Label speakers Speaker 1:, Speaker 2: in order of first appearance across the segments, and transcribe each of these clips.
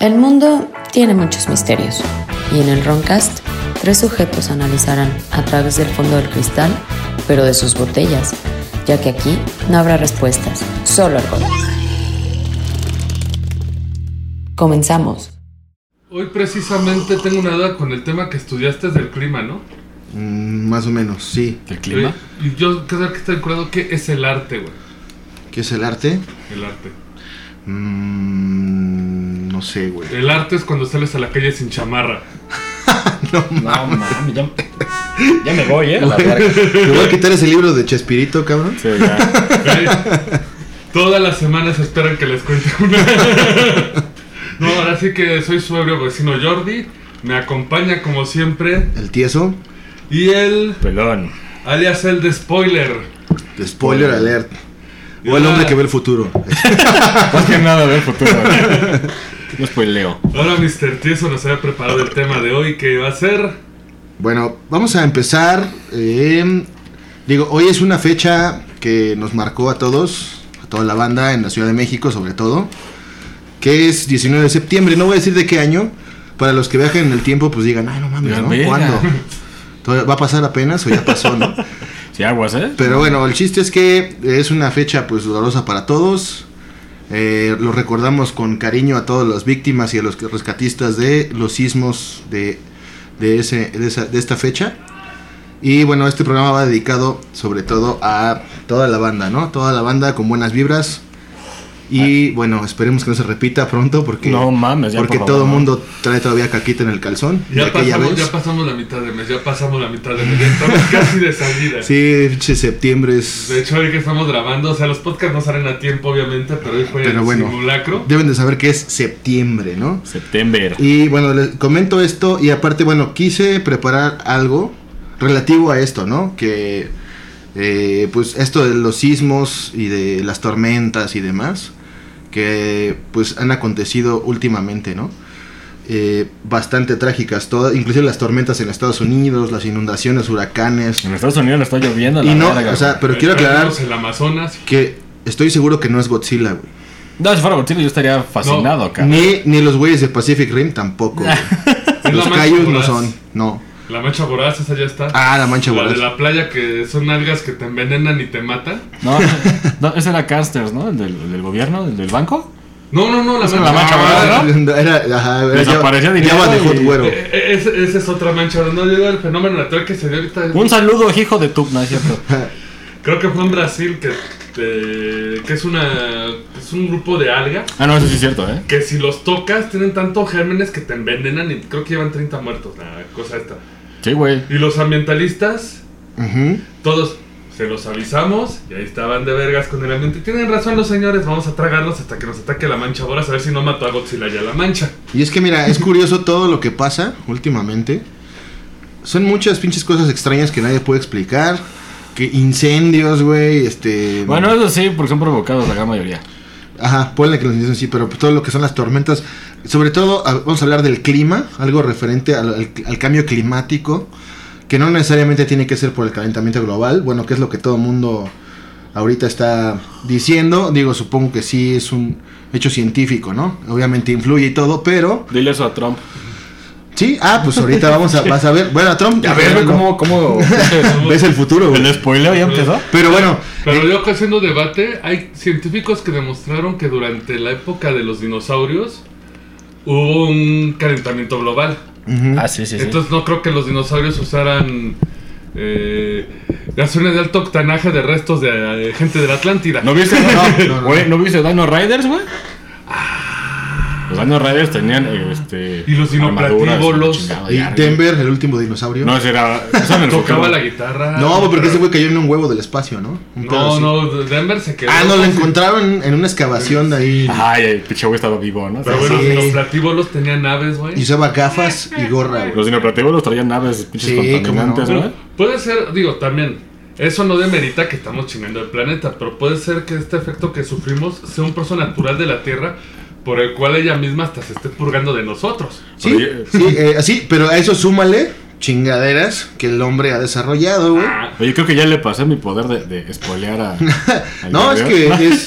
Speaker 1: El mundo tiene muchos misterios y en el Roncast tres sujetos analizarán a través del fondo del cristal, pero de sus botellas, ya que aquí no habrá respuestas, solo algo. Comenzamos.
Speaker 2: Hoy precisamente tengo una duda con el tema que estudiaste del clima, ¿no? Eh,
Speaker 3: Mm, más o menos, sí.
Speaker 4: ¿El clima?
Speaker 2: Y y yo creo que estoy curado qué es el arte, güey.
Speaker 3: ¿Qué es el arte?
Speaker 2: El arte.
Speaker 3: Mm, no sé, güey.
Speaker 2: El arte es cuando sales a la calle sin chamarra.
Speaker 4: No mames, ya, ya me voy, ¿eh? A la verga.
Speaker 3: Te voy a quitar ese libro de Chespirito, cabrón.
Speaker 4: Sí, ya.
Speaker 2: Güey, Todas las semanas esperan que les cuente una. No, ahora sí que soy su ebrio vecino Jordi. Me acompaña como siempre.
Speaker 3: El tieso.
Speaker 2: Y él,
Speaker 4: Pelón.
Speaker 2: alias el de spoiler.
Speaker 3: Spoiler Ah. alert. O el
Speaker 2: Ya.
Speaker 3: hombre que ve el futuro.
Speaker 4: Más que nada del futuro. No spoileo.
Speaker 2: Ahora Mr. Tieso nos había preparado el tema de hoy que va a ser...
Speaker 3: Bueno, vamos a empezar. eh, digo, hoy es una fecha que nos marcó a todos, a toda la banda en la Ciudad de México sobre todo, que es 19 de septiembre. No voy a decir de qué año. Para los que viajen en el tiempo, pues digan, ay, no mames,
Speaker 4: Digan,
Speaker 3: ¿no?
Speaker 4: "Verga".
Speaker 3: ¿Cuándo? ¿Todavía ¿Va a pasar apenas o ya pasó, no?
Speaker 4: Sí, aguas, ¿eh?
Speaker 3: Pero bueno, el chiste es que es una fecha pues dolorosa para todos. Eh, lo recordamos con cariño a todas las víctimas y a los que- rescatistas de los sismos de, de, ese, de, esa- de esta fecha. Y bueno, este programa va dedicado sobre todo a toda la banda, ¿no? Toda la banda con buenas vibras. Y bueno, esperemos que no se repita pronto porque,
Speaker 4: No mames, ya,
Speaker 3: porque
Speaker 4: por favor,
Speaker 3: todo el
Speaker 4: no.
Speaker 3: mundo trae todavía caquita en el calzón. de
Speaker 2: Ya
Speaker 3: aquella
Speaker 2: pasamos,
Speaker 3: vez.
Speaker 2: ya pasamos la mitad de mes, ya pasamos la mitad de mes. ya Estamos casi de salida.
Speaker 3: Sí, pinche septiembre es...
Speaker 2: De hecho, hoy que estamos grabando, o sea, los podcasts no salen a tiempo, obviamente, pero hoy fue
Speaker 3: Pero
Speaker 2: el
Speaker 3: bueno,
Speaker 2: simulacro.
Speaker 3: deben de saber que es septiembre, ¿no?
Speaker 4: Septiembre.
Speaker 3: Y bueno, les comento esto y aparte, bueno, quise preparar algo relativo a esto, ¿no? Que eh, pues esto de los sismos y de las tormentas y demás, que pues han acontecido últimamente, ¿no? Eh, bastante trágicas, todas, inclusive las tormentas en Estados Unidos, las inundaciones, huracanes.
Speaker 4: En Estados Unidos no está lloviendo. a La
Speaker 3: Y no,
Speaker 4: verga,
Speaker 3: o sea,
Speaker 4: güey.
Speaker 3: pero quiero aclarar
Speaker 2: Estamos El Amazonas.
Speaker 3: que estoy seguro que no es Godzilla, güey.
Speaker 4: No, si fuera Godzilla yo estaría fascinado,
Speaker 2: No,
Speaker 4: cara.
Speaker 3: Ni, ni los güeyes de Pacific Rim tampoco. güey.
Speaker 2: Es
Speaker 3: los
Speaker 2: la mancha
Speaker 3: callos no
Speaker 2: voraz.
Speaker 3: son, no.
Speaker 2: La mancha voraz, esa ya está.
Speaker 3: Ah, la mancha
Speaker 2: la
Speaker 3: voraz.
Speaker 2: de la playa que son algas que te envenenan y te matan.
Speaker 4: No, no, ese era Casters, ¿no? El del, el del gobierno, el del banco.
Speaker 2: No, no, no, la
Speaker 4: Esa
Speaker 2: mancha,
Speaker 4: es la mancha voraz,
Speaker 2: voraz.
Speaker 4: ¿no?
Speaker 3: Era, ajá, era
Speaker 4: Desapareció
Speaker 3: ya-
Speaker 4: dinero
Speaker 3: ya va de
Speaker 4: y-
Speaker 3: hot güero.
Speaker 2: Eh, eh, Esa esa es otra mancha voraz. No, yo digo el fenómeno natural que se dio ahorita.
Speaker 4: Un saludo, hijo de tu. No, es cierto.
Speaker 2: Creo que fue en Brasil que, eh, que es una es un grupo de algas
Speaker 4: Ah, no, eso sí es cierto, ¿eh?
Speaker 2: que si los tocas tienen tantos gérmenes que te envenenan y creo que llevan 30 muertos, la cosa esta.
Speaker 4: Sí, güey.
Speaker 2: Y los ambientalistas,
Speaker 3: Ujú.
Speaker 2: todos se los avisamos y ahí estaban de vergas con el ambiente. Tienen razón los señores, vamos a tragarlos hasta que nos ataque la mancha voraz a ver si no mató a Godzilla ya la mancha.
Speaker 3: Y es que mira, es curioso todo lo que pasa últimamente. Son muchas pinches cosas extrañas que nadie puede explicar. Que incendios, güey, este...
Speaker 4: Bueno, eso sí, porque son provocados la gran mayoría.
Speaker 3: Ajá, ponle que los incendios sí, pero todo lo que son las tormentas. Sobre todo, a- vamos a hablar del clima, algo referente al, al- al cambio climático, que no necesariamente tiene que ser por el calentamiento global, bueno, que es lo que todo el mundo ahorita está diciendo. Digo, supongo que sí es un hecho científico, ¿no? Obviamente influye y todo, pero...
Speaker 4: Dile eso a Trump.
Speaker 3: Sí, ah, pues ahorita vamos a, vas a ver. Bueno, Trump,
Speaker 4: A ver, güey, ¿cómo, cómo
Speaker 3: ves el futuro, güey.
Speaker 4: ¿El spoileo ya empezó?
Speaker 3: Pero bueno,
Speaker 2: Pero yo que haciendo debate, hay científicos que demostraron que durante la época de los dinosaurios hubo un calentamiento global.
Speaker 3: ujú,
Speaker 4: Ah, sí, sí, sí.
Speaker 2: Entonces no creo que los dinosaurios usaran eh, gasolina de alto octanaje de restos de, eh, gente de la Atlántida.
Speaker 4: ¿No viste,
Speaker 3: No, no, no.
Speaker 4: Güey, ¿no viste Dino Riders, güey? Los Dino Riders tenían eh, este.
Speaker 2: Y los dinoplatívolos.
Speaker 4: armaduras, chingada,
Speaker 3: y
Speaker 4: ya, güey.
Speaker 3: Denver, el último dinosaurio.
Speaker 4: No, ese era. eso en el
Speaker 2: Tocaba
Speaker 4: futuro.
Speaker 2: la guitarra.
Speaker 3: No, güey, porque ese güey cayó en un huevo del espacio, ¿no? Un pedo
Speaker 2: No,
Speaker 3: así.
Speaker 2: no, Denver se quedó.
Speaker 3: Ah, no, lo encontraron en una excavación de ahí.
Speaker 4: Ay, el pinche güey estaba vivo, ¿no?
Speaker 2: Pero
Speaker 4: Sí.
Speaker 2: bueno,
Speaker 3: Sí.
Speaker 2: los platíbolos tenían aves, güey.
Speaker 3: Y usaba gafas y gorra, güey.
Speaker 4: Los dinoplatívolos traían naves pinches
Speaker 3: Sí,
Speaker 4: contaminantes,
Speaker 3: cómo
Speaker 4: güey.
Speaker 2: Pero puede ser, digo, también, eso no demerita que estamos chingando el planeta, pero puede ser que este efecto que sufrimos sea un proceso natural de la Tierra por el cual ella misma hasta se esté purgando de nosotros.
Speaker 3: Sí,
Speaker 4: Oye.
Speaker 3: sí, eh, sí, pero a eso súmale chingaderas que el hombre ha desarrollado, güey.
Speaker 2: Ah,
Speaker 4: Oye, creo que ya le pasé mi poder de, de spoilear a. al
Speaker 3: No, es que
Speaker 4: Gabriel.
Speaker 3: es,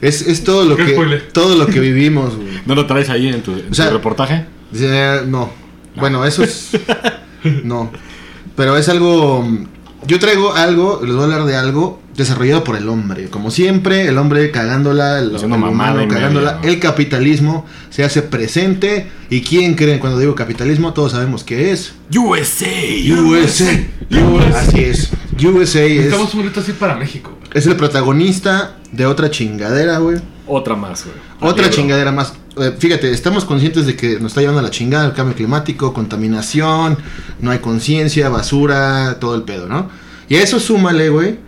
Speaker 3: es, es todo lo
Speaker 2: ¿Qué
Speaker 3: que
Speaker 2: spoiler?
Speaker 3: todo lo que vivimos, güey.
Speaker 4: ¿No lo traes ahí en tu, en
Speaker 3: O sea,
Speaker 4: tu reportaje?
Speaker 3: Eh, no. Bueno, eso es no. Pero es algo yo traigo algo, les voy a hablar de algo desarrollado por el hombre. Como siempre, el hombre cagándola, el,
Speaker 4: Haciendo
Speaker 3: el
Speaker 4: mamada
Speaker 3: humano
Speaker 4: y media,
Speaker 3: cagándola,
Speaker 4: ¿no?
Speaker 3: el capitalismo se hace presente. ¿Y quién creen cuando digo capitalismo? Todos sabemos qué es.
Speaker 4: USA.
Speaker 3: USA. Así es. USA es,
Speaker 2: Necesitamos un grito así para México. güey.
Speaker 3: es el protagonista de otra chingadera, güey.
Speaker 4: Otra más, güey.
Speaker 3: Otra
Speaker 4: Libro.
Speaker 3: chingadera más. Eh, fíjate, estamos conscientes de que nos está llevando a la chingada el cambio climático, contaminación, no hay conciencia, basura, todo el pedo, ¿no? Y a eso súmale, güey,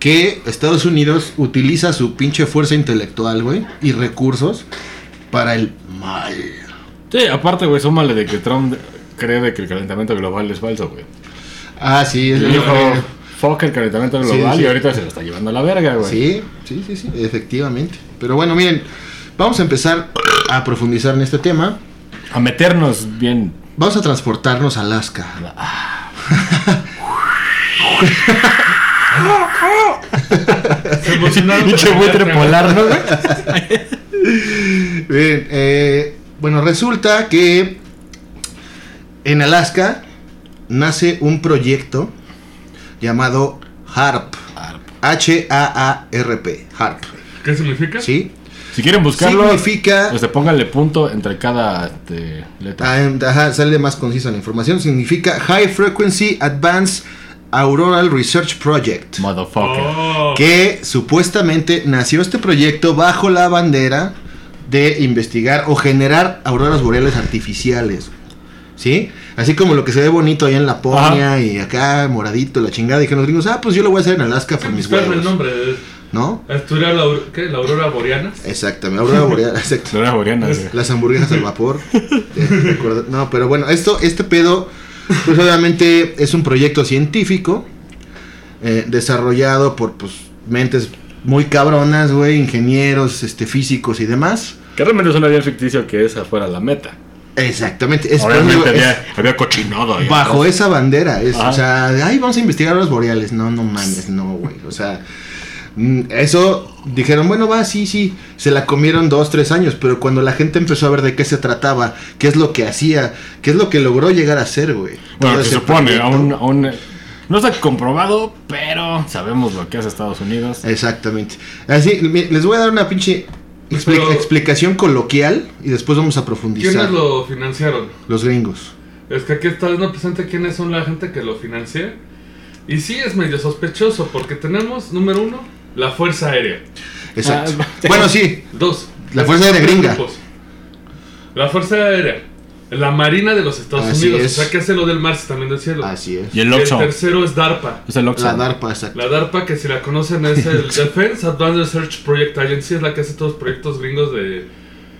Speaker 3: que Estados Unidos utiliza su pinche fuerza intelectual, güey, y recursos para el mal.
Speaker 4: Sí, aparte, güey, súmale de que Trump cree de que el calentamiento global es falso, güey.
Speaker 3: Ah, sí, es
Speaker 4: Y
Speaker 3: lo
Speaker 4: dijo,
Speaker 3: que-
Speaker 4: fuck el calentamiento
Speaker 3: Sí,
Speaker 4: global
Speaker 3: sí.
Speaker 4: y ahorita se lo está llevando a la verga, güey.
Speaker 3: Sí, sí, sí, sí, efectivamente. Pero bueno, miren, vamos a empezar a profundizar en este tema.
Speaker 4: A meternos bien.
Speaker 3: Vamos a transportarnos a Alaska.
Speaker 2: Se emocionaron.
Speaker 4: Pinche buitre polar, ¿no, güey?
Speaker 3: Bien, eh, bueno, resulta que en Alaska nace un proyecto llamado HARP. H-A-A-R-P. HARP.
Speaker 2: ¿Qué significa?
Speaker 3: ¿Sí?
Speaker 4: Si quieren buscarlo,
Speaker 3: Significa.
Speaker 4: Pues, este, pónganle punto entre cada este, letra.
Speaker 3: Ah, em, ajá, sale más concisa la información. Significa High Frequency Advanced Auroral Research Project.
Speaker 4: Motherfucker.
Speaker 2: Oh,
Speaker 3: que supuestamente nació este proyecto bajo la bandera de investigar o generar auroras boreales artificiales. ¿Sí? Así como lo que se ve bonito allá en Laponia y acá moradito, la chingada, y que los gringos, ah, pues yo lo voy a hacer en Alaska por mis
Speaker 2: Buscarme el
Speaker 3: huevos.
Speaker 2: nombre. eh,
Speaker 3: ¿No?
Speaker 2: Estudiar la, aur- ¿qué? la aurora boreana.
Speaker 3: Exactamente, aurora boreal, exacto.
Speaker 4: Flora Boreana, güey.
Speaker 3: Las hamburguesas al vapor. eh, recuerda- no, pero bueno, esto, este pedo, pues obviamente es un proyecto científico eh, desarrollado por pues mentes muy cabronas, güey, ingenieros, este, físicos y demás.
Speaker 4: Que realmente suena bien ficticio que esa fuera la meta.
Speaker 3: Exactamente. es-
Speaker 4: Obviamente
Speaker 3: es-
Speaker 4: había, había cochinado. ahí
Speaker 3: bajo
Speaker 4: atrás.
Speaker 3: esa bandera, es,
Speaker 4: Ajá.
Speaker 3: o sea, de, ay, vamos a investigar los boreales. No, no mames, no, güey. O sea, mm, eso dijeron, bueno, va, sí, sí. Se la comieron dos, tres años, pero cuando la gente empezó a ver de qué se trataba, qué es lo que hacía, qué es lo que logró llegar a ser, güey.
Speaker 4: Bueno,
Speaker 3: Todo
Speaker 4: se
Speaker 3: ese
Speaker 4: supone,
Speaker 3: proyecto.
Speaker 4: aún, aún, eh, no está comprobado, pero sabemos lo que hace Estados Unidos.
Speaker 3: Eh, Exactamente. Así, mi- les voy a dar una pinche expli-
Speaker 2: Pero-
Speaker 3: explicación coloquial y después vamos a profundizar.
Speaker 2: ¿Quiénes lo financiaron?
Speaker 3: Los gringos.
Speaker 2: Es que aquí está no presente quiénes son la gente que lo financia. Y sí es medio sospechoso porque tenemos, número uno, la Fuerza Aérea.
Speaker 3: Exacto.
Speaker 4: Ah,
Speaker 3: bueno, sí,
Speaker 2: Dos.
Speaker 3: La Fuerza Aérea
Speaker 2: tres
Speaker 3: gringa.
Speaker 2: grupos. La Fuerza Aérea. La Marina de los Estados
Speaker 3: Así
Speaker 2: Unidos.
Speaker 3: es.
Speaker 2: O sea, que hace lo del mar y también del cielo.
Speaker 3: así es.
Speaker 4: Y el
Speaker 2: Y el
Speaker 4: Oxxo.
Speaker 2: tercero es DARPA.
Speaker 4: Es el Oxxo.
Speaker 3: La DARPA, exacto.
Speaker 2: La DARPA, que si la conocen, es el Defense Advanced Research Project Agency, es la que hace todos los proyectos gringos de,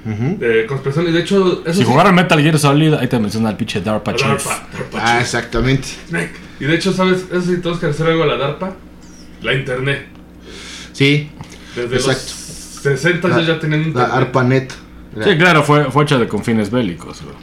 Speaker 3: Ujú.
Speaker 2: de construcción. Y de hecho, eso
Speaker 4: Si
Speaker 2: sí-
Speaker 4: jugaron Metal Gear Solid, ahí te menciona el pinche DARPA Chief.
Speaker 2: DARPA, DARPA,
Speaker 3: Ah, exactamente.
Speaker 2: Snake. Y de hecho, ¿sabes? Eso sí, todos que hacer algo a la DARPA, la internet.
Speaker 3: Sí,
Speaker 2: Desde los
Speaker 3: Exacto.
Speaker 2: 60
Speaker 3: La-
Speaker 2: ya ya tenían
Speaker 3: La
Speaker 2: internet.
Speaker 3: ARPANET.
Speaker 4: Sí, claro, fue, fue hecha de confines bélicos, güey.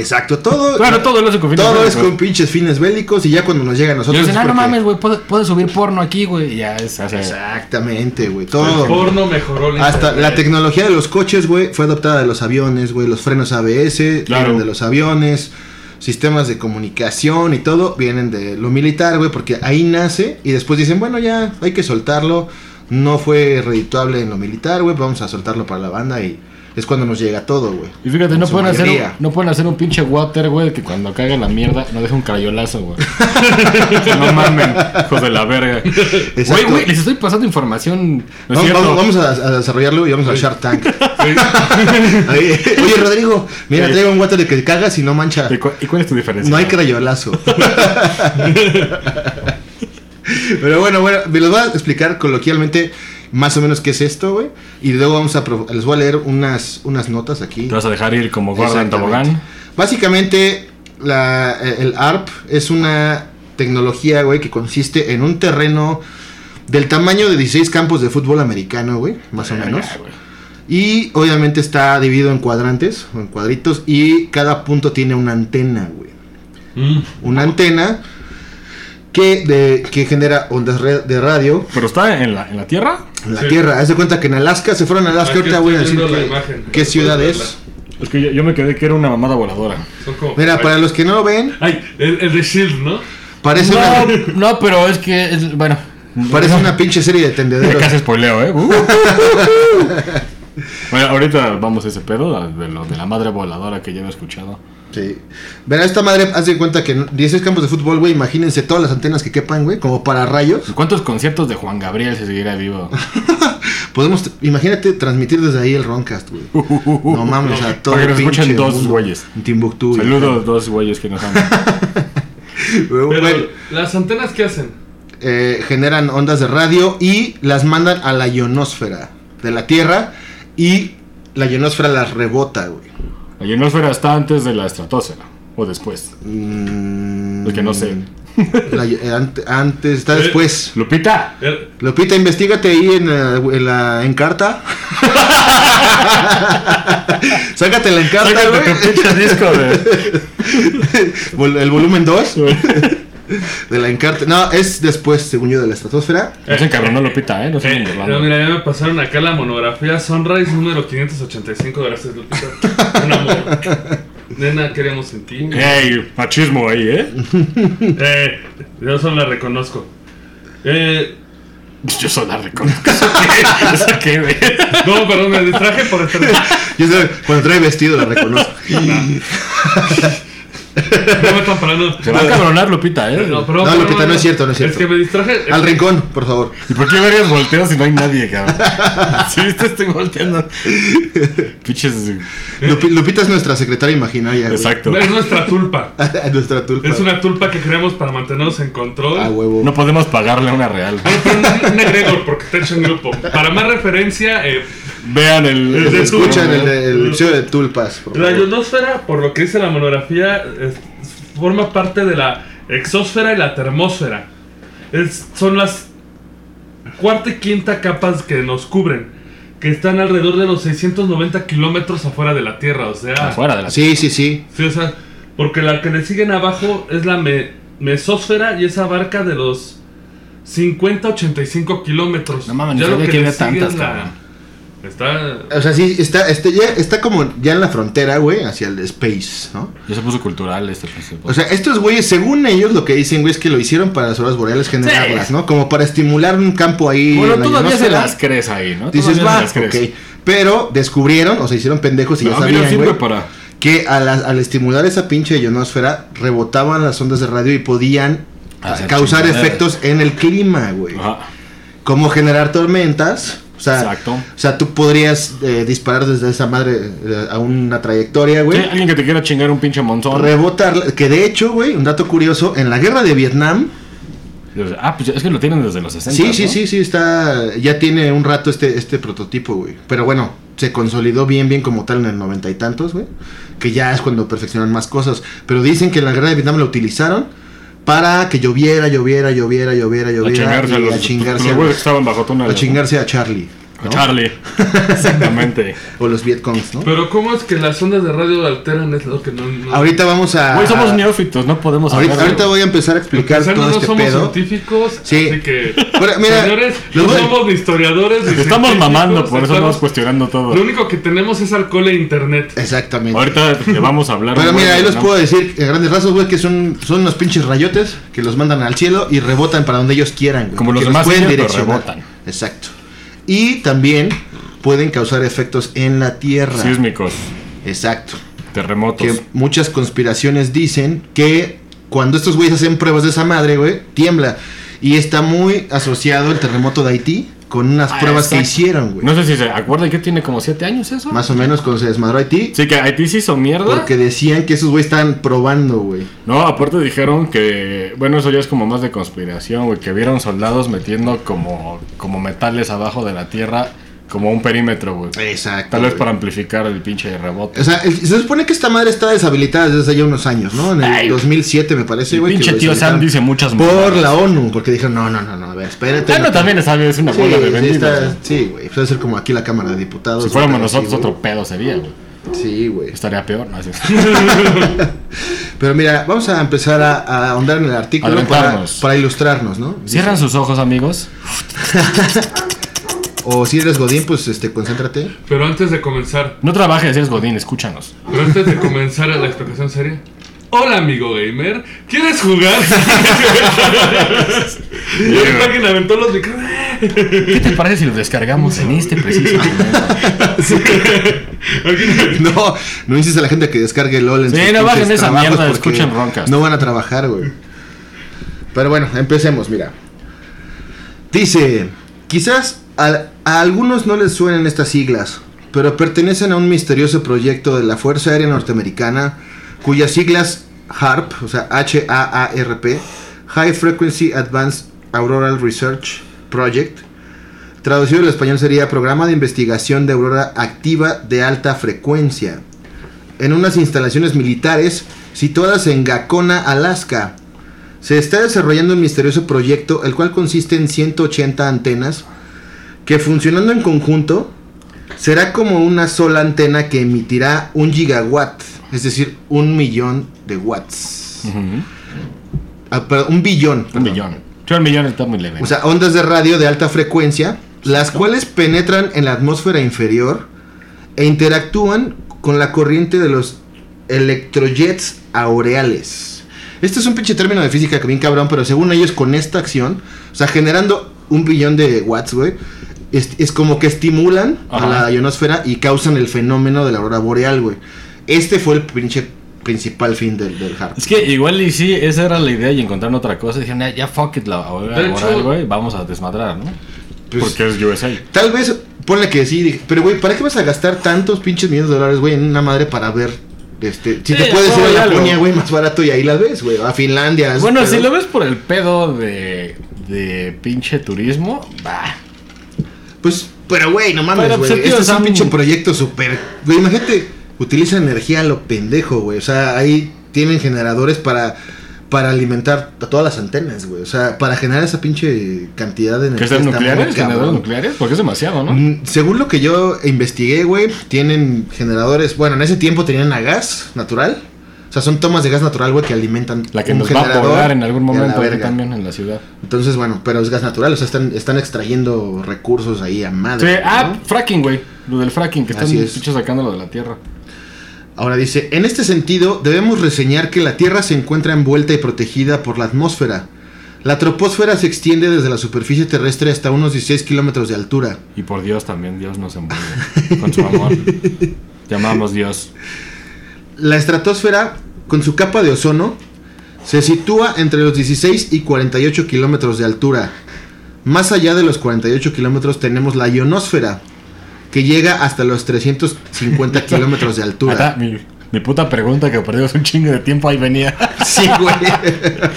Speaker 3: Exacto, todo.
Speaker 4: Claro, todo lo hace con fines
Speaker 3: todo
Speaker 4: bélicos.
Speaker 3: es con pinches fines bélicos y ya cuando nos llega a
Speaker 4: Y
Speaker 3: nosotros.
Speaker 4: dicen,
Speaker 3: es
Speaker 4: ah, no
Speaker 3: porque-
Speaker 4: mames, güey, puedes subir porno aquí, güey. Y Ya es, o sea,
Speaker 3: Exactamente, güey.
Speaker 2: El
Speaker 3: Todo.
Speaker 2: porno mejoró la
Speaker 3: Hasta
Speaker 2: internet.
Speaker 3: la tecnología de los coches, güey, fue adoptada de los aviones, güey. Los frenos ABS
Speaker 4: Claro.
Speaker 3: vienen de los aviones. Sistemas de comunicación y todo vienen de lo militar, güey, porque ahí nace y después dicen, bueno, ya hay que soltarlo. No fue redituable en lo militar, güey, vamos a soltarlo para la banda y es cuando nos llega todo, güey.
Speaker 4: Y fíjate, no
Speaker 3: Su
Speaker 4: pueden, hacer un,
Speaker 3: mayoría.
Speaker 4: no pueden hacer un pinche water, güey, que cuando caiga la mierda no deje un crayolazo, güey. O sea, no mamen, hijos de la verga. Güey,
Speaker 3: Exacto.
Speaker 4: güey, les estoy pasando información. No es
Speaker 3: Vamos,
Speaker 4: cierto.
Speaker 3: vamos- vamos a, a desarrollarlo y vamos al Shark Tank. Ahí. Oye, Rodrigo, mira,
Speaker 4: Sí.
Speaker 3: traigo un water que cagas y no mancha.
Speaker 4: ¿Y, cu- y cuál es tu diferencia?
Speaker 3: No hay crayolazo. Pero bueno, bueno, me los voy a explicar coloquialmente más o menos qué es esto, güey. Y luego vamos a prof- les voy a leer unas, unas notas aquí.
Speaker 4: Te vas a dejar ir como guarda en tobogán.
Speaker 3: Exactamente. Básicamente, la- eh, el ARP es una tecnología, güey, que consiste en un terreno del tamaño de 16 campos de fútbol americano, güey, más o menos.
Speaker 4: Verga, güey.
Speaker 3: Y obviamente está dividido en cuadrantes o en cuadritos y cada punto tiene una antena, güey.
Speaker 2: Mm.
Speaker 3: una antena que, de- que genera ondas re- de radio
Speaker 4: Pero está en la, en la tierra.
Speaker 3: en la
Speaker 2: Sí.
Speaker 3: Tierra. Haz de cuenta que en Alaska se fueron a Alaska.
Speaker 2: Aquí
Speaker 3: Ahorita
Speaker 2: estoy
Speaker 3: voy a decir
Speaker 2: viendo la
Speaker 3: qué-
Speaker 2: imagen.
Speaker 3: qué
Speaker 2: Puedes
Speaker 3: ciudad
Speaker 2: verla.
Speaker 3: es.
Speaker 4: Es que yo, yo me quedé que era una mamada voladora.
Speaker 2: Son como-
Speaker 3: Mira,
Speaker 2: ay,
Speaker 3: para los que no lo ven,
Speaker 2: Ay, el, el de Shield, ¿no?
Speaker 3: parece, una,
Speaker 4: No, no, pero es que. es- bueno.
Speaker 3: parece una pinche serie de
Speaker 4: Ya
Speaker 3: tendederos.
Speaker 4: casi spoileo, ¿eh? Uh. bueno, ahorita vamos a ese pedo a- de lo de la madre voladora que yo había escuchado.
Speaker 3: Sí. Verá, esta madre, haz de cuenta que en 16 campos de fútbol, güey, imagínense todas las antenas que quepan, güey, como para rayos.
Speaker 4: ¿Cuántos conciertos de Juan Gabriel se seguirá vivo?
Speaker 3: Podemos, imagínate transmitir desde ahí el Roncast, güey. No mames, a todo
Speaker 4: Uh, Para que
Speaker 3: el
Speaker 4: nos
Speaker 3: pinche
Speaker 4: escuchen dos
Speaker 3: mundo.
Speaker 4: güeyes.
Speaker 3: En Timbuktu. güey.
Speaker 4: Saludos, dos güeyes que nos han.
Speaker 3: Pero,
Speaker 2: Pero,
Speaker 3: güey,
Speaker 2: ¿las antenas qué hacen?
Speaker 3: eh, generan ondas de radio y las mandan a la ionosfera de la Tierra y la ionosfera las rebota, güey.
Speaker 4: La ionosfera está antes de la estratosfera. O después.
Speaker 3: Mm,
Speaker 4: Porque no sé.
Speaker 3: la- eh, ante- antes, está
Speaker 2: Eh.
Speaker 3: después.
Speaker 4: Lupita,
Speaker 2: El-
Speaker 3: Lopita, investigate ahí en, la- en la encarta. Sácate la encarta,
Speaker 4: sácate
Speaker 3: güey.
Speaker 4: tu pinche disco de.
Speaker 3: Vol- El volumen 2 de la encarta. No, es después, según yo, de la estratosfera.
Speaker 4: No se encabronó Lupita, ¿eh? No se
Speaker 2: eh,
Speaker 4: burlando.
Speaker 2: no, mira, ya me pasaron acá la monografía Sunrise número 585. Gracias, Lupita. Un amor. Nena, queríamos en ti.
Speaker 4: ¡Ey! Machismo ahí, ¿eh?
Speaker 2: Eh, yo solo la reconozco. Eh,
Speaker 4: Yo soy la reconozco. ¿Eso qué? ¿Eso qué, güey?
Speaker 2: no, perdón, me distraje por estar.
Speaker 3: Yo sé, cuando trae vestido la reconozco.
Speaker 2: No me están parando.
Speaker 4: Se va a encabronar Lupita, ¿eh?
Speaker 2: No,
Speaker 3: No,
Speaker 2: pero,
Speaker 3: Lupita, no es cierto, no es cierto.
Speaker 2: Es que me distraje.
Speaker 3: Al rincón, por favor.
Speaker 4: ¿Y por qué vergas volteo si no hay nadie, cabrón? Si viste, estoy volteando. Piches.
Speaker 3: Lupi- Lupita es nuestra secretaria imaginaria. güey.
Speaker 4: Exacto.
Speaker 2: Es nuestra tulpa.
Speaker 3: nuestra tulpa.
Speaker 2: Es una tulpa que creamos para mantenernos en control.
Speaker 3: Ah, huevo.
Speaker 4: No podemos pagarle una real.
Speaker 2: Ay, pero no- no egregor, porque está hecho en grupo. Para más referencia, eh,
Speaker 4: Vean el.
Speaker 2: Es de tu-
Speaker 3: Escuchan el, el episodio de tulpas. por
Speaker 2: la
Speaker 3: favor.
Speaker 2: ionosfera, por lo que dice la monografía, es- forma parte de la exósfera y la termósfera. Es- son las cuarta y quinta capas que nos cubren, que están alrededor de los 690 kilómetros afuera de la Tierra. O sea,
Speaker 4: Afuera de la.
Speaker 3: Sí, sí, sí.
Speaker 2: Sí, o sea, porque la que le siguen abajo es la me- mesósfera y esa abarca de los 50 a 85 kilómetros.
Speaker 4: No mames, ni
Speaker 2: Ya lo
Speaker 4: sabía
Speaker 2: que
Speaker 4: que
Speaker 2: le
Speaker 4: había
Speaker 2: sigue
Speaker 4: tantas,
Speaker 2: es la-
Speaker 4: cabrón.
Speaker 2: Está...
Speaker 3: O sea, sí, está, está, ya, está como ya en la frontera, güey, hacia el space, ¿no?
Speaker 4: Ya se puso cultural este. este-
Speaker 3: O sea, estos güeyes, según ellos, lo que dicen, güey, es que lo hicieron para las horas boreales generarlas, ¿no? Como para estimular un campo ahí.
Speaker 4: Bueno,
Speaker 3: en la
Speaker 4: todavía se
Speaker 3: ionosfera.
Speaker 4: las crees ahí, ¿no?
Speaker 3: Dices,
Speaker 4: Todavía
Speaker 3: va,
Speaker 4: se las crees.
Speaker 3: ok. Pero descubrieron, o se hicieron pendejos y
Speaker 4: No,
Speaker 3: ya
Speaker 4: a mí no
Speaker 3: sabían,
Speaker 4: ah, sirve
Speaker 3: güey,
Speaker 4: para-
Speaker 3: que a las- al estimular esa pinche ionosfera, rebotaban las ondas de radio y podían ah,
Speaker 4: Hacer
Speaker 3: causar
Speaker 4: chingaderas.
Speaker 3: efectos en el clima, güey.
Speaker 4: Ajá.
Speaker 3: Como generar tormentas. O sea,
Speaker 4: Exacto.
Speaker 3: o sea, tú podrías eh, disparar desde esa madre eh, a una trayectoria, güey.
Speaker 4: Sí, Alguien que te quiera chingar un pinche monzón.
Speaker 3: Rebotar, que de hecho, güey, un dato curioso, en la guerra de Vietnam,
Speaker 4: Ah, pues es que lo tienen desde los 60.
Speaker 3: sí, sí,
Speaker 4: ¿no?
Speaker 3: sí, sí, está, ya tiene un rato este, este prototipo, güey. Pero bueno, se consolidó bien, bien como tal en el noventa y tantos, güey. Que ya es cuando perfeccionan más cosas. Pero dicen que en la guerra de Vietnam lo utilizaron para que lloviera, lloviera, lloviera, lloviera,
Speaker 4: A
Speaker 3: lloviera.
Speaker 4: chingarse a
Speaker 3: y
Speaker 4: los,
Speaker 3: a chingarse
Speaker 4: los
Speaker 3: a,
Speaker 4: güeyes que estaban bajo túnel.
Speaker 3: a chingarse a Charlie.
Speaker 4: A
Speaker 3: ¿no?
Speaker 4: Charlie. Exactamente.
Speaker 3: O los Vietcongs, ¿no?
Speaker 2: Pero ¿cómo es que las ondas de radio alteran? Es lo que no... no-
Speaker 3: Ahorita vamos a.
Speaker 4: Güey, somos neófitos, no podemos
Speaker 3: ahorita,
Speaker 4: hablar de-
Speaker 3: ahorita voy a empezar a explicar
Speaker 2: Quizá
Speaker 3: todo
Speaker 2: no
Speaker 3: este
Speaker 2: somos
Speaker 3: pedo.
Speaker 2: científicos,
Speaker 3: Sí.
Speaker 2: así que...
Speaker 3: Pero, mira,
Speaker 2: señores,
Speaker 3: los
Speaker 2: no
Speaker 3: voy-
Speaker 2: somos ni historiadores ni
Speaker 4: Estamos
Speaker 2: científicos,
Speaker 4: mamando, por eso
Speaker 2: estamos-
Speaker 4: estamos cuestionando todo.
Speaker 2: Lo único que tenemos es alcohol e
Speaker 3: Eh.
Speaker 2: internet.
Speaker 3: Exactamente.
Speaker 4: Ahorita le vamos a hablar.
Speaker 3: Pero
Speaker 4: un
Speaker 3: mira,
Speaker 4: buen,
Speaker 3: ahí los
Speaker 4: Ah, ¿no?
Speaker 3: puedo decir, en grandes rasgos, güey, que son, son unos pinches rayotes que los mandan al cielo y rebotan para donde ellos quieran, güey.
Speaker 4: Como los
Speaker 3: que
Speaker 4: demás niños, pero
Speaker 3: direccionar.
Speaker 4: rebotan.
Speaker 3: Exacto. Y también pueden causar efectos en la Tierra.
Speaker 4: Sísmicos,
Speaker 3: Exacto.
Speaker 4: terremotos.
Speaker 3: Que muchas conspiraciones dicen que cuando estos güeyes hacen pruebas de esa madre, güey, tiembla. Y está muy asociado el terremoto de Haití con unas
Speaker 4: Ah,
Speaker 3: pruebas que
Speaker 4: exacto.
Speaker 3: hicieron, güey.
Speaker 4: No sé si se acuerdan que tiene como 7 años eso.
Speaker 3: Más o menos cuando se desmadró Haití.
Speaker 4: Sí, que Haití se hizo mierda.
Speaker 3: Porque decían que esos güeyes estaban probando, güey.
Speaker 4: No, aparte dijeron que. Bueno, eso ya es como más de conspiración, güey. Que vieron soldados metiendo como, como metales abajo de la tierra, como un perímetro, güey.
Speaker 3: Exacto.
Speaker 4: Tal vez
Speaker 3: güey.
Speaker 4: para amplificar el pinche rebote.
Speaker 3: O sea, el- se supone que esta madre está deshabilitada desde hace ya unos años, ¿no? En el
Speaker 4: Ay.
Speaker 3: 2007 me parece,
Speaker 4: El
Speaker 3: güey. que
Speaker 4: pinche
Speaker 3: lo
Speaker 4: tío Sam
Speaker 3: deshabilitaron
Speaker 4: dice muchas
Speaker 3: Por
Speaker 4: mamadas.
Speaker 3: la ONU, porque dijeron, no, no, no, no, a ver, espérate.
Speaker 4: Ah, no, también sabe, es una
Speaker 3: Sí,
Speaker 4: bola de
Speaker 3: sí, pues,
Speaker 4: vendidos.
Speaker 3: está-
Speaker 4: güey.
Speaker 3: sí, güey. Puede ser como aquí la Cámara de Diputados.
Speaker 4: Si fuéramos
Speaker 3: güey,
Speaker 4: nosotros,
Speaker 3: sí, güey.
Speaker 4: otro pedo sería, güey.
Speaker 3: Sí, güey.
Speaker 4: Estaría peor, ¿no? Así es.
Speaker 3: Pero mira, vamos a empezar a, a ahondar en el artículo para,
Speaker 4: Adentrarnos.
Speaker 3: para ilustrarnos, ¿no?
Speaker 4: Cierran sus ojos, amigos.
Speaker 3: O si eres Godín, pues este, concéntrate.
Speaker 2: Pero antes de comenzar,
Speaker 4: No trabajes, eres Godín, escúchanos.
Speaker 2: pero antes de comenzar la explicación seria. Hola amigo gamer, ¿quieres jugar? y ahorita que le aventó los micrófonos.
Speaker 4: ¿Qué te parece si lo descargamos en este preciso momento?
Speaker 3: No, no insistes a la gente que descargue LOL en
Speaker 4: Sí,
Speaker 3: sus
Speaker 4: no bajen
Speaker 3: pinches
Speaker 4: esa
Speaker 3: trabajos
Speaker 4: mierda,
Speaker 3: porque
Speaker 4: escuchen roncas.
Speaker 3: No van a trabajar, güey. Pero bueno, empecemos, mira. Dice, quizás al- a, algunos no les suenen estas siglas, pero pertenecen a un misterioso proyecto de la Fuerza Aérea Norteamericana, cuyas siglas HARP, o sea, H-A-A-R-P, High Frequency Advanced Auroral Research Project, Traducido al español sería Programa de Investigación de Aurora Activa de Alta Frecuencia. En unas instalaciones militares situadas en Gacona, Alaska. Se está desarrollando un misterioso proyecto, el cual consiste en 180 antenas que funcionando en conjunto será como una sola antena que emitirá un gigawatt, es decir, un millón de watts. Ah, perdón, un billón.
Speaker 4: Un
Speaker 3: perdón.
Speaker 4: millón. Yo el millón está muy leve.
Speaker 3: O sea, ondas de radio de alta frecuencia, las cuales penetran en la atmósfera inferior e interactúan con la corriente de los electrojets aureales. Este es un pinche término de física que bien cabrón, pero según ellos con esta acción, o sea, generando un billón de watts, güey, es, es como que estimulan
Speaker 4: Ajá.
Speaker 3: a la ionosfera y causan el fenómeno de la aurora boreal, güey. Este fue el pinche principal fin del, del HARP.
Speaker 4: Es que igual y sí, esa era la idea y encontraron otra cosa. Dijeron, "Ah, ya fuck it, la ahora,
Speaker 2: De
Speaker 4: ahora,
Speaker 2: hecho-
Speaker 4: güey, vamos a desmadrar, ¿no?
Speaker 3: Pues-
Speaker 4: Porque es USA.
Speaker 3: Tal vez, ponle que sí, dije, pero güey, ¿para qué vas a gastar tantos pinches millones de dólares, güey, en una madre para ver? Este, si
Speaker 4: Sí,
Speaker 3: te puedes ir
Speaker 4: güey,
Speaker 3: a
Speaker 4: ya lo-
Speaker 3: Laponia, güey, más barato y ahí las ves, güey, a Finlandia. a esos
Speaker 4: Bueno, si
Speaker 3: pedos.
Speaker 4: lo ves por el pedo de, de pinche turismo, bah.
Speaker 3: Pues, pero güey, no mames,
Speaker 4: Pero,
Speaker 3: güey,
Speaker 4: pues, el tío
Speaker 3: este es un
Speaker 4: Sam-
Speaker 3: pinche proyecto súper... Güey, imagínate, utiliza energía a lo pendejo, güey, o sea, ahí tienen generadores para... Para alimentar a todas las antenas, güey. O sea, para generar esa pinche cantidad de
Speaker 4: ¿Qué
Speaker 3: energía.
Speaker 4: están
Speaker 3: está muy
Speaker 4: nucleares? ¿Generadores
Speaker 3: cabrón.
Speaker 4: nucleares? Porque es demasiado, ¿no?
Speaker 3: Mm, Según lo que yo investigué, güey, tienen generadores. Bueno, en ese tiempo tenían a gas natural. O sea, son tomas de gas natural, güey, que alimentan.
Speaker 4: La que
Speaker 3: un
Speaker 4: nos va a
Speaker 3: generador
Speaker 4: volar en algún
Speaker 3: y a la
Speaker 4: momento aquí
Speaker 3: verga.
Speaker 4: también en la ciudad.
Speaker 3: Entonces, bueno, pero es gas natural. O sea, están, están extrayendo recursos ahí a
Speaker 4: Sí,
Speaker 3: madre.
Speaker 4: ah,
Speaker 3: ¿no?
Speaker 4: fracking, güey. Lo del fracking, que están
Speaker 3: Así es.
Speaker 4: pinches sacándolo de la tierra.
Speaker 3: Ahora dice: En este sentido, debemos reseñar que la Tierra se encuentra envuelta y protegida por la atmósfera. La troposfera se extiende desde la superficie terrestre hasta unos 16 kilómetros de altura.
Speaker 4: Y por Dios también, Dios nos envuelve con su amor. Llamamos Dios.
Speaker 3: La estratosfera, con su capa de ozono, se sitúa entre los 16 y 48 kilómetros de altura. Más allá de los 48 kilómetros tenemos la ionosfera, que llega hasta los 350 kilómetros de
Speaker 4: Acá,
Speaker 3: altura.
Speaker 4: mi, mi puta pregunta que perdimos un chingo de tiempo ahí venía.
Speaker 3: Sí, güey.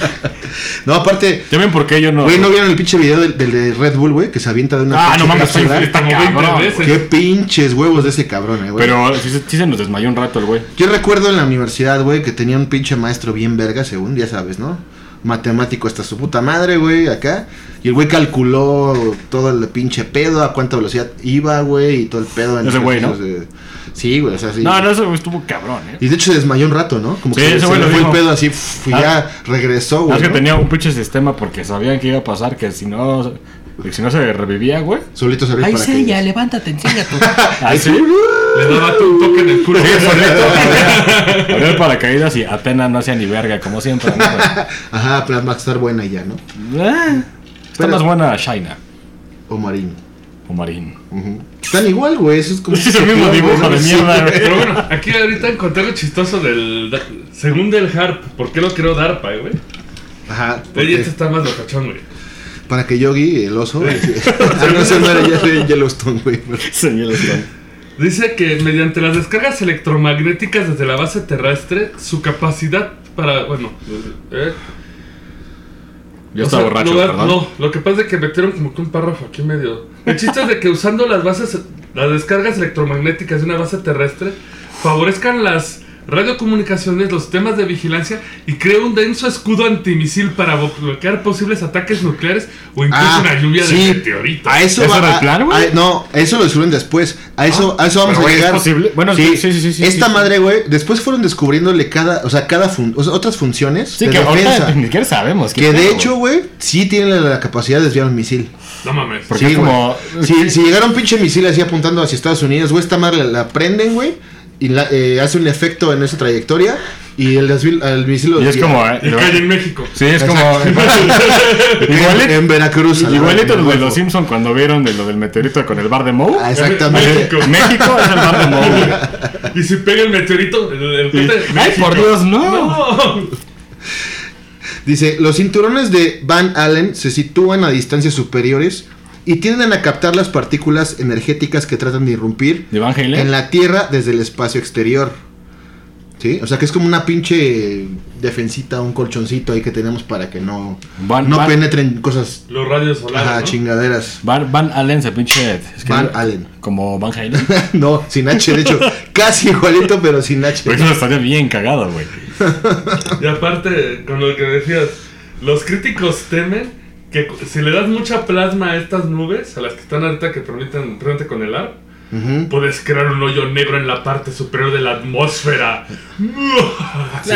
Speaker 3: No, aparte,
Speaker 4: ¿Ya ven por qué yo no?
Speaker 3: güey, ¿no vieron el pinche video del, del de Red Bull, güey? Que se avienta de una
Speaker 4: ah, no
Speaker 3: pinche
Speaker 4: mames, sí,
Speaker 3: cápsula.
Speaker 4: está
Speaker 2: Como
Speaker 4: cabrón,
Speaker 2: 20
Speaker 4: güey.
Speaker 2: veces.
Speaker 3: Qué pinches huevos de ese cabrón, eh, güey.
Speaker 4: Pero sí, se- sí se nos desmayó un rato el güey.
Speaker 3: Yo recuerdo en la universidad, güey, que tenía un pinche maestro bien verga, según, ya sabes, ¿no? Matemático hasta su puta madre, güey, acá. Y el güey calculó todo el pinche pedo, a cuánta velocidad iba, güey, y todo el pedo. en
Speaker 4: Ese güey, ¿no?
Speaker 3: ejercicios de- Sí, güey, o sea, sí.
Speaker 4: No, no, ese güey estuvo cabrón, eh.
Speaker 3: Y de hecho se desmayó un rato, ¿no? Como
Speaker 4: Sí,
Speaker 3: que
Speaker 4: ese
Speaker 3: se
Speaker 4: güey
Speaker 3: le
Speaker 4: lo
Speaker 3: fue el
Speaker 4: dijo.
Speaker 3: pedo así, pf, y
Speaker 4: Ah.
Speaker 3: ya regresó, güey.
Speaker 4: es que
Speaker 3: ¿no?
Speaker 4: tenía un pinche sistema porque sabían que iba a pasar, que si no, que si no se revivía, güey.
Speaker 3: Solito se
Speaker 5: Ay,
Speaker 3: para
Speaker 5: sí,
Speaker 3: que...
Speaker 5: ya, levántate, enséñate.
Speaker 4: Ahí sí.
Speaker 2: Le daba un toque en el culo.
Speaker 4: Abría abría el paracaídas y Atena no hacía ni verga, como siempre. ¿no, güey?
Speaker 3: Ajá, plasma estar buena ya, ¿no?
Speaker 4: Ah, Está
Speaker 3: Pero-
Speaker 4: más buena Shaina
Speaker 3: O marín.
Speaker 4: o Marín.
Speaker 3: Ujú. Están igual, güey, eso es como...
Speaker 4: Es el mismo dibujo de
Speaker 3: Sí.
Speaker 4: mierda, güey.
Speaker 2: Pero bueno, aquí ahorita encontré lo chistoso del. Según del harp, ¿por qué lo creó DARPA, eh, güey?
Speaker 3: Ajá.
Speaker 2: Oye,
Speaker 3: porque-
Speaker 2: este está más locachón, güey.
Speaker 3: Para que Yogi, el oso. ah, no, ese no era ya de Yellowstone, güey.
Speaker 4: Señor Stone.
Speaker 2: Dice que mediante las descargas electromagnéticas desde la base terrestre, su capacidad para. Bueno. eh,
Speaker 4: Yo
Speaker 2: o
Speaker 4: estaba
Speaker 2: sea,
Speaker 4: borracho,
Speaker 2: no,
Speaker 4: perdón.
Speaker 2: No, lo que pasa es que metieron como que un párrafo aquí medio. El chiste es de que usando las bases, las descargas electromagnéticas de una base terrestre, favorezcan las radiocomunicaciones, los sistemas de vigilancia y creó un denso escudo antimisil para bloquear posibles ataques nucleares o incluso
Speaker 3: Ah,
Speaker 2: una lluvia
Speaker 3: sí.
Speaker 2: de meteoritos.
Speaker 3: A eso,
Speaker 4: ¿Eso
Speaker 3: va-
Speaker 4: era el
Speaker 3: a-
Speaker 4: plan, güey? Ah,
Speaker 3: a- no, a eso lo descubren después. A eso, a eso vamos
Speaker 4: pero,
Speaker 3: a
Speaker 4: güey, ¿es
Speaker 3: llegar.
Speaker 4: posible? Bueno, sí, sí, sí, sí, sí,
Speaker 3: Esta
Speaker 4: sí.
Speaker 3: madre, güey, después fueron descubriéndole cada, o sea, cada fun- o sea, otras funciones
Speaker 4: Sí,
Speaker 3: de
Speaker 4: que
Speaker 3: defensa.
Speaker 4: ahorita ni siquiera sabemos. qué
Speaker 3: Que de
Speaker 4: pedo,
Speaker 3: hecho,
Speaker 4: güey.
Speaker 3: güey, sí tienen la, la capacidad de desviar un misil.
Speaker 2: No mames.
Speaker 4: Porque
Speaker 3: Sí,
Speaker 4: es como.
Speaker 3: güey. Si, si llegara un pinche misil así apuntando hacia Estados Unidos, güey, esta madre la, la prenden, güey, y la- eh, hace un efecto en esa trayectoria y el, desvil- el misil lo
Speaker 4: Y es
Speaker 3: desvía.
Speaker 4: como. eh,
Speaker 2: Y cae en México.
Speaker 4: Sí, es como.
Speaker 3: En- en,
Speaker 4: Igual
Speaker 3: Veracruz. a la
Speaker 4: Igualito
Speaker 3: verga,
Speaker 4: los de
Speaker 3: güey.
Speaker 4: los Simpson cuando vieron de lo del meteorito con el bar de Moe.
Speaker 3: Ah, exactamente.
Speaker 2: México.
Speaker 4: México es el bar de Moe. güey.
Speaker 2: Y si pega el meteorito, el, el
Speaker 4: Y-
Speaker 2: puente de
Speaker 4: Ay,
Speaker 2: Este México.
Speaker 4: por Dios, no.
Speaker 2: No.
Speaker 3: Dice, los cinturones de Van Allen se sitúan a distancias superiores y tienden a captar las partículas energéticas que tratan de irrumpir
Speaker 4: ¿De Van Halen?
Speaker 3: en la Tierra desde el espacio exterior. ¿Sí? O sea que es como una pinche defensita, un colchoncito ahí que tenemos para que no,
Speaker 4: Van-
Speaker 3: no
Speaker 4: Van-
Speaker 3: penetren cosas
Speaker 2: Los radios solares.
Speaker 3: ajá,
Speaker 2: ¿no?
Speaker 3: chingaderas.
Speaker 4: Van, Van Allen se pinche. es que-
Speaker 3: Van Allen.
Speaker 4: Como Van Halen.
Speaker 3: no, sin H, de hecho, casi igualito, pero sin H.
Speaker 4: Por Pues eso estaría bien cagado, güey.
Speaker 2: Y aparte, con lo que decías, los críticos temen que cu- si le das mucha plasma a estas nubes, a las que están ahorita que permiten prende con el ARP,
Speaker 3: Ujú.
Speaker 2: puedes crear un hoyo negro en la parte superior de la atmósfera.
Speaker 3: Sí,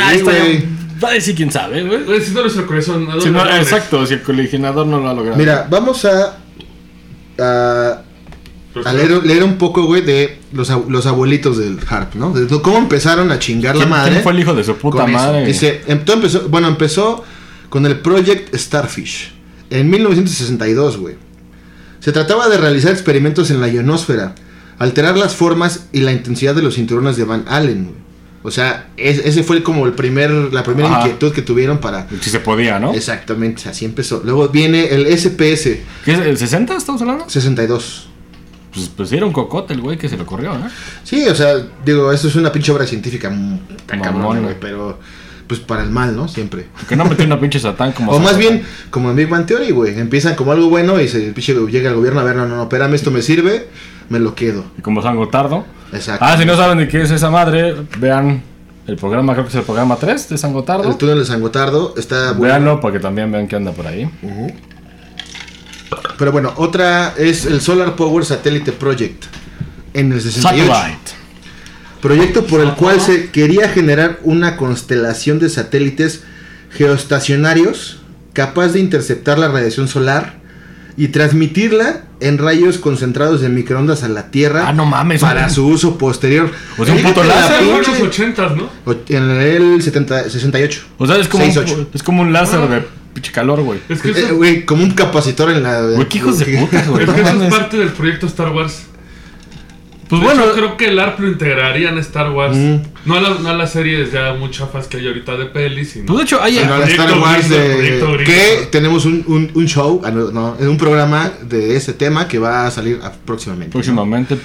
Speaker 4: Ah, estaría-
Speaker 3: güey.
Speaker 4: Va a decir quién sabe, güey.
Speaker 2: Güey, Si no nuestro corazón, ¿a dónde
Speaker 4: Si no,
Speaker 2: vamos?
Speaker 4: exacto, si el coliginador no lo ha logrado.
Speaker 3: Mira, vamos a- a
Speaker 2: Pues,
Speaker 3: A leer, leer un poco, güey, de los, ab- los abuelitos del harp, ¿no? De to- cómo empezaron a chingar la
Speaker 4: ¿Quién,
Speaker 3: madre.
Speaker 4: quién fue el hijo de su
Speaker 3: con
Speaker 4: puta
Speaker 3: eso.
Speaker 4: madre?
Speaker 3: Dice, em- todo empezó, bueno, empezó con el Project Starfish en 1962, güey. Se trataba de realizar experimentos en la ionosfera, alterar las formas y la intensidad de los cinturones de Van Allen, güey. O sea, es- ese fue como el primer, la primera
Speaker 4: Ajá.
Speaker 3: inquietud que tuvieron para...
Speaker 4: Si se podía, ¿no?
Speaker 3: Exactamente, así empezó. Luego viene el SPS
Speaker 4: ¿Qué es, ¿El 60 estamos hablando?
Speaker 3: 62.
Speaker 4: Pues, pues era un cocote el güey que se le ocurrió, ¿no?
Speaker 3: Sí, o sea, digo, esto es una pinche obra científica mm, tan
Speaker 4: Mamón,
Speaker 3: cabrona,
Speaker 4: güey.
Speaker 3: güey, pero pues para el mal, ¿no? Siempre.
Speaker 4: Que no metió una pinche satán como.
Speaker 3: O más
Speaker 4: Satán.
Speaker 3: bien, como en Big Bang Theory, güey, empiezan como algo bueno y se el pinche llega el gobierno a ver, no, no, no, espérame, esto me sirve, me lo quedo.
Speaker 4: Y como San Gotardo.
Speaker 3: Exacto.
Speaker 4: Ah, si no saben de qué es esa madre, vean el programa, creo que es el programa 3 de San Gotardo.
Speaker 3: El túnel de San Gotardo está bueno.
Speaker 4: Veanlo para que también vean qué anda por ahí.
Speaker 3: Pero bueno, otra es el Solar Power Satellite Project en el 68.
Speaker 4: Satellite.
Speaker 3: Proyecto por el cual se quería generar una constelación de satélites geoestacionarios capaz de interceptar la radiación solar y transmitirla en rayos concentrados de microondas a la Tierra
Speaker 4: Ah, no mames.
Speaker 3: para
Speaker 4: un-
Speaker 3: su uso posterior.
Speaker 4: O sea, un puto
Speaker 3: Fíjate la
Speaker 2: Esa fue en los
Speaker 3: pinche-
Speaker 2: 80, ¿no?
Speaker 3: och- En el 70, 68.
Speaker 4: O sea, es como,
Speaker 3: Seis, ocho.
Speaker 4: un, es como un láser de pinche calor, güey.
Speaker 2: Es que
Speaker 3: Eh,
Speaker 2: eso,
Speaker 3: güey, como un capacitor en la...
Speaker 4: Güey, qué hijos de puta, güey.
Speaker 2: es,
Speaker 4: no
Speaker 2: que eso es
Speaker 4: mames.
Speaker 2: parte del proyecto Star Wars.
Speaker 4: Pues
Speaker 2: De
Speaker 4: bueno,
Speaker 2: hecho, creo que el ARP lo integrarían a Star Wars.
Speaker 3: Mm.
Speaker 2: No, a la- no a las series ya muy chafas que hay ahorita de pelis. sino-
Speaker 4: pues de hecho, hay.
Speaker 3: En la
Speaker 2: Proyecto
Speaker 3: Star Wars
Speaker 2: gringo,
Speaker 3: de-
Speaker 2: proyecto gringo.
Speaker 3: que tenemos un, un, un show, ah, no, no, un programa de ese tema que va a salir a- próximamente.
Speaker 4: Próximamente.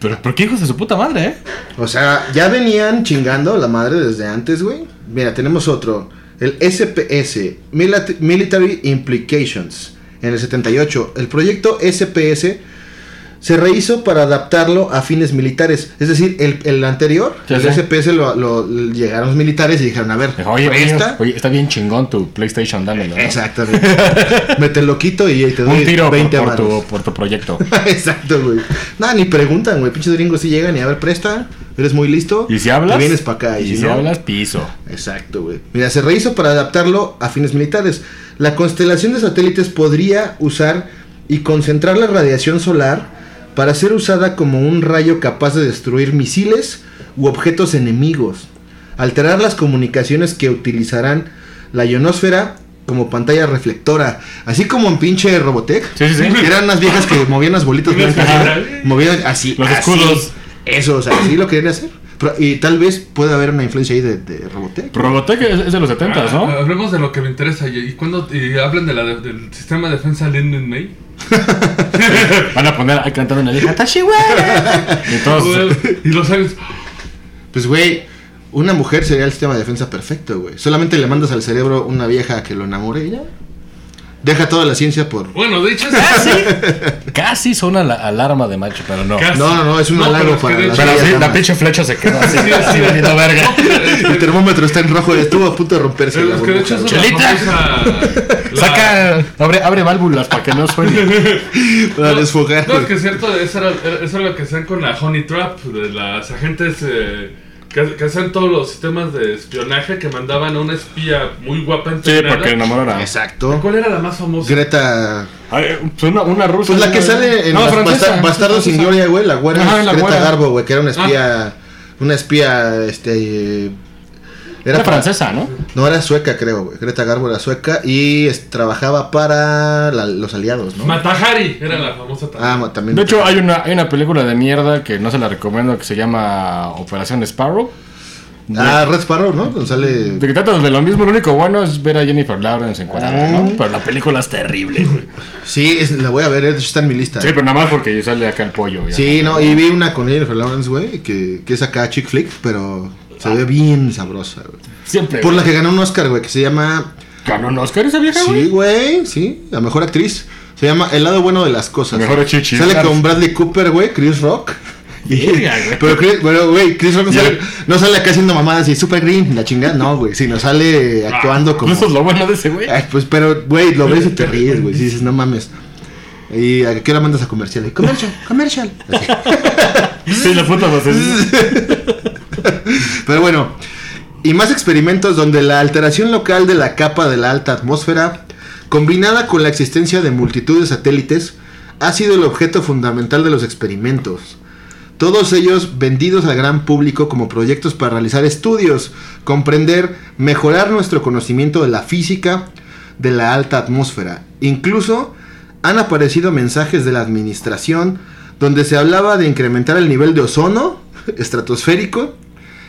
Speaker 4: Pero, pero qué hijos de su puta madre, eh.
Speaker 3: O sea, ya venían chingando la madre desde antes, güey. Mira, tenemos otro. El SPS, Milat- Military Implications, en el 78. El proyecto SPS se rehizo para adaptarlo a fines militares. Es decir, el, el anterior,
Speaker 4: Ya
Speaker 3: el
Speaker 4: sé.
Speaker 3: SPS, lo, lo- llegaron los militares y dijeron, a ver,
Speaker 4: Dijo, Oye, oye,
Speaker 3: presta.
Speaker 4: oye, está bien chingón tu PlayStation, dámelo. ¿no?
Speaker 3: Exactamente. Mete loquito y ahí te doy
Speaker 4: Un tiro por,
Speaker 3: 20
Speaker 4: por
Speaker 3: varos.
Speaker 4: tu, por tu proyecto.
Speaker 3: Exacto, güey. Nada, ni preguntan, güey. Pinches gringos si llegan y a ver, presta. Eres muy listo.
Speaker 4: Y si hablas.
Speaker 3: Te vienes para acá.
Speaker 4: Y, si,
Speaker 3: no,
Speaker 4: hablas, piso.
Speaker 3: Exacto, güey. Mira, se rehizo para adaptarlo a fines militares. La constelación de satélites podría usar y concentrar la radiación solar para ser usada como un rayo capaz de destruir misiles u objetos enemigos. Alterar las comunicaciones que utilizarán la ionosfera como pantalla reflectora. Así como en pinche Robotech.
Speaker 4: Sí, sí, sí.
Speaker 3: Que Eran unas viejas que movían las bolitas
Speaker 2: Unas
Speaker 3: blancas.
Speaker 2: cajitas.
Speaker 3: Movían así.
Speaker 4: Los
Speaker 3: así.
Speaker 4: escudos.
Speaker 3: Eso, o sea, sí lo querían hacer. Pero- y tal vez pueda haber una influencia ahí de, de Robotech.
Speaker 4: Robotech es, es de los 70,
Speaker 2: Ah,
Speaker 4: ¿no?
Speaker 2: Hablemos de lo que me interesa. ¿Y, y cuando y hablan de la de- del sistema de defensa Linden May?
Speaker 4: Van a poner a cantar una hija. "Tashiwara". Y todos.
Speaker 2: y los aliens.
Speaker 3: Pues, güey, una mujer sería el sistema de defensa perfecto, güey. Solamente le mandas al cerebro una vieja que lo enamore y ya. Deja toda la ciencia por.
Speaker 2: Bueno, de hecho es-
Speaker 4: Casi, casi suena la alarma de macho, pero no.
Speaker 2: Casi.
Speaker 3: No, no, no, es un
Speaker 2: No, pero
Speaker 3: halago
Speaker 2: es que
Speaker 3: para
Speaker 2: de
Speaker 3: las
Speaker 2: hecho-
Speaker 4: Pero
Speaker 3: bellas
Speaker 4: sí, la
Speaker 3: damas.
Speaker 4: pinche flecha se quedó así,
Speaker 2: Sí,
Speaker 4: así
Speaker 2: sí.
Speaker 4: valiendo verga.
Speaker 3: El termómetro está en rojo, estuvo a punto de romperse. la
Speaker 2: Es que de hecho
Speaker 3: burbuja.
Speaker 2: es una
Speaker 4: Chelita.
Speaker 2: famosa- la-
Speaker 4: Saca, abre, abre válvulas para que no suene.
Speaker 3: Para
Speaker 2: No,
Speaker 3: desfogar.
Speaker 2: No, es que es cierto, eso era, era- eso era lo que hacían con la Honey Trap, de las agentes eh, que, que hacían todos los sistemas de espionaje que mandaban a una espía muy guapa
Speaker 4: Sí,
Speaker 2: entrenada.
Speaker 4: para que enamorara.
Speaker 3: Exacto.
Speaker 2: ¿Cuál era la más famosa?
Speaker 3: Greta.
Speaker 4: Ay, pues Una, una rusa.
Speaker 3: Pues la que
Speaker 4: ¿no?
Speaker 3: sale en
Speaker 4: No,
Speaker 3: las
Speaker 4: francesa,
Speaker 3: Basta- Bastardos sin
Speaker 4: francesa.
Speaker 3: Gloria, güey. La güera
Speaker 4: Ajá,
Speaker 3: es
Speaker 4: la
Speaker 3: Greta
Speaker 4: güera. Ah.
Speaker 3: Garbo, güey, que era una espía. Una espía, este. eh,
Speaker 4: Era
Speaker 3: para-
Speaker 4: francesa, ¿no?
Speaker 3: No, era sueca, creo, güey. Greta Garbo era sueca y es- trabajaba para la- los aliados, ¿no?
Speaker 2: Matajari era la famosa
Speaker 3: ah,
Speaker 2: también.
Speaker 3: ma- también.
Speaker 4: De hecho, hay una, hay una película de mierda que no se la recomiendo que se llama Operación Sparrow.
Speaker 3: Ah, Red Sparrow, ¿no? Donde sale.
Speaker 4: De que trata de lo mismo, lo único bueno es ver a Jennifer Lawrence encuadrada, ¿no? Pero la película es terrible, güey.
Speaker 3: Ah. Sí, es- la voy a ver, eh, está en mi lista.
Speaker 4: Sí, pero nada más porque sale acá el pollo. ya.
Speaker 3: Sí, no, y vi una con Jennifer Lawrence, güey, que, que es acá chick flick, pero se
Speaker 4: Ah.
Speaker 3: ve bien sabrosa, güey.
Speaker 4: Siempre.
Speaker 3: Por la que ganó un Oscar, güey, que se llama...
Speaker 4: Ganó un Oscar esa vieja, güey.
Speaker 3: Sí, güey, sí, la mejor actriz. Se llama El lado bueno de las cosas.
Speaker 4: Mejor
Speaker 3: güey.
Speaker 4: chichi.
Speaker 3: Sale
Speaker 4: Claro.
Speaker 3: con Bradley Cooper, güey, Chris Rock. Y-
Speaker 4: Verga, güey.
Speaker 3: pero, Chris, pero, güey, Chris Rock no
Speaker 4: Y
Speaker 3: sale,
Speaker 4: el-
Speaker 3: no sale acá haciendo mamadas y super green, la chingada, no, güey, sino sale
Speaker 4: Ah,
Speaker 3: actuando como...
Speaker 4: Eso es lo bueno de ese, güey.
Speaker 3: Ay, pues, pero, güey, lo ves y te ríes, güey. sí dices, no mames. ¿Y a qué hora mandas a comercial? Y, Comercial, comercial. Así.
Speaker 4: Sí, la puta más
Speaker 3: Pero bueno, y más experimentos donde la alteración local de la capa de la alta atmósfera, combinada con la existencia de multitud de satélites, ha sido el objeto fundamental de los experimentos. Todos ellos vendidos al gran público como proyectos para realizar estudios, comprender, mejorar nuestro conocimiento de la física de la alta atmósfera. Incluso han aparecido mensajes de la administración donde se hablaba de incrementar el nivel de ozono estratosférico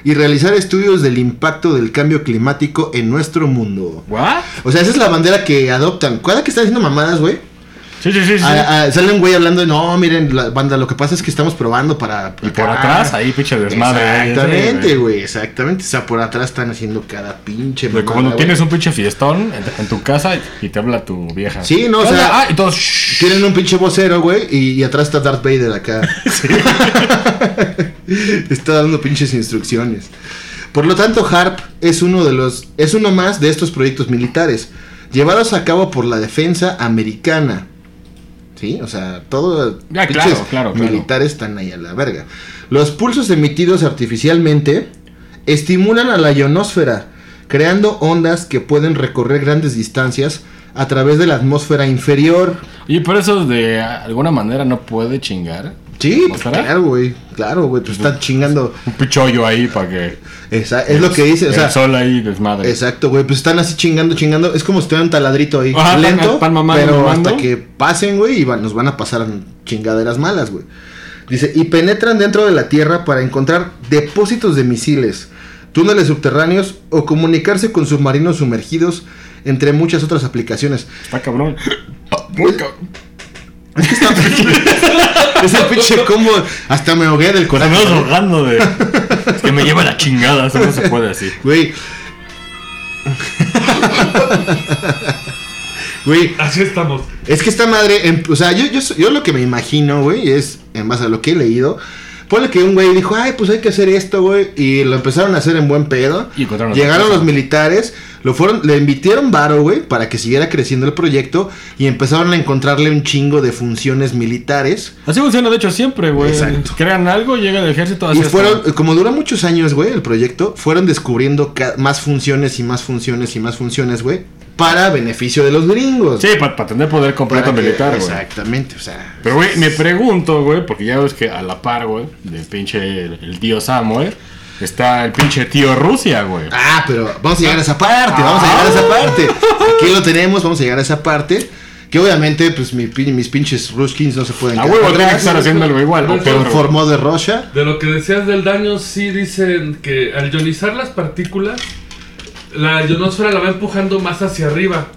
Speaker 3: y realizar estudios del impacto del cambio climático en nuestro mundo.
Speaker 4: ¿What?
Speaker 3: O sea, esa es la bandera que adoptan. Cada que están haciendo mamadas, güey,
Speaker 4: Sí, sí, sí. sí.
Speaker 3: a- a- Ah, sale un güey hablando de, no, miren, la banda, lo que pasa es que estamos probando para...
Speaker 4: y por atrás, ahí pinche desmadre.
Speaker 3: Exactamente,
Speaker 4: Sí,
Speaker 3: güey, exactamente. O sea, por atrás están haciendo cada pinche...
Speaker 4: Pero
Speaker 3: mamada,
Speaker 4: Cuando
Speaker 3: Ah, güey.
Speaker 4: tienes un pinche fiestón en, en tu casa y te habla tu vieja.
Speaker 3: Sí, no, o
Speaker 4: Ah,
Speaker 3: sea-
Speaker 4: Ah, y todos. shh.
Speaker 3: Tienen un pinche vocero, güey, y, y atrás está Darth Vader acá. está dando pinches instrucciones. Por lo tanto, HARP es uno de los es uno más de estos proyectos militares llevados a cabo por la defensa americana. Sí, o sea, todo
Speaker 4: Ah, claro,
Speaker 3: pinches
Speaker 4: claro, claro.
Speaker 3: militares están ahí a la verga. Los pulsos emitidos artificialmente estimulan a la ionosfera, creando ondas que pueden recorrer grandes distancias a través de la atmósfera inferior.
Speaker 4: Y por eso de alguna manera no puede chingar.
Speaker 3: Sí, pues
Speaker 4: ¿Atmósfera?
Speaker 3: claro, güey. Claro, güey. Tú estás chingando.
Speaker 4: Un pichollo ahí para que.
Speaker 3: Esa- es lo que dice. O
Speaker 4: el
Speaker 3: sea,
Speaker 4: sol ahí desmadre.
Speaker 3: exacto, güey. Pues están así chingando, chingando. Es como si tuvieran un taladrito ahí.
Speaker 4: Ajá, van-
Speaker 3: lento.
Speaker 4: van mamando,
Speaker 3: pero
Speaker 4: mamando.
Speaker 3: hasta que pasen, güey. Y van- nos van a pasar chingaderas malas, güey. Dice, y penetran dentro de la tierra para encontrar depósitos de misiles, túneles subterráneos o comunicarse con submarinos sumergidos, entre muchas otras aplicaciones.
Speaker 4: Está cabrón.
Speaker 3: Ah, eh,
Speaker 4: Muy cabrón.
Speaker 3: Ese pinche combo, hasta me ahogué del coraje.
Speaker 4: Estamos rogando de. Es que me lleva la chingada, eso no se puede así.
Speaker 3: Güey. Güey,
Speaker 2: Así estamos.
Speaker 3: es que esta madre, em- o sea, yo, yo, yo lo que me imagino, güey, es en base a lo que he leído. Ponle que un güey dijo, ay, pues hay que hacer esto, güey. Y lo empezaron a hacer en buen pedo.
Speaker 4: Y encontraron otra
Speaker 3: Llegaron
Speaker 4: cosa.
Speaker 3: los militares, lo fueron, le invitieron varo, güey, para que siguiera creciendo el proyecto. Y empezaron a encontrarle un chingo de funciones militares.
Speaker 4: Así funciona, de hecho, siempre, güey.
Speaker 3: Exacto.
Speaker 4: Crean algo, llega el ejército, así
Speaker 3: Y fueron, como dura muchos años, güey, el proyecto, fueron descubriendo ca- más funciones y más funciones y más funciones, güey, para beneficio de los gringos.
Speaker 4: Sí, para tener
Speaker 3: Para
Speaker 4: poder completo
Speaker 3: que-
Speaker 4: militar, güey.
Speaker 3: Exactamente, o sea.
Speaker 4: Pero, güey, me pregunto, güey, porque ya ves que a la par, güey, del pinche el, el tío Samuel, está el pinche tío Rusia, güey.
Speaker 3: Ah, pero vamos a llegar a esa parte, vamos a llegar a
Speaker 4: Ah.
Speaker 3: esa parte. Aquí lo tenemos, vamos a llegar a esa parte. Que obviamente, pues mi pin- mis pinches Ruskins no se pueden
Speaker 4: A
Speaker 3: quedar
Speaker 4: huevo tiene que
Speaker 3: atrás.
Speaker 4: estar haciendo algo igual, o peor, güey.
Speaker 3: Informó de Russia.
Speaker 2: De lo que decías del daño, sí dicen que al ionizar las partículas, la ionosfera la va empujando más hacia arriba,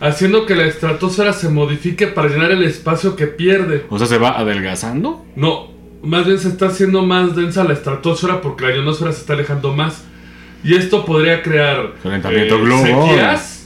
Speaker 2: haciendo que la estratosfera se modifique para llenar el espacio que pierde.
Speaker 4: O sea, se va adelgazando.
Speaker 2: No, más bien se está haciendo más densa la estratosfera porque la ionosfera se está alejando más. Y esto podría crear eh,
Speaker 4: Calentamiento global.
Speaker 2: sequías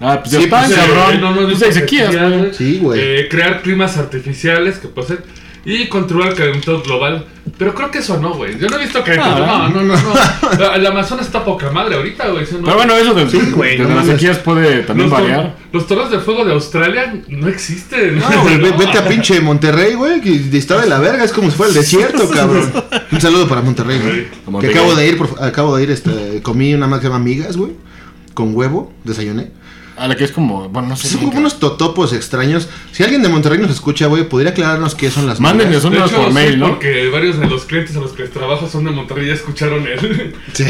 Speaker 4: Ah, pues
Speaker 3: Sí,
Speaker 4: ya está,
Speaker 3: pues,
Speaker 2: eh,
Speaker 4: cabrón.
Speaker 2: no nos
Speaker 4: Pues
Speaker 2: dijo
Speaker 4: hay sequías,
Speaker 2: sequías,
Speaker 4: güey.
Speaker 3: Sí, güey.
Speaker 2: Eh, crear climas artificiales que pasen y controlar el calentamiento global. Pero creo que eso no, güey. Yo no he visto que.
Speaker 4: Ah,
Speaker 2: no, no, no, no. La, la Amazonas está poca madre ahorita, güey. Eso no-
Speaker 4: Pero bueno, eso de,
Speaker 3: Sí, güey,
Speaker 4: de
Speaker 3: no
Speaker 4: las
Speaker 3: mames.
Speaker 4: sequías puede también
Speaker 2: los, tor-
Speaker 4: variar.
Speaker 2: los toros de fuego de Australia no existen.
Speaker 3: No, güey, ve- vete a pinche Monterrey, güey, que está de la verga, es como si fuera el desierto, cabrón. Un saludo para Monterrey,
Speaker 2: Sí,
Speaker 4: a
Speaker 3: güey. Que
Speaker 4: Monterrey.
Speaker 3: acabo de ir, por fa- acabo de ir, este, comí una máxima migas, güey, con huevo, desayuné.
Speaker 4: A la que es como, bueno, no sé.
Speaker 3: Son
Speaker 4: nunca.
Speaker 3: como unos totopos extraños. Si alguien de Monterrey nos escucha, güey, podría aclararnos qué son las
Speaker 4: Mándenos
Speaker 3: migas?
Speaker 2: De
Speaker 4: unos
Speaker 2: hecho,
Speaker 4: por
Speaker 2: sí,
Speaker 4: mail, ¿no?
Speaker 2: Porque varios de los clientes a los que trabajo son de Monterrey ya escucharon él.
Speaker 3: Sí.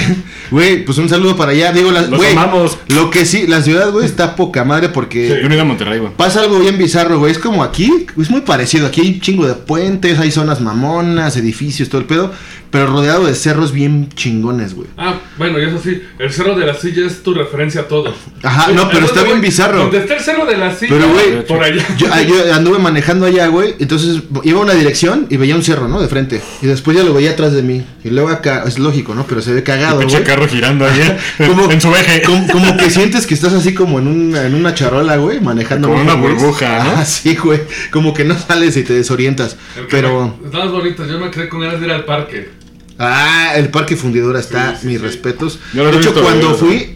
Speaker 3: Güey, pues un saludo para allá. Digo, las,
Speaker 4: Los
Speaker 3: güey,
Speaker 4: amamos.
Speaker 3: lo que sí, la ciudad, güey, está poca madre porque...
Speaker 4: Yo no he ido a Monterrey, güey.
Speaker 3: Pasa algo bien bizarro, güey. Es como aquí, es muy parecido. Aquí hay un chingo de puentes, hay zonas mamonas, edificios, todo el pedo. Pero rodeado de cerros bien chingones, güey.
Speaker 2: Ah, bueno, y eso sí, el Cerro de la Silla es tu referencia a todo.
Speaker 3: Ajá, no, pero está bien
Speaker 2: güey,
Speaker 3: bizarro.
Speaker 2: Donde está el Cerro de la Silla,
Speaker 3: Pero, güey,
Speaker 2: por allá.
Speaker 3: Yo, ah, yo anduve manejando allá, güey. Entonces iba a una dirección y veía un cerro, ¿no? De frente. Y después ya lo veía atrás de mí. Y luego acá, es lógico, ¿no? Pero se ve cagado,
Speaker 4: El pinche
Speaker 3: güey.
Speaker 4: carro girando ahí eh,
Speaker 3: Como-
Speaker 4: en su eje.
Speaker 3: Como, como que sientes que estás así como en una, en una charola, güey, manejando.
Speaker 4: Como
Speaker 3: mucho,
Speaker 4: una
Speaker 3: güey.
Speaker 4: burbuja, ¿no?
Speaker 3: Ah, sí, güey. Como que no sales y te desorientas.
Speaker 2: El que
Speaker 3: Pero.
Speaker 2: me- Estabas bonito, yo me quedé con ganas de ir al parque.
Speaker 3: Ah, el Parque Fundidora está,
Speaker 2: Sí, sí,
Speaker 3: mis
Speaker 2: sí.
Speaker 3: respetos.
Speaker 4: Yo lo
Speaker 3: de
Speaker 4: he
Speaker 3: hecho,
Speaker 4: visto,
Speaker 3: cuando
Speaker 4: güey.
Speaker 3: fui,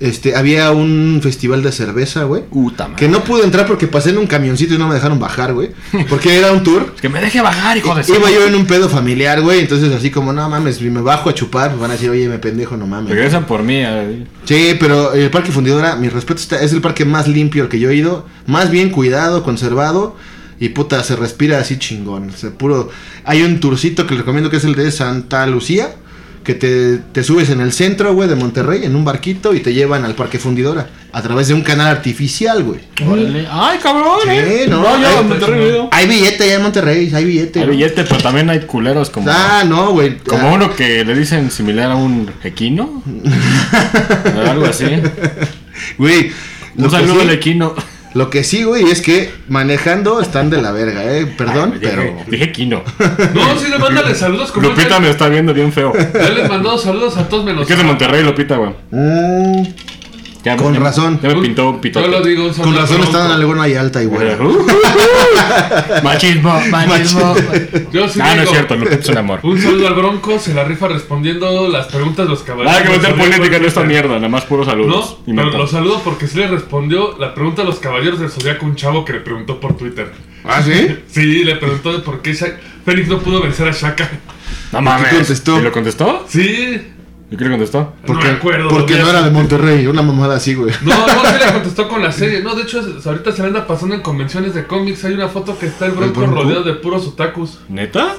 Speaker 3: este, había un festival de cerveza, güey.
Speaker 4: Puta madre.
Speaker 3: Que no pude entrar porque pasé en un camioncito y no me dejaron bajar, güey. Porque era un tour.
Speaker 4: Que me deje bajar, hijo de
Speaker 3: Iba yo en un pedo familiar, güey. Entonces, así como, no mames, si me bajo a chupar, me van a decir, oye, me pendejo, no mames.
Speaker 4: Regresan por mí. eh.
Speaker 3: Sí, pero el Parque Fundidora, mis respetos, está- es el parque más limpio al que yo he ido. Más bien cuidado, conservado. Y puta, se respira así chingón. se puro... Hay un tourcito que les recomiendo que es el de Santa Lucía. Que te, te subes en el centro, güey, de Monterrey, en un barquito y te llevan al Parque Fundidora. A través de un canal artificial, güey.
Speaker 4: Órale. ¡Ay, cabrón!
Speaker 3: Sí,
Speaker 4: eh.
Speaker 3: no,
Speaker 4: yo
Speaker 3: ahí
Speaker 4: a
Speaker 3: está
Speaker 4: Monterrey
Speaker 2: chingón.
Speaker 4: he ido.
Speaker 3: Hay billete allá en Monterrey, hay billete.
Speaker 4: Hay
Speaker 3: güey.
Speaker 4: billete, pero también hay culeros como.
Speaker 3: Ah, no, güey.
Speaker 4: Como
Speaker 3: Ah,
Speaker 4: uno que le dicen similar a un equino. o algo así.
Speaker 3: Güey.
Speaker 4: Un
Speaker 3: lo que
Speaker 4: saludo
Speaker 3: sí-
Speaker 4: al equino.
Speaker 3: Lo que sí, güey, es que manejando están de la verga, ¿eh? Perdón,
Speaker 4: Ay, pues,
Speaker 3: pero...
Speaker 4: Dije, dije equino.
Speaker 2: No, sí, le mándale saludos. Como
Speaker 4: Lupita me está viendo bien feo. Es
Speaker 2: Ya ya les mandó saludos a todos menos.
Speaker 4: que es de Monterrey, Lupita, güey.
Speaker 3: Mm,
Speaker 4: Ya-
Speaker 3: Con
Speaker 4: ya-
Speaker 3: razón.
Speaker 4: Ya me pintó un pitote.
Speaker 2: Yo lo digo, un
Speaker 3: con
Speaker 2: saludo
Speaker 3: razón
Speaker 2: para
Speaker 3: están en
Speaker 2: Bronco.
Speaker 3: alguna y alta y buena. uh.
Speaker 4: Machismo, machismo. Uh,
Speaker 2: Yo sí
Speaker 4: Ah, no
Speaker 2: digo-
Speaker 4: es cierto, Lupita es un amor.
Speaker 2: Un saludo al Bronco, se la rifa respondiendo las preguntas de los caballeros.
Speaker 4: Nada que meter
Speaker 2: Zodíaco
Speaker 4: política en esta
Speaker 2: Twitter.
Speaker 4: mierda, nada más puros saludos.
Speaker 2: No,
Speaker 4: y
Speaker 2: pero
Speaker 4: meta.
Speaker 2: lo saludo porque sí le respondió la pregunta a los caballeros del Zodíaco un chavo que le preguntó por Twitter.
Speaker 3: ¿Ah, sí?
Speaker 2: Sí, le preguntó de por qué Shak- Félix no pudo vencer a Shaka.
Speaker 4: No mames.
Speaker 3: ¿Y qué contestó?
Speaker 4: ¿Y lo contestó?
Speaker 2: Sí,
Speaker 4: ¿Y qué le contestó?
Speaker 2: no me acuerdo.
Speaker 3: porque
Speaker 2: güey.
Speaker 3: no era de Monterrey, una mamada así, güey.
Speaker 2: No, no se le contestó con la serie. No, de hecho, es- ahorita se le anda pasando en convenciones de cómics. Hay una foto que está el bronco,
Speaker 3: Bronco?
Speaker 2: rodeado de puros otakus.
Speaker 4: ¿Neta?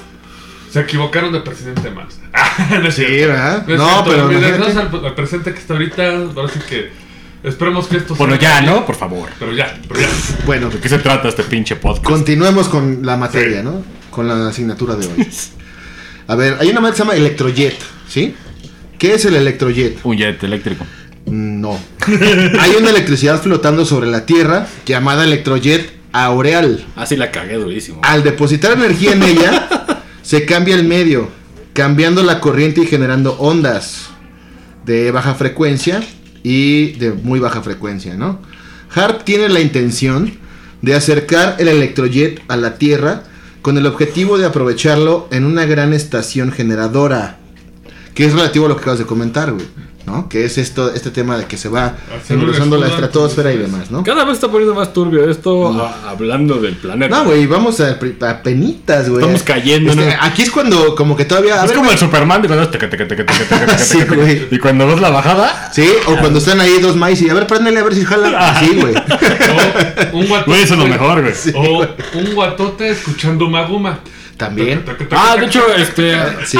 Speaker 2: Se equivocaron de presidente Max. Ah, no es
Speaker 3: Sí,
Speaker 2: cierto.
Speaker 3: ¿verdad?
Speaker 2: es
Speaker 3: No,
Speaker 2: cierto.
Speaker 3: pero
Speaker 2: Mira,
Speaker 3: imagínate.
Speaker 2: gracias al, al presente que está ahorita. Ahora sí que esperemos que esto
Speaker 4: Bueno,
Speaker 2: sea-
Speaker 4: ya, ¿no? Por favor.
Speaker 2: Pero ya, pero ya.
Speaker 3: Bueno,
Speaker 4: ¿De qué se trata este pinche podcast?
Speaker 3: continuemos con la materia, ¿no? Con la asignatura de hoy. A ver, hay una madre que se llama Electrojet, ¿sí? ¿Qué es el Electrojet?
Speaker 4: Un jet eléctrico.
Speaker 3: No. Hay una electricidad flotando sobre la Tierra llamada Electrojet aureal.
Speaker 4: Ah, sí, la cagué durísimo.
Speaker 3: Al depositar energía en ella, se cambia el medio, cambiando la corriente y generando ondas de baja frecuencia y de muy baja frecuencia, ¿no? Harp tiene la intención de acercar el electrojet a la Tierra con el objetivo de aprovecharlo en una gran estación generadora, que es relativo a lo que acabas de comentar, güey, ¿no? Que es esto, este tema de que se va
Speaker 2: Hacer un
Speaker 3: engrosando la
Speaker 2: escudo
Speaker 3: estratosfera y
Speaker 2: antes de-
Speaker 3: demás, ¿no?
Speaker 4: Cada vez está poniendo más turbio esto a- hablando del planeta.
Speaker 3: No, güey, vamos a, pri- a penitas, güey.
Speaker 4: Estamos cayendo,
Speaker 3: Este,
Speaker 4: ¿no?
Speaker 3: Aquí es cuando, como que todavía. a
Speaker 4: Es
Speaker 3: ver,
Speaker 4: como el Superman de cuando es teca, teca, teca, teca, teca, teca,
Speaker 3: Sí,
Speaker 4: teca,
Speaker 3: güey.
Speaker 4: Y cuando ves la bajada,
Speaker 3: Sí, o cuando están ahí dos maíz y a ver, préndele a ver si jala.
Speaker 4: Ah.
Speaker 3: Sí, güey.
Speaker 2: O un guatote.
Speaker 4: güey, eso es lo mejor, güey.
Speaker 2: O un guatote escuchando Maguma.
Speaker 3: También.
Speaker 2: Taca, taca, taca,
Speaker 4: Ah, de hecho, este.
Speaker 3: Sí.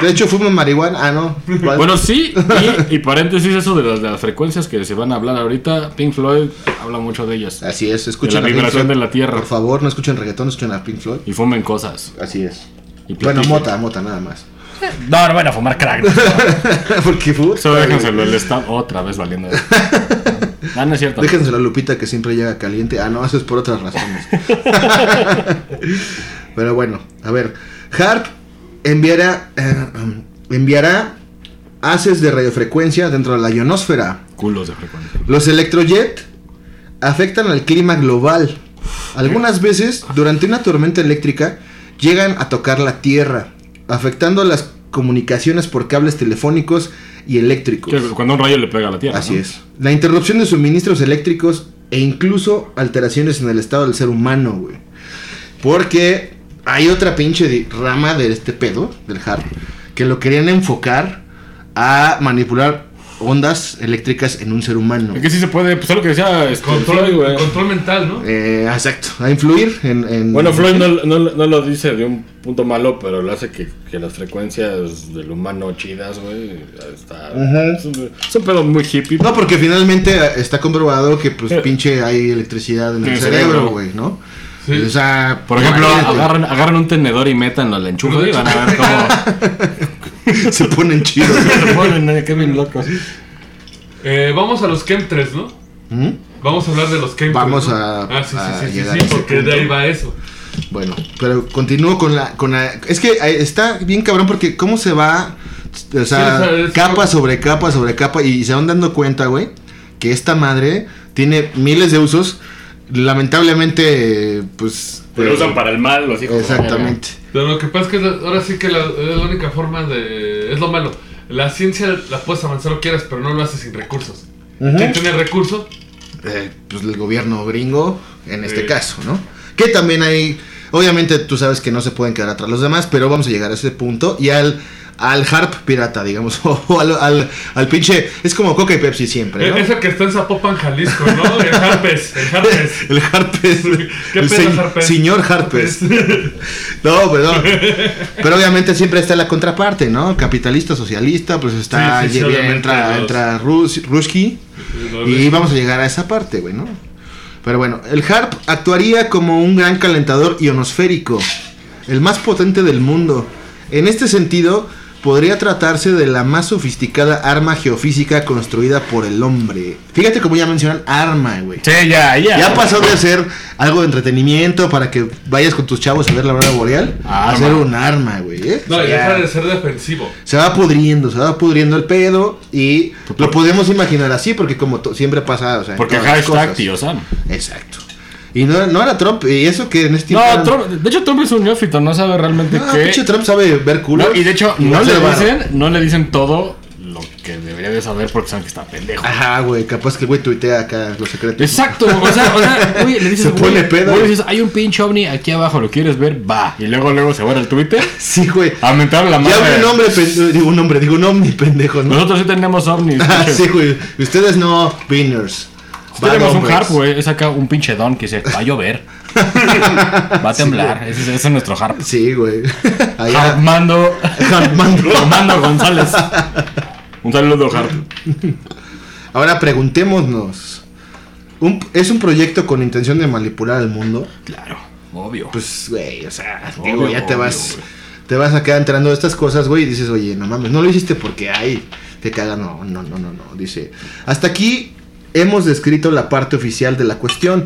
Speaker 3: De hecho, fumo marihuana. Ah, no. ¿Cuál?
Speaker 4: Bueno, sí, y, y paréntesis, eso de las, de las frecuencias que se van a hablar ahorita. Pink Floyd habla mucho de ellas.
Speaker 3: Así es, escuchen.
Speaker 4: de
Speaker 3: a
Speaker 4: la
Speaker 3: Pink
Speaker 4: vibración
Speaker 3: Floyd.
Speaker 4: de la tierra.
Speaker 3: Por favor, no escuchen reggaetón, no escuchen a Pink Floyd.
Speaker 4: Y fumen cosas.
Speaker 3: Así es.
Speaker 4: Y
Speaker 3: Bueno,
Speaker 4: platiquen.
Speaker 3: mota, mota, nada más.
Speaker 4: No, no van a fumar crack.
Speaker 3: Porque puta,
Speaker 4: Eso
Speaker 3: güey.
Speaker 4: déjenselo el estado otra vez valiendo. Ah, no es cierto.
Speaker 3: Déjenselo a Lupita que siempre llega caliente. Ah, no, eso es por otras razones. Pero bueno, a ver. Harp enviará, eh, enviará haces de radiofrecuencia dentro de la ionosfera.
Speaker 4: culos de frecuencia.
Speaker 3: Los electrojet afectan al clima global. Algunas veces, durante una tormenta eléctrica, llegan a tocar la Tierra, afectando las comunicaciones por cables telefónicos y eléctricos.
Speaker 4: Que Cuando un rayo le pega a la tierra.
Speaker 3: Así
Speaker 4: ¿no?
Speaker 3: es. La interrupción de suministros eléctricos e incluso alteraciones en el estado del ser humano, güey. Porque hay otra pinche di- rama de este pedo, del hard, que lo querían enfocar a manipular ondas eléctricas en un ser humano.
Speaker 4: Es que sí se puede, pues es lo que decía este,
Speaker 2: Control,
Speaker 4: Floyd, güey.
Speaker 2: control mental, ¿no?
Speaker 3: Eh, exacto, a influir en... en-
Speaker 4: Bueno, Floyd no, no, no lo dice de un punto malo, pero lo hace que, que las frecuencias del humano chidas, güey, está...
Speaker 3: Ajá.
Speaker 4: es, un, es un pedo muy hippie.
Speaker 3: No, porque finalmente eh, está comprobado que pues
Speaker 4: Eh.
Speaker 3: pinche hay electricidad en
Speaker 4: En
Speaker 3: el
Speaker 4: el
Speaker 3: cerebro,
Speaker 4: cerebro.
Speaker 3: güey, ¿no?
Speaker 2: Sí.
Speaker 3: O sea,
Speaker 4: Por ejemplo,
Speaker 3: imagínate,
Speaker 4: agarran, agarran un tenedor y métanlo al enchufe y van a ver cómo
Speaker 3: se ponen chidos.
Speaker 4: se ponen, eh, qué bien locos.
Speaker 2: Eh, vamos a los chemtrails, ¿no?
Speaker 3: ¿Mm?
Speaker 2: Vamos a hablar de los chemtrails.
Speaker 3: Vamos
Speaker 2: ¿no?
Speaker 3: a-
Speaker 2: Ah, sí,
Speaker 3: a
Speaker 2: sí, sí, sí,
Speaker 3: llegar
Speaker 2: sí,
Speaker 3: a ese
Speaker 2: porque de
Speaker 3: punto.
Speaker 2: ahí va eso.
Speaker 3: Bueno, pero continúo con la, con la- Es que eh, está bien cabrón porque cómo se va...
Speaker 2: Sí, o
Speaker 3: O sea,
Speaker 2: sea, es-
Speaker 3: capa sobre capa sobre capa y se van dando cuenta, güey, que esta madre tiene miles de usos. Lamentablemente, eh, pues...
Speaker 4: Lo
Speaker 3: eh,
Speaker 4: usan para el mal, los hijos. de la verga.
Speaker 3: Exactamente.
Speaker 2: Pero lo que pasa es que la- ahora sí que la, es la única forma de... Es lo malo. La ciencia la puedes avanzar lo quieras, pero no lo haces sin recursos.
Speaker 3: Ujú.
Speaker 2: ¿Quién tiene recursos?
Speaker 3: eh, pues, el gobierno gringo en este
Speaker 2: Sí.
Speaker 3: caso, ¿no? Que también hay, obviamente tú sabes que no se pueden quedar atrás los demás, pero vamos a llegar a ese punto y al al harp pirata, digamos, o al, al, al pinche, es como Coca y Pepsi siempre, ¿no?
Speaker 2: Es el que está en Zapopan, Jalisco, ¿no? El Harpes, el Harpes.
Speaker 3: El harp es,
Speaker 2: ¿Qué
Speaker 3: el
Speaker 2: pedo,
Speaker 3: se-
Speaker 2: Harpes?
Speaker 3: señor harpes. No, perdón. Pero obviamente siempre está la contraparte, ¿no? Capitalista, socialista, pues está,
Speaker 2: Sí, sí, sí,
Speaker 3: llega-
Speaker 2: obviamente
Speaker 3: entra,
Speaker 2: los-
Speaker 3: entra Rus- Ruski, Y vamos a llegar a esa parte, güey, ¿no? Pero bueno, el HARP actuaría como un gran calentador ionosférico, el más potente del mundo. En este sentido, podría tratarse de la más sofisticada arma geofísica construida por el hombre. Fíjate cómo ya mencionan arma, güey.
Speaker 4: Sí, ya, ya.
Speaker 3: Ya pasó de hacer algo de entretenimiento para que vayas con tus chavos a ver la aurora boreal a
Speaker 4: Arma.
Speaker 3: hacer un arma, güey. ¿eh?
Speaker 2: No,
Speaker 3: O
Speaker 2: y
Speaker 3: sea,
Speaker 2: deja de ser defensivo.
Speaker 3: se va pudriendo, se va pudriendo el pedo y lo podemos imaginar así porque como to- siempre pasa, o sea, en
Speaker 4: Porque
Speaker 3: todas las
Speaker 4: hashtag
Speaker 3: cosas.
Speaker 4: tío Sam.
Speaker 3: Exacto. Y no, no era Trump, y eso que en este tiempo
Speaker 4: No,
Speaker 3: era-
Speaker 4: Trump, de hecho Trump es un neófito, no sabe realmente
Speaker 3: No,
Speaker 4: qué...
Speaker 3: Ah, pinche Trump sabe ver culo.
Speaker 4: No, y de hecho,
Speaker 3: Y
Speaker 4: no,
Speaker 3: se
Speaker 4: le
Speaker 3: va.
Speaker 4: dicen, no le dicen todo lo que debería de saber porque saben que está pendejo.
Speaker 3: Ajá, güey, capaz que el güey tuitea acá los secretos.
Speaker 4: Exacto, o sea, o sea, güey, le dices,
Speaker 3: Se pone
Speaker 4: güey,
Speaker 3: pedo.
Speaker 4: güey, le dices, hay un pinche ovni aquí abajo, ¿lo quieres ver? Va. Y luego, luego se va al Twitter
Speaker 3: Sí, güey.
Speaker 4: a mentar
Speaker 3: Ya
Speaker 4: la madre.
Speaker 3: un hombre, pen- digo un hombre, digo un hombre pendejo, ¿no?
Speaker 4: Nosotros sí tenemos ovnis.
Speaker 3: Ah,
Speaker 4: pinche.
Speaker 3: sí, güey. Ustedes no, Winners.
Speaker 4: Sí tenemos un harp, güey. Es acá un pinche don que dice, va a llover. va a temblar. Ese, es- ese es nuestro harp.
Speaker 3: Sí, güey. Allá.
Speaker 4: Armando,
Speaker 3: Armando.
Speaker 4: Armando González. Un saludo, harp.
Speaker 3: Ahora preguntémonos. ¿un- ¿Es un proyecto con intención de manipular al mundo?
Speaker 4: Claro, obvio.
Speaker 3: Pues, güey, o sea,
Speaker 4: Obvio,
Speaker 3: digo, ya te
Speaker 4: obvio,
Speaker 3: vas.
Speaker 4: güey.
Speaker 3: Te vas acá entrando a estas cosas, güey, y dices, oye, no mames, no lo hiciste porque ay, te caga, no, no, no, no, no. Dice. Hasta aquí hemos descrito la parte oficial de la cuestión.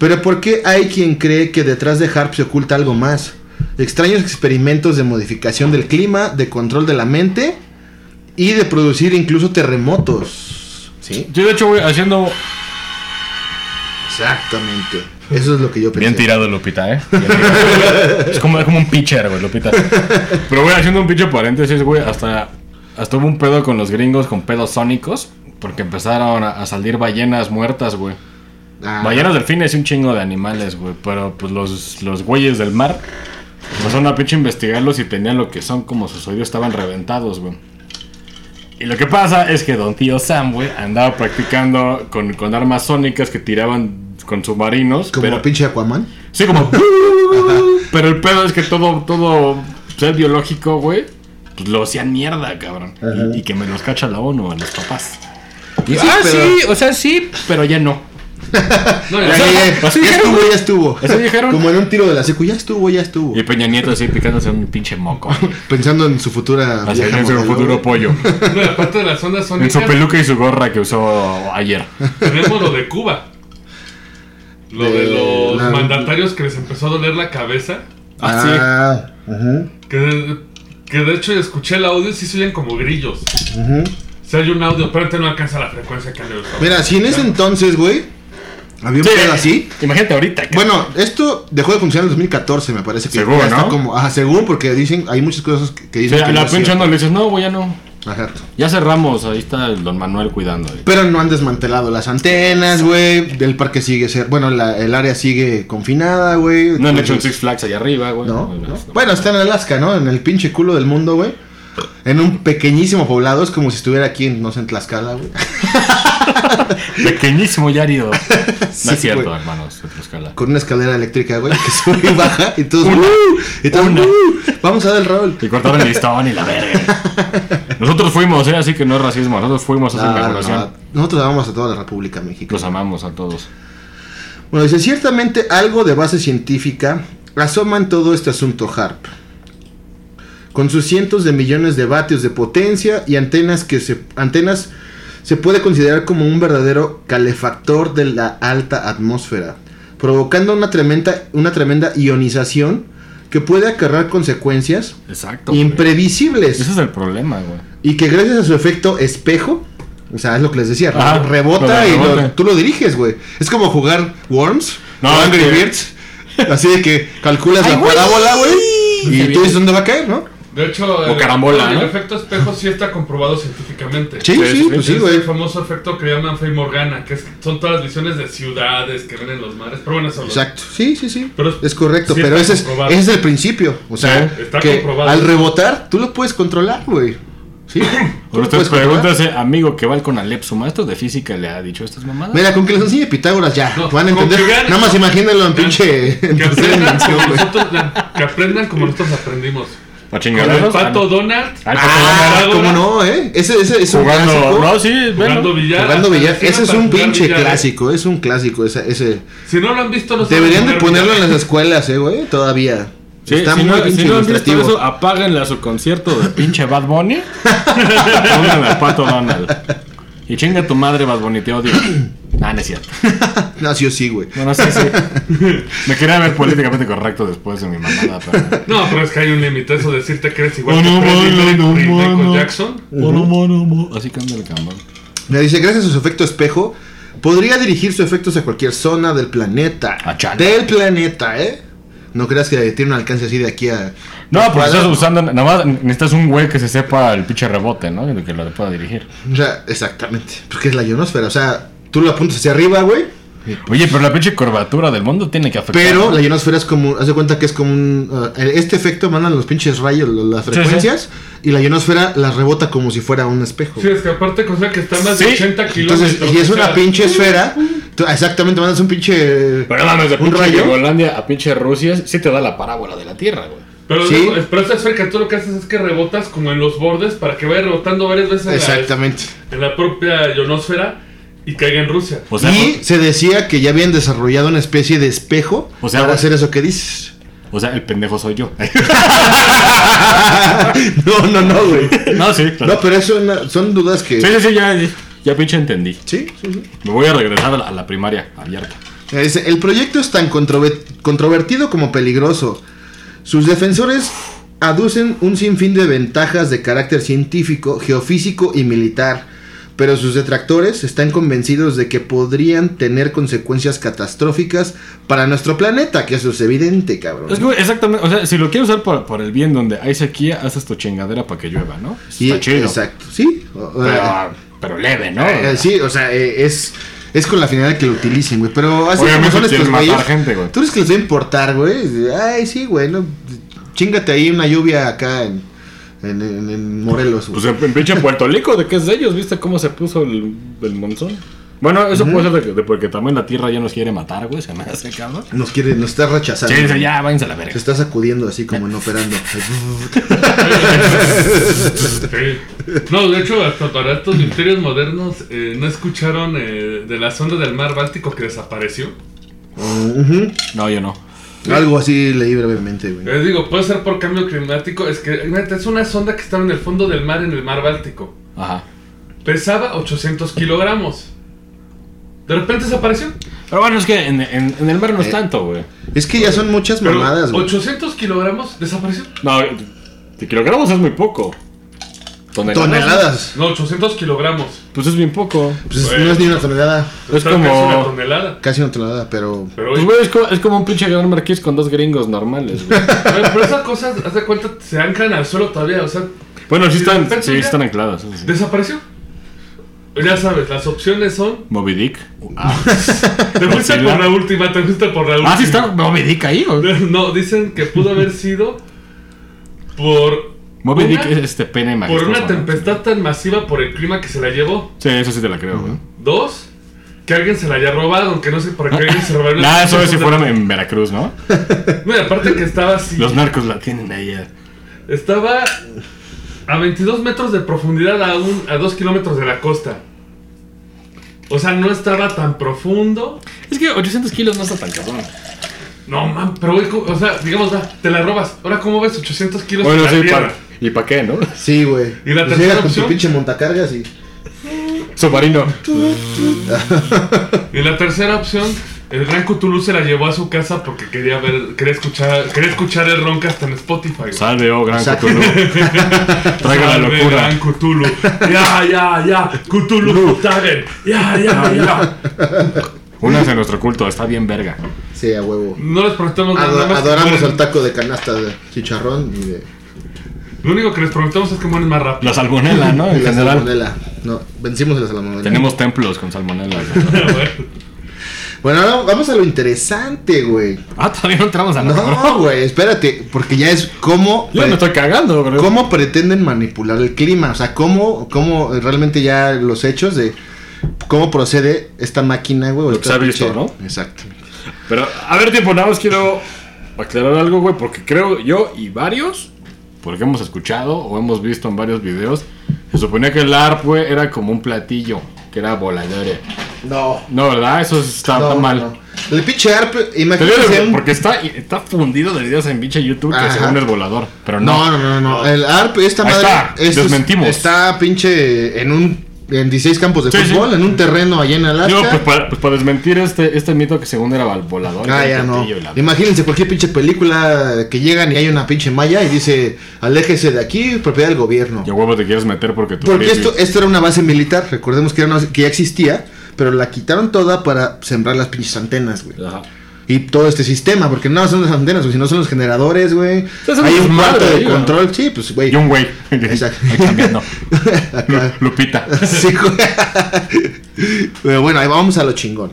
Speaker 3: Pero ¿por qué hay quien cree que detrás de Harp se oculta algo más? Extraños experimentos de modificación del clima, de control de la mente y de producir incluso terremotos. ¿Sí?
Speaker 4: Yo, de hecho, güey, haciendo
Speaker 3: Exactamente. Eso es lo que yo pensé.
Speaker 4: Bien tirado, Lupita, ¿eh? Bien tirado. es como, como un pitcher, güey, Lupita. Pero, güey, haciendo un pinche paréntesis, güey, hasta, hasta hubo un pedo con los gringos con pedos sónicos. Porque empezaron a, a salir ballenas muertas, güey.
Speaker 3: Ah,
Speaker 4: Ballenas, delfines y un chingo de animales, güey. Pero, pues, los, los güeyes del mar empezaron a pinche investigarlos y tenían lo que son como sus oídos estaban reventados, güey. Y lo que pasa es que Don Tío Sam, güey, andaba practicando con, con armas sónicas que tiraban con submarinos.
Speaker 3: Como
Speaker 4: pero-
Speaker 3: pinche Aquaman.
Speaker 4: Sí, como. Pero el pedo es que todo, todo ser biológico, güey, pues lo hacían mierda, cabrón. Y, y que me los cacha la ONU a los papás. Y,
Speaker 3: Sí,
Speaker 4: ah,
Speaker 3: pero-
Speaker 4: sí, o sea, sí, pero ya no.
Speaker 2: No,
Speaker 3: Ya,
Speaker 2: ya,
Speaker 3: ya,
Speaker 2: ya.
Speaker 3: ya,
Speaker 4: Así
Speaker 3: ya
Speaker 4: dijeron,
Speaker 3: estuvo,
Speaker 4: güey.
Speaker 3: ya estuvo.
Speaker 4: Así dijeron.
Speaker 3: Como en un tiro de la secu, ya estuvo, ya estuvo.
Speaker 4: Y Peña Nieto así picándose un pinche moco.
Speaker 3: Pensando en su futura.
Speaker 4: Así
Speaker 3: vieja
Speaker 4: en su
Speaker 3: modelo.
Speaker 4: futuro pollo.
Speaker 2: No, aparte de las ondas
Speaker 4: En su
Speaker 2: sónicas,
Speaker 4: peluca y su gorra que usó ayer.
Speaker 2: tenemos lo de Cuba. Lo de
Speaker 3: De
Speaker 2: los
Speaker 3: la-
Speaker 2: mandatarios que les empezó a doler la cabeza.
Speaker 4: Así.
Speaker 3: Ah, ajá,
Speaker 2: Que, que de hecho escuché el audio y sí se oyen como grillos.
Speaker 3: ajá.
Speaker 2: O Si hay un audio, pero este no alcanza la frecuencia que han de usar.
Speaker 3: Mira, si en ese entonces, güey, había un
Speaker 4: Sí.
Speaker 3: pedo así.
Speaker 4: Imagínate ahorita. cabrón.
Speaker 3: Bueno, esto dejó de funcionar en 2014, me parece que
Speaker 4: Según,
Speaker 3: ya está
Speaker 4: ¿no?
Speaker 3: como. Ajá, según, porque dicen, hay muchas cosas que, que
Speaker 4: O
Speaker 3: dicen.
Speaker 4: sea,
Speaker 3: que
Speaker 4: la
Speaker 3: no es
Speaker 4: pinche
Speaker 3: cierto.
Speaker 4: no le dices, no, güey, ya no.
Speaker 3: Ajá.
Speaker 4: Ya cerramos, ahí está el don Manuel cuidando. güey.
Speaker 3: Pero no han desmantelado las antenas, güey. El parque sigue ser. Bueno, la- el área sigue confinada, güey.
Speaker 4: No han
Speaker 3: Entonces-
Speaker 4: hecho un Six Flags allá arriba, güey.
Speaker 3: pues ¿No?
Speaker 4: No,
Speaker 3: ¿No?
Speaker 4: no.
Speaker 3: Bueno, está en Alaska, ¿no? En el pinche culo del mundo, güey. En un pequeñísimo poblado, es como si estuviera aquí, en, no sé, en Tlaxcala, güey.
Speaker 4: Pequeñísimo y árido.
Speaker 3: Sí,
Speaker 4: no es cierto,
Speaker 3: güey.
Speaker 4: hermanos. en Tlaxcala.
Speaker 3: Con una escalera eléctrica, güey, que sube y baja. Y todos, ¡uh! y todos,
Speaker 4: Una.
Speaker 3: ¡uh! vamos a dar el rol.
Speaker 4: Y cortaron el listón y la verga. Nosotros fuimos, ¿eh? así que no es racismo. Nosotros fuimos a esa
Speaker 3: Ah,
Speaker 4: inauguración.
Speaker 3: no, nosotros amamos a toda la República Mexicana.
Speaker 4: Los amamos a todos.
Speaker 3: Bueno, dice, ciertamente algo de base científica asoma en todo este asunto HARP. Con sus cientos de millones de vatios de potencia y antenas que se, antenas se puede considerar como un verdadero calefactor de la alta atmósfera, provocando una tremenda, una tremenda ionización que puede acarrear consecuencias
Speaker 4: Exacto. güey.
Speaker 3: imprevisibles
Speaker 4: Ese es el problema, güey.
Speaker 3: y que gracias a su efecto espejo, o sea, es lo que les decía,
Speaker 4: Ah, lo
Speaker 3: rebota
Speaker 4: de
Speaker 3: y lo-
Speaker 4: rebote.
Speaker 3: tú lo diriges, güey. Es como jugar Worms
Speaker 4: No,
Speaker 3: o Angry
Speaker 4: es que-
Speaker 3: Birds, así de que calculas
Speaker 4: Ay,
Speaker 3: la
Speaker 4: güey.
Speaker 3: parábola, güey,
Speaker 4: Qué
Speaker 3: y
Speaker 4: bien.
Speaker 3: tú dices dónde va a caer, ¿no?
Speaker 2: De hecho,
Speaker 4: O carambola,
Speaker 2: el
Speaker 4: ¿no?
Speaker 2: efecto espejo sí está comprobado científicamente. Este
Speaker 3: Sí,
Speaker 4: Sí,
Speaker 3: sí,
Speaker 4: sí,
Speaker 3: pues
Speaker 2: Es
Speaker 3: sí, güey.
Speaker 2: el famoso efecto que llaman Fey Morgana, que es- son todas las visiones de ciudades que ven en los mares. Pero bueno, eso lo-
Speaker 3: Exacto, sí, sí, sí.
Speaker 2: Pero es-
Speaker 3: es correcto,
Speaker 2: sí
Speaker 3: pero
Speaker 2: está
Speaker 3: ese es,
Speaker 2: comprobado.
Speaker 3: ese es el principio. O sea,
Speaker 2: Sí, está
Speaker 3: que
Speaker 2: comprobado.
Speaker 3: al rebotar, tú lo puedes controlar, güey. Sí. tú
Speaker 4: Pero
Speaker 3: lo
Speaker 4: ustedes
Speaker 3: puedes controlar.
Speaker 4: pregúntense, eh, amigo que va al Conalep, su maestro de física le ha dicho estas mamadas.
Speaker 3: Mira, con que les enseñe Pitágoras ya,
Speaker 2: No,
Speaker 3: van a
Speaker 2: con
Speaker 3: entender.
Speaker 2: que vean-
Speaker 3: Nada más imagínenlo en
Speaker 2: Que-
Speaker 3: pinche. en
Speaker 2: Que
Speaker 3: tercera
Speaker 2: aprendan,
Speaker 3: dimensión,
Speaker 2: como
Speaker 3: güey.
Speaker 2: nosotros, la- que aprendan como nosotros aprendimos.
Speaker 4: ¿A
Speaker 2: Con el
Speaker 4: chingaderos?
Speaker 2: pato
Speaker 4: Ah,
Speaker 2: Donald
Speaker 4: al pato
Speaker 3: Ah,
Speaker 2: Donald.
Speaker 3: cómo no, ¿eh? Ese, ese es un
Speaker 4: Jugando.
Speaker 3: clásico.
Speaker 4: No, sí,
Speaker 2: jugando
Speaker 4: bueno.
Speaker 2: billar.
Speaker 3: Jugando
Speaker 2: hasta
Speaker 3: billar.
Speaker 2: encima
Speaker 3: Ese es
Speaker 2: para
Speaker 3: un
Speaker 2: jugar
Speaker 3: pinche
Speaker 2: billar, ¿eh?
Speaker 3: clásico, es un clásico. Ese, ese.
Speaker 2: Si no lo han visto, no saben
Speaker 3: Deberían de
Speaker 2: jugar
Speaker 3: ponerlo en
Speaker 2: billar.
Speaker 3: las escuelas, eh, güey, todavía.
Speaker 4: Sí,
Speaker 3: Está
Speaker 4: si
Speaker 3: muy
Speaker 4: no,
Speaker 3: pinche
Speaker 4: si no han visto
Speaker 3: ilustrativo.
Speaker 4: eso, apáguenle a su concierto de pinche Bad Bunny. Pongan al pato Donald. Y chinga tu madre, Bad Bunny, te odio. Ah, no es cierto.
Speaker 3: No, sí o sí, güey.
Speaker 4: Bueno, sí, sí. Me quería ver políticamente correcto después de mi mamada, pero...
Speaker 2: No, pero es que hay un límite. Eso decirte que eres
Speaker 3: Oh,
Speaker 2: igual
Speaker 4: No,
Speaker 2: que
Speaker 4: no,
Speaker 2: Freddie
Speaker 4: no, no,
Speaker 2: Mercury y
Speaker 4: no,
Speaker 2: Michael
Speaker 4: no.
Speaker 2: Jackson.
Speaker 4: Así cambia el cambón.
Speaker 3: Me dice, gracias a su efecto espejo, podría dirigir sus efectos a cualquier zona del planeta.
Speaker 4: Ah, chale.
Speaker 3: Del planeta, ¿eh? No creas que tiene un alcance así de aquí a.
Speaker 4: No, pues estás
Speaker 3: cuadrado.
Speaker 4: usando. Nada más necesitas un güey que se sepa el pinche rebote, ¿no? Y que lo pueda dirigir.
Speaker 3: O sea, exactamente. Pues que es la ionosfera. O sea, tú lo apuntas hacia arriba, güey.
Speaker 4: Oye, pero la pinche curvatura del mundo tiene que afectar.
Speaker 3: Pero
Speaker 4: ¿no?
Speaker 3: la ionosfera es como, haz de cuenta que es como un... uh, este efecto mandan los pinches rayos, lo- las
Speaker 4: Sí,
Speaker 3: frecuencias, y la ionosfera las rebota como si fuera un espejo.
Speaker 2: Sí, es que aparte, cosa que está a más de
Speaker 4: Sí.
Speaker 2: 80 kilómetros.
Speaker 3: Entonces, y es
Speaker 2: o
Speaker 3: una
Speaker 2: sea,
Speaker 3: pinche esfera, tú- exactamente, mandas un pinche...
Speaker 4: Pero mames, de
Speaker 3: ¿Un
Speaker 4: pinche
Speaker 3: rayo?
Speaker 4: Gringolandia a pinche Rusia sí te da la parábola de la Tierra, güey.
Speaker 2: Pero,
Speaker 3: Sí.
Speaker 2: digo, pero esta esfera que tú lo que haces es que rebotas como en los bordes para que vaya rebotando varias veces en la-
Speaker 3: Exactamente.
Speaker 2: en la propia ionosfera y caiga en Rusia.
Speaker 4: O sea, pues-
Speaker 3: y se decía que ya habían desarrollado una especie de espejo
Speaker 4: O sea,
Speaker 3: para
Speaker 4: vos-
Speaker 3: hacer eso que dices.
Speaker 4: o sea, el pendejo soy yo.
Speaker 3: no, no, no, güey.
Speaker 4: no, sí, claro.
Speaker 3: No, pero eso una- son dudas que...
Speaker 4: Sí, sí, sí, ya, ya pinche entendí.
Speaker 3: Sí, sí, sí.
Speaker 4: Me voy a regresar a la, a la primaria abierta.
Speaker 3: Mira, dice, el proyecto es tan controver- controvertido como peligroso. Sus defensores aducen un sinfín de ventajas de carácter científico, geofísico y militar, pero sus detractores están convencidos de que podrían tener consecuencias catastróficas para nuestro planeta, que eso es evidente, cabrón.
Speaker 4: Es que, güey, exactamente, o sea, si lo quieres usar por, por el bien donde hay sequía, haces tu chingadera para que llueva, ¿no? Está
Speaker 3: Y-
Speaker 4: chido.
Speaker 3: Exacto, sí. o-
Speaker 4: Pero,
Speaker 3: eh,
Speaker 4: ah, pero leve, ¿no?
Speaker 3: eh, sí, o sea, eh, es... Es con la finalidad de que lo utilicen, güey. Pero así
Speaker 4: Obviamente
Speaker 3: como son estos
Speaker 4: quieren matar
Speaker 3: güeyes,
Speaker 4: gente, güey.
Speaker 3: Tú eres que les va a importar, güey. Ay, sí, güey. No, chingate ahí una lluvia acá en, en, en- en Morelos. güey.
Speaker 4: Pues en, en pinche Puerto Rico, ¿de qué es de ellos? ¿Viste cómo se puso el, el monzón? Bueno, eso puede ser de, que- de porque también la tierra ya nos quiere matar, güey, se me hace cabrón.
Speaker 3: Nos quiere, nos está
Speaker 4: Sí,
Speaker 3: rechazando.
Speaker 4: dice, ya, váyanse a la verga.
Speaker 3: Se está sacudiendo así como en operando.
Speaker 2: Sí. No, de hecho, hasta para estos misterios modernos, eh, ¿no escucharon eh, de la sonda del mar Báltico que desapareció?
Speaker 3: Ujú.
Speaker 4: No, yo no.
Speaker 3: Algo así leí brevemente, güey.
Speaker 2: Les Eh, digo, puede ser por cambio climático. Es que, neta, es una sonda que estaba en el fondo del mar, en el mar Báltico.
Speaker 4: Ajá.
Speaker 2: Pesaba 800 kilogramos. De repente desapareció.
Speaker 4: Pero bueno, es que en, en- en el mar no es
Speaker 3: Eh.
Speaker 4: tanto, güey.
Speaker 3: Es que ya son muchas
Speaker 2: Pero
Speaker 3: mamadas, güey.
Speaker 2: 800 kilogramos desapareció.
Speaker 4: No, de kilogramos es muy poco. Toneladas.
Speaker 3: Toneladas.
Speaker 2: No, 800 kilogramos.
Speaker 4: Pues es bien poco.
Speaker 3: Pues es- no es ni una tonelada,
Speaker 4: Es
Speaker 2: Pues Creo que es una
Speaker 4: como.
Speaker 2: tonelada.
Speaker 3: casi una tonelada, pero
Speaker 2: Pero,
Speaker 4: Pues, güey, es como, es como un pinche gran marqués con dos gringos normales, güey.
Speaker 2: Güey, pero esas cosas, haz de cuenta, se anclan al suelo todavía, o sea,
Speaker 4: Bueno, sí
Speaker 2: ¿Y de
Speaker 4: están,
Speaker 2: repente
Speaker 4: sí,
Speaker 2: ya?
Speaker 4: están ancladas. sí, sí.
Speaker 2: desapareció. Ya sabes, las opciones son.
Speaker 4: Moby Dick.
Speaker 2: Te fuiste por la última, te fuiste por la última.
Speaker 4: Ah, sí está Moby Dick ahí, güey.
Speaker 2: No, dicen que pudo haber sido por.
Speaker 4: Moby
Speaker 2: una-
Speaker 4: Dick es este pene
Speaker 2: Por
Speaker 4: majestuoso.
Speaker 2: una
Speaker 4: ¿no?
Speaker 2: tempestad tan masiva por el clima que se la llevó.
Speaker 4: Sí, eso sí te la creo, güey.
Speaker 2: Dos, que alguien se la haya robado, aunque no sé para qué alguien se robó.
Speaker 4: Ah, Nada, eso es si fuera en Veracruz, ¿no?
Speaker 2: No, y aparte que estaba así.
Speaker 4: Los narcos la tienen allá.
Speaker 2: Estaba a 22 metros de profundidad a, un, a 2 kilómetros de la costa. O sea, no estaba tan profundo.
Speaker 4: Es que 800 kilos no está tan cabrón.
Speaker 2: No, man, pero güey, ¿cómo? o sea, digamos, va, te la robas. Ahora, ¿cómo ves 800 kilos en
Speaker 4: Bueno,
Speaker 2: la
Speaker 4: sí,
Speaker 2: tierra?
Speaker 4: para, ¿y para qué, no?
Speaker 3: sí, güey.
Speaker 2: ¿Y la
Speaker 3: Pues
Speaker 2: tercera
Speaker 3: llegas con tu
Speaker 2: opción?
Speaker 3: pinche montacargas y
Speaker 4: Submarino.
Speaker 2: Y la tercera opción, el gran Cthulhu se la llevó a su casa porque quería ver, quería escuchar, quería escuchar el Roncast en Spotify. güey.
Speaker 4: Salve, oh, gran
Speaker 3: Exacto.
Speaker 4: Cthulhu. Traiga la
Speaker 2: Salve,
Speaker 4: locura.
Speaker 2: Gran Cthulhu. Ya, ya, ya. Cthulhu Tagen. Ya, ya, ya.
Speaker 4: Únanse a nuestro culto, está bien verga.
Speaker 3: sí, a huevo.
Speaker 2: No les prometemos nada.
Speaker 3: Ado-
Speaker 2: nada más que
Speaker 3: adoramos
Speaker 2: mueren.
Speaker 3: al taco de canasta de chicharrón y de
Speaker 2: Lo único que les prometemos es que mueren más rápido.
Speaker 4: La salmonela, ¿no?
Speaker 3: y
Speaker 4: En
Speaker 3: la
Speaker 4: general.
Speaker 3: salmonela. No, vencimos la salmonela.
Speaker 4: Tenemos templos con salmonela. güey.
Speaker 3: Bueno, ahora vamos a lo interesante, güey.
Speaker 4: Ah, todavía no entramos a la
Speaker 3: No, güey, espérate, porque ya es cómo
Speaker 4: Yo me estoy cagando, bro.
Speaker 3: ¿Cómo pretenden manipular el clima? O sea, ¿cómo, cómo realmente ya los hechos de cómo procede esta máquina, güey? o
Speaker 4: Lo que
Speaker 3: esta
Speaker 4: se ha visto,
Speaker 3: pinche-
Speaker 4: ¿no?
Speaker 3: Exactamente.
Speaker 4: Pero, a ver, tiempo, nada más quiero aclarar algo, güey, porque creo yo y varios, porque hemos escuchado o hemos visto en varios videos, se suponía que el ARP, güey, era como un platillo, que era volador.
Speaker 3: No.
Speaker 4: No, ¿verdad? Eso está, está
Speaker 3: no,
Speaker 4: mal.
Speaker 3: no. Ah, El pinche ARP,
Speaker 4: Te digo,
Speaker 3: imagínate.
Speaker 4: güey,
Speaker 3: un-
Speaker 4: porque está, está fundido de videos en pinche YouTube que
Speaker 3: Ajá.
Speaker 4: según es volador, pero
Speaker 3: No,
Speaker 4: no.
Speaker 3: no, no, no. El ARP, esta
Speaker 4: Ahí
Speaker 3: madre.
Speaker 4: está,
Speaker 3: esto es-
Speaker 4: desmentimos.
Speaker 3: Está pinche en un. En 16 campos de
Speaker 4: Sí,
Speaker 3: fútbol,
Speaker 4: sí.
Speaker 3: en un terreno allá en Alaska.
Speaker 4: Digo, pues para, pues, para desmentir este, este mito que según era val- volador.
Speaker 3: Ah,
Speaker 4: que era
Speaker 3: ya
Speaker 4: un
Speaker 3: no.
Speaker 4: platillo y la-
Speaker 3: Imagínense cualquier pinche película que llegan y hay una pinche malla y dice, aléjese de aquí, propiedad del gobierno.
Speaker 4: Y a huevo te quieres meter porque tú
Speaker 3: Porque
Speaker 4: eres-
Speaker 3: esto, esto era una base militar, recordemos que, era una- que ya existía, pero la quitaron toda para sembrar las pinches antenas, güey.
Speaker 4: Ajá.
Speaker 3: Y todo este sistema, porque no son las antenas, güey, sino son los generadores, güey.
Speaker 4: sea, son
Speaker 3: Hay un
Speaker 4: desmadre,
Speaker 3: cuarto de
Speaker 4: digo.
Speaker 3: control, sí, pues, güey.
Speaker 4: Y un güey.
Speaker 3: Exacto.
Speaker 4: Ahí cambiando. Lu-
Speaker 3: Acá.
Speaker 4: Lupita.
Speaker 3: Sí, güey. Pero bueno, ahí vamos a lo chingón.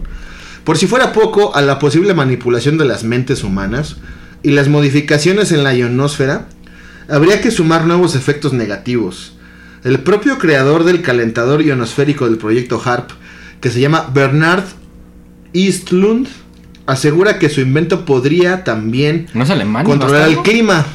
Speaker 3: Por si fuera poco, a la posible manipulación de las mentes humanas y las modificaciones en la ionosfera, habría que sumar nuevos efectos negativos. El propio creador del calentador ionosférico del proyecto HARP, que se llama Bernard Eastlund, asegura que su invento podría también
Speaker 4: ¿No es alemán?
Speaker 3: controlar el
Speaker 4: bastardo?
Speaker 3: clima.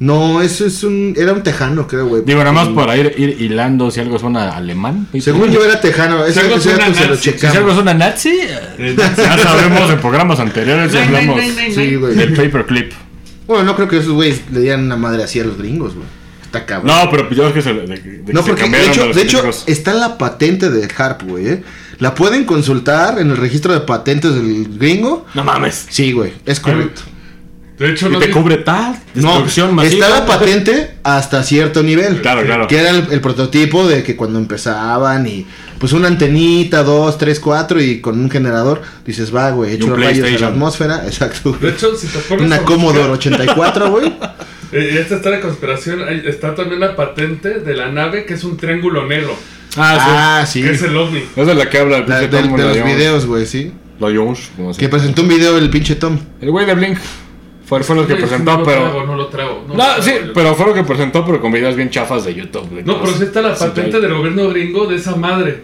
Speaker 3: No, eso es un. Era un tejano, creo, güey.
Speaker 4: Digo, nada más para ir, ir hilando si algo suena alemán.
Speaker 3: Según yo era tejano, ese
Speaker 2: Según
Speaker 3: dato
Speaker 2: suena
Speaker 3: se lo
Speaker 2: nazi,
Speaker 4: Si
Speaker 3: checamos.
Speaker 4: algo suena nazi, eh, ya sabemos en programas anteriores, ya hablamos
Speaker 3: Sí, güey.
Speaker 4: del paperclip.
Speaker 3: Bueno, no creo que esos güeyes le dieran una madre así a los gringos, güey. Está cabrón.
Speaker 4: No, pero yo es que se, de, de-
Speaker 3: No,
Speaker 4: se
Speaker 3: porque de
Speaker 4: cambiaron a
Speaker 3: hecho,
Speaker 4: los
Speaker 3: de hecho
Speaker 4: gringos.
Speaker 3: está la patente de Harp, güey. ¿eh? La pueden consultar en el registro de patentes del gringo.
Speaker 4: no mames.
Speaker 3: Sí, güey, es correcto.
Speaker 2: De hecho,
Speaker 4: Y
Speaker 2: no
Speaker 4: te
Speaker 2: di-
Speaker 4: cubre tal
Speaker 3: No,
Speaker 4: destrucción masiva.
Speaker 3: está la patente hasta cierto nivel.
Speaker 4: Claro, claro.
Speaker 3: Que era el, el prototipo de que cuando empezaban y pues una antenita, dos, tres, cuatro y con un generador, dices, va, güey,
Speaker 4: un
Speaker 3: echo los rayos a la
Speaker 4: PlayStation.
Speaker 3: atmósfera. Exacto.
Speaker 2: De
Speaker 3: güey.
Speaker 2: hecho, si te pones.
Speaker 3: Una
Speaker 2: a
Speaker 3: Commodore Ah,
Speaker 2: buscar-
Speaker 3: 84, güey.
Speaker 2: Eh, esta está la conspiración. ahí Está también la patente de la nave, que es un triángulo negro.
Speaker 4: Ah,
Speaker 3: Ah, sí.
Speaker 2: Que es el ovni.
Speaker 4: sí. Es de la que habla el
Speaker 3: La-
Speaker 4: pinche
Speaker 3: del-
Speaker 4: Tom
Speaker 3: de los
Speaker 4: Jones.
Speaker 3: videos, güey, sí.
Speaker 4: Lo Jones, como así.
Speaker 3: Que presentó un video el pinche Tom.
Speaker 4: El güey de Blink fue, fue lo que
Speaker 2: Güey,
Speaker 4: presentó,
Speaker 2: no lo
Speaker 4: pero.
Speaker 2: Trago, no lo trago.
Speaker 4: no,
Speaker 2: lo trago,
Speaker 4: sí,
Speaker 2: yo.
Speaker 4: pero fue lo que presentó, pero con videos bien chafas de YouTube. güey.
Speaker 2: No, pero sí está la
Speaker 4: Sí,
Speaker 2: patente
Speaker 4: güey.
Speaker 2: del gobierno gringo de esa madre.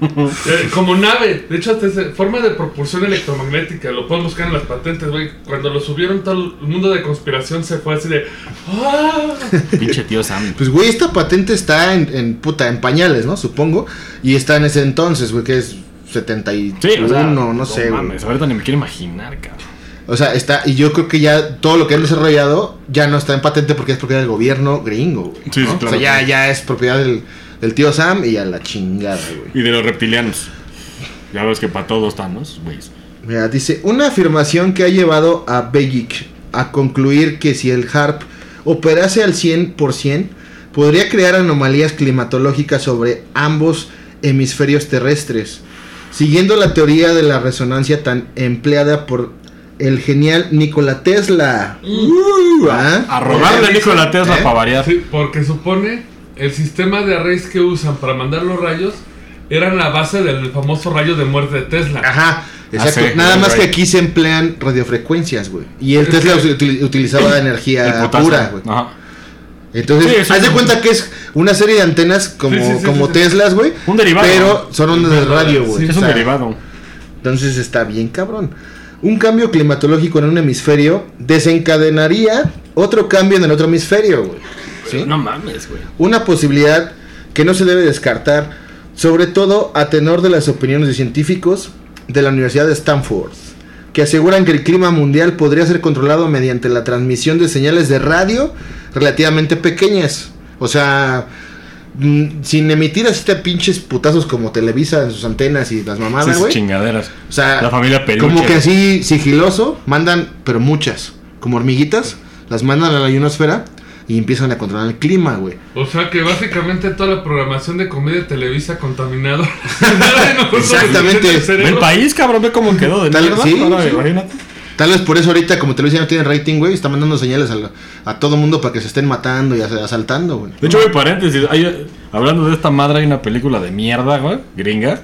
Speaker 2: Eh, como nave, de hecho, hasta es forma de propulsión electromagnética. Lo pueden buscar en las patentes, güey. Cuando lo subieron, todo el mundo de conspiración se fue así de. ¡Ah!
Speaker 4: Pinche tío Sam.
Speaker 3: Pues, güey, esta patente está en, en puta, en pañales, ¿no? Supongo. Y está en ese entonces, güey, que es 71,
Speaker 4: Sí, o sea,
Speaker 3: no sé, güey.
Speaker 4: mames, ahorita ni me quiero imaginar, cabrón.
Speaker 3: O sea, está. Y yo creo que ya todo lo que han desarrollado ya no está en patente porque es propiedad del gobierno gringo, güey.
Speaker 4: Sí, sí,
Speaker 3: ¿no?
Speaker 4: claro.
Speaker 3: O sea, ya, ya es propiedad del, del tío Sam y a la chingada, güey.
Speaker 4: Y de los reptilianos. Ya ves que para todos Thanos, güey.
Speaker 3: Mira, dice, una afirmación que ha llevado a Begic a concluir que si el HARP operase al 100%, podría crear anomalías climatológicas sobre ambos hemisferios terrestres. Siguiendo la teoría de la resonancia tan empleada por el genial Nikola Tesla. ¿Ah?
Speaker 4: Uh, A robarle a Nikola Tesla
Speaker 3: ¿Eh?
Speaker 4: para variar.
Speaker 2: Sí, porque supone el sistema de arrays que usan para mandar los rayos eran la base del famoso rayo de muerte de Tesla.
Speaker 3: Ajá, exacto.
Speaker 4: Ah, sí,
Speaker 3: Nada
Speaker 4: right,
Speaker 3: más que
Speaker 4: right.
Speaker 3: aquí se emplean radiofrecuencias, güey. Y el
Speaker 2: Es
Speaker 3: Tesla
Speaker 2: que-
Speaker 3: util- utilizaba
Speaker 4: El
Speaker 3: energía
Speaker 4: potasio.
Speaker 3: pura, güey.
Speaker 4: Ajá. Sí,
Speaker 3: Entonces,
Speaker 4: eso
Speaker 3: haz de
Speaker 4: es-
Speaker 3: cuenta que es una serie de antenas como,
Speaker 2: Sí, sí, sí,
Speaker 3: como
Speaker 2: sí, sí.
Speaker 3: Teslas, güey.
Speaker 4: Un derivado.
Speaker 3: Pero son ondas de radio,
Speaker 2: Sí,
Speaker 3: güey.
Speaker 4: Es
Speaker 3: O
Speaker 4: un
Speaker 3: sea,
Speaker 4: derivado.
Speaker 3: Entonces está bien cabrón. Un cambio climatológico en un hemisferio desencadenaría otro cambio en el otro hemisferio, güey. ¿Sí?
Speaker 4: No mames, güey.
Speaker 3: Una posibilidad que no se debe descartar, sobre todo a tenor de las opiniones de científicos de la Universidad de Stanford, que aseguran que el clima mundial podría ser controlado mediante la transmisión de señales de radio relativamente pequeñas. O sea, mm, sin emitir así te pinches putazos como Televisa en sus antenas y las mamadas,
Speaker 4: Esas
Speaker 3: güey.
Speaker 4: chingaderas.
Speaker 3: O sea,
Speaker 4: La familia peluche.
Speaker 3: como que así sigiloso, mandan, pero muchas, como hormiguitas, las mandan a la ionosfera y empiezan a controlar el clima, güey.
Speaker 2: O sea que básicamente toda la programación de comedia de Televisa contaminado. Nada de nosotros
Speaker 3: Exactamente.
Speaker 2: en el cerebro.
Speaker 4: Ve el país, cabrón, ve cómo quedó de
Speaker 3: Tal-
Speaker 4: mierda.
Speaker 3: sí,
Speaker 4: Ahora,
Speaker 3: sí.
Speaker 4: imagínate.
Speaker 3: Tal vez por eso ahorita, como Televisa no tiene rating, güey, está mandando señales a, la- a todo mundo para que se estén matando y as- asaltando, güey.
Speaker 4: De hecho, güey, paréntesis. hay- hablando de esta madre, hay una película de mierda, güey, gringa.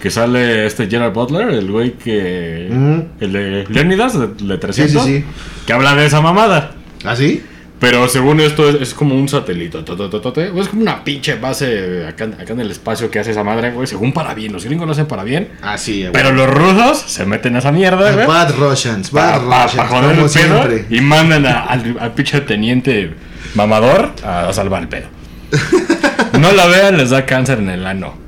Speaker 4: Que sale este Gerard Butler, el güey que.
Speaker 3: Ujú.
Speaker 4: El de Leonidas, de, de 300.
Speaker 3: sí, ¿Ah, sí.
Speaker 4: Que habla de esa mamada.
Speaker 3: ¿Así?
Speaker 4: Pero según esto es, es como un satélite. totototote, güey, Es como una pinche base acá, acá en el espacio que hace esa madre, güey. Según para bien. Los gringos lo hacen para bien.
Speaker 3: Así, Ah, güey.
Speaker 4: Pero los rusos se meten a esa mierda, güey.
Speaker 3: Bad Russians,
Speaker 4: Para,
Speaker 3: Bad Russians,
Speaker 4: para- para joder
Speaker 3: como
Speaker 4: el pedo.
Speaker 3: siempre.
Speaker 4: Y mandan a- al, al pinche teniente mamador a, a salvar el pedo. No la vean, les da cáncer en el ano.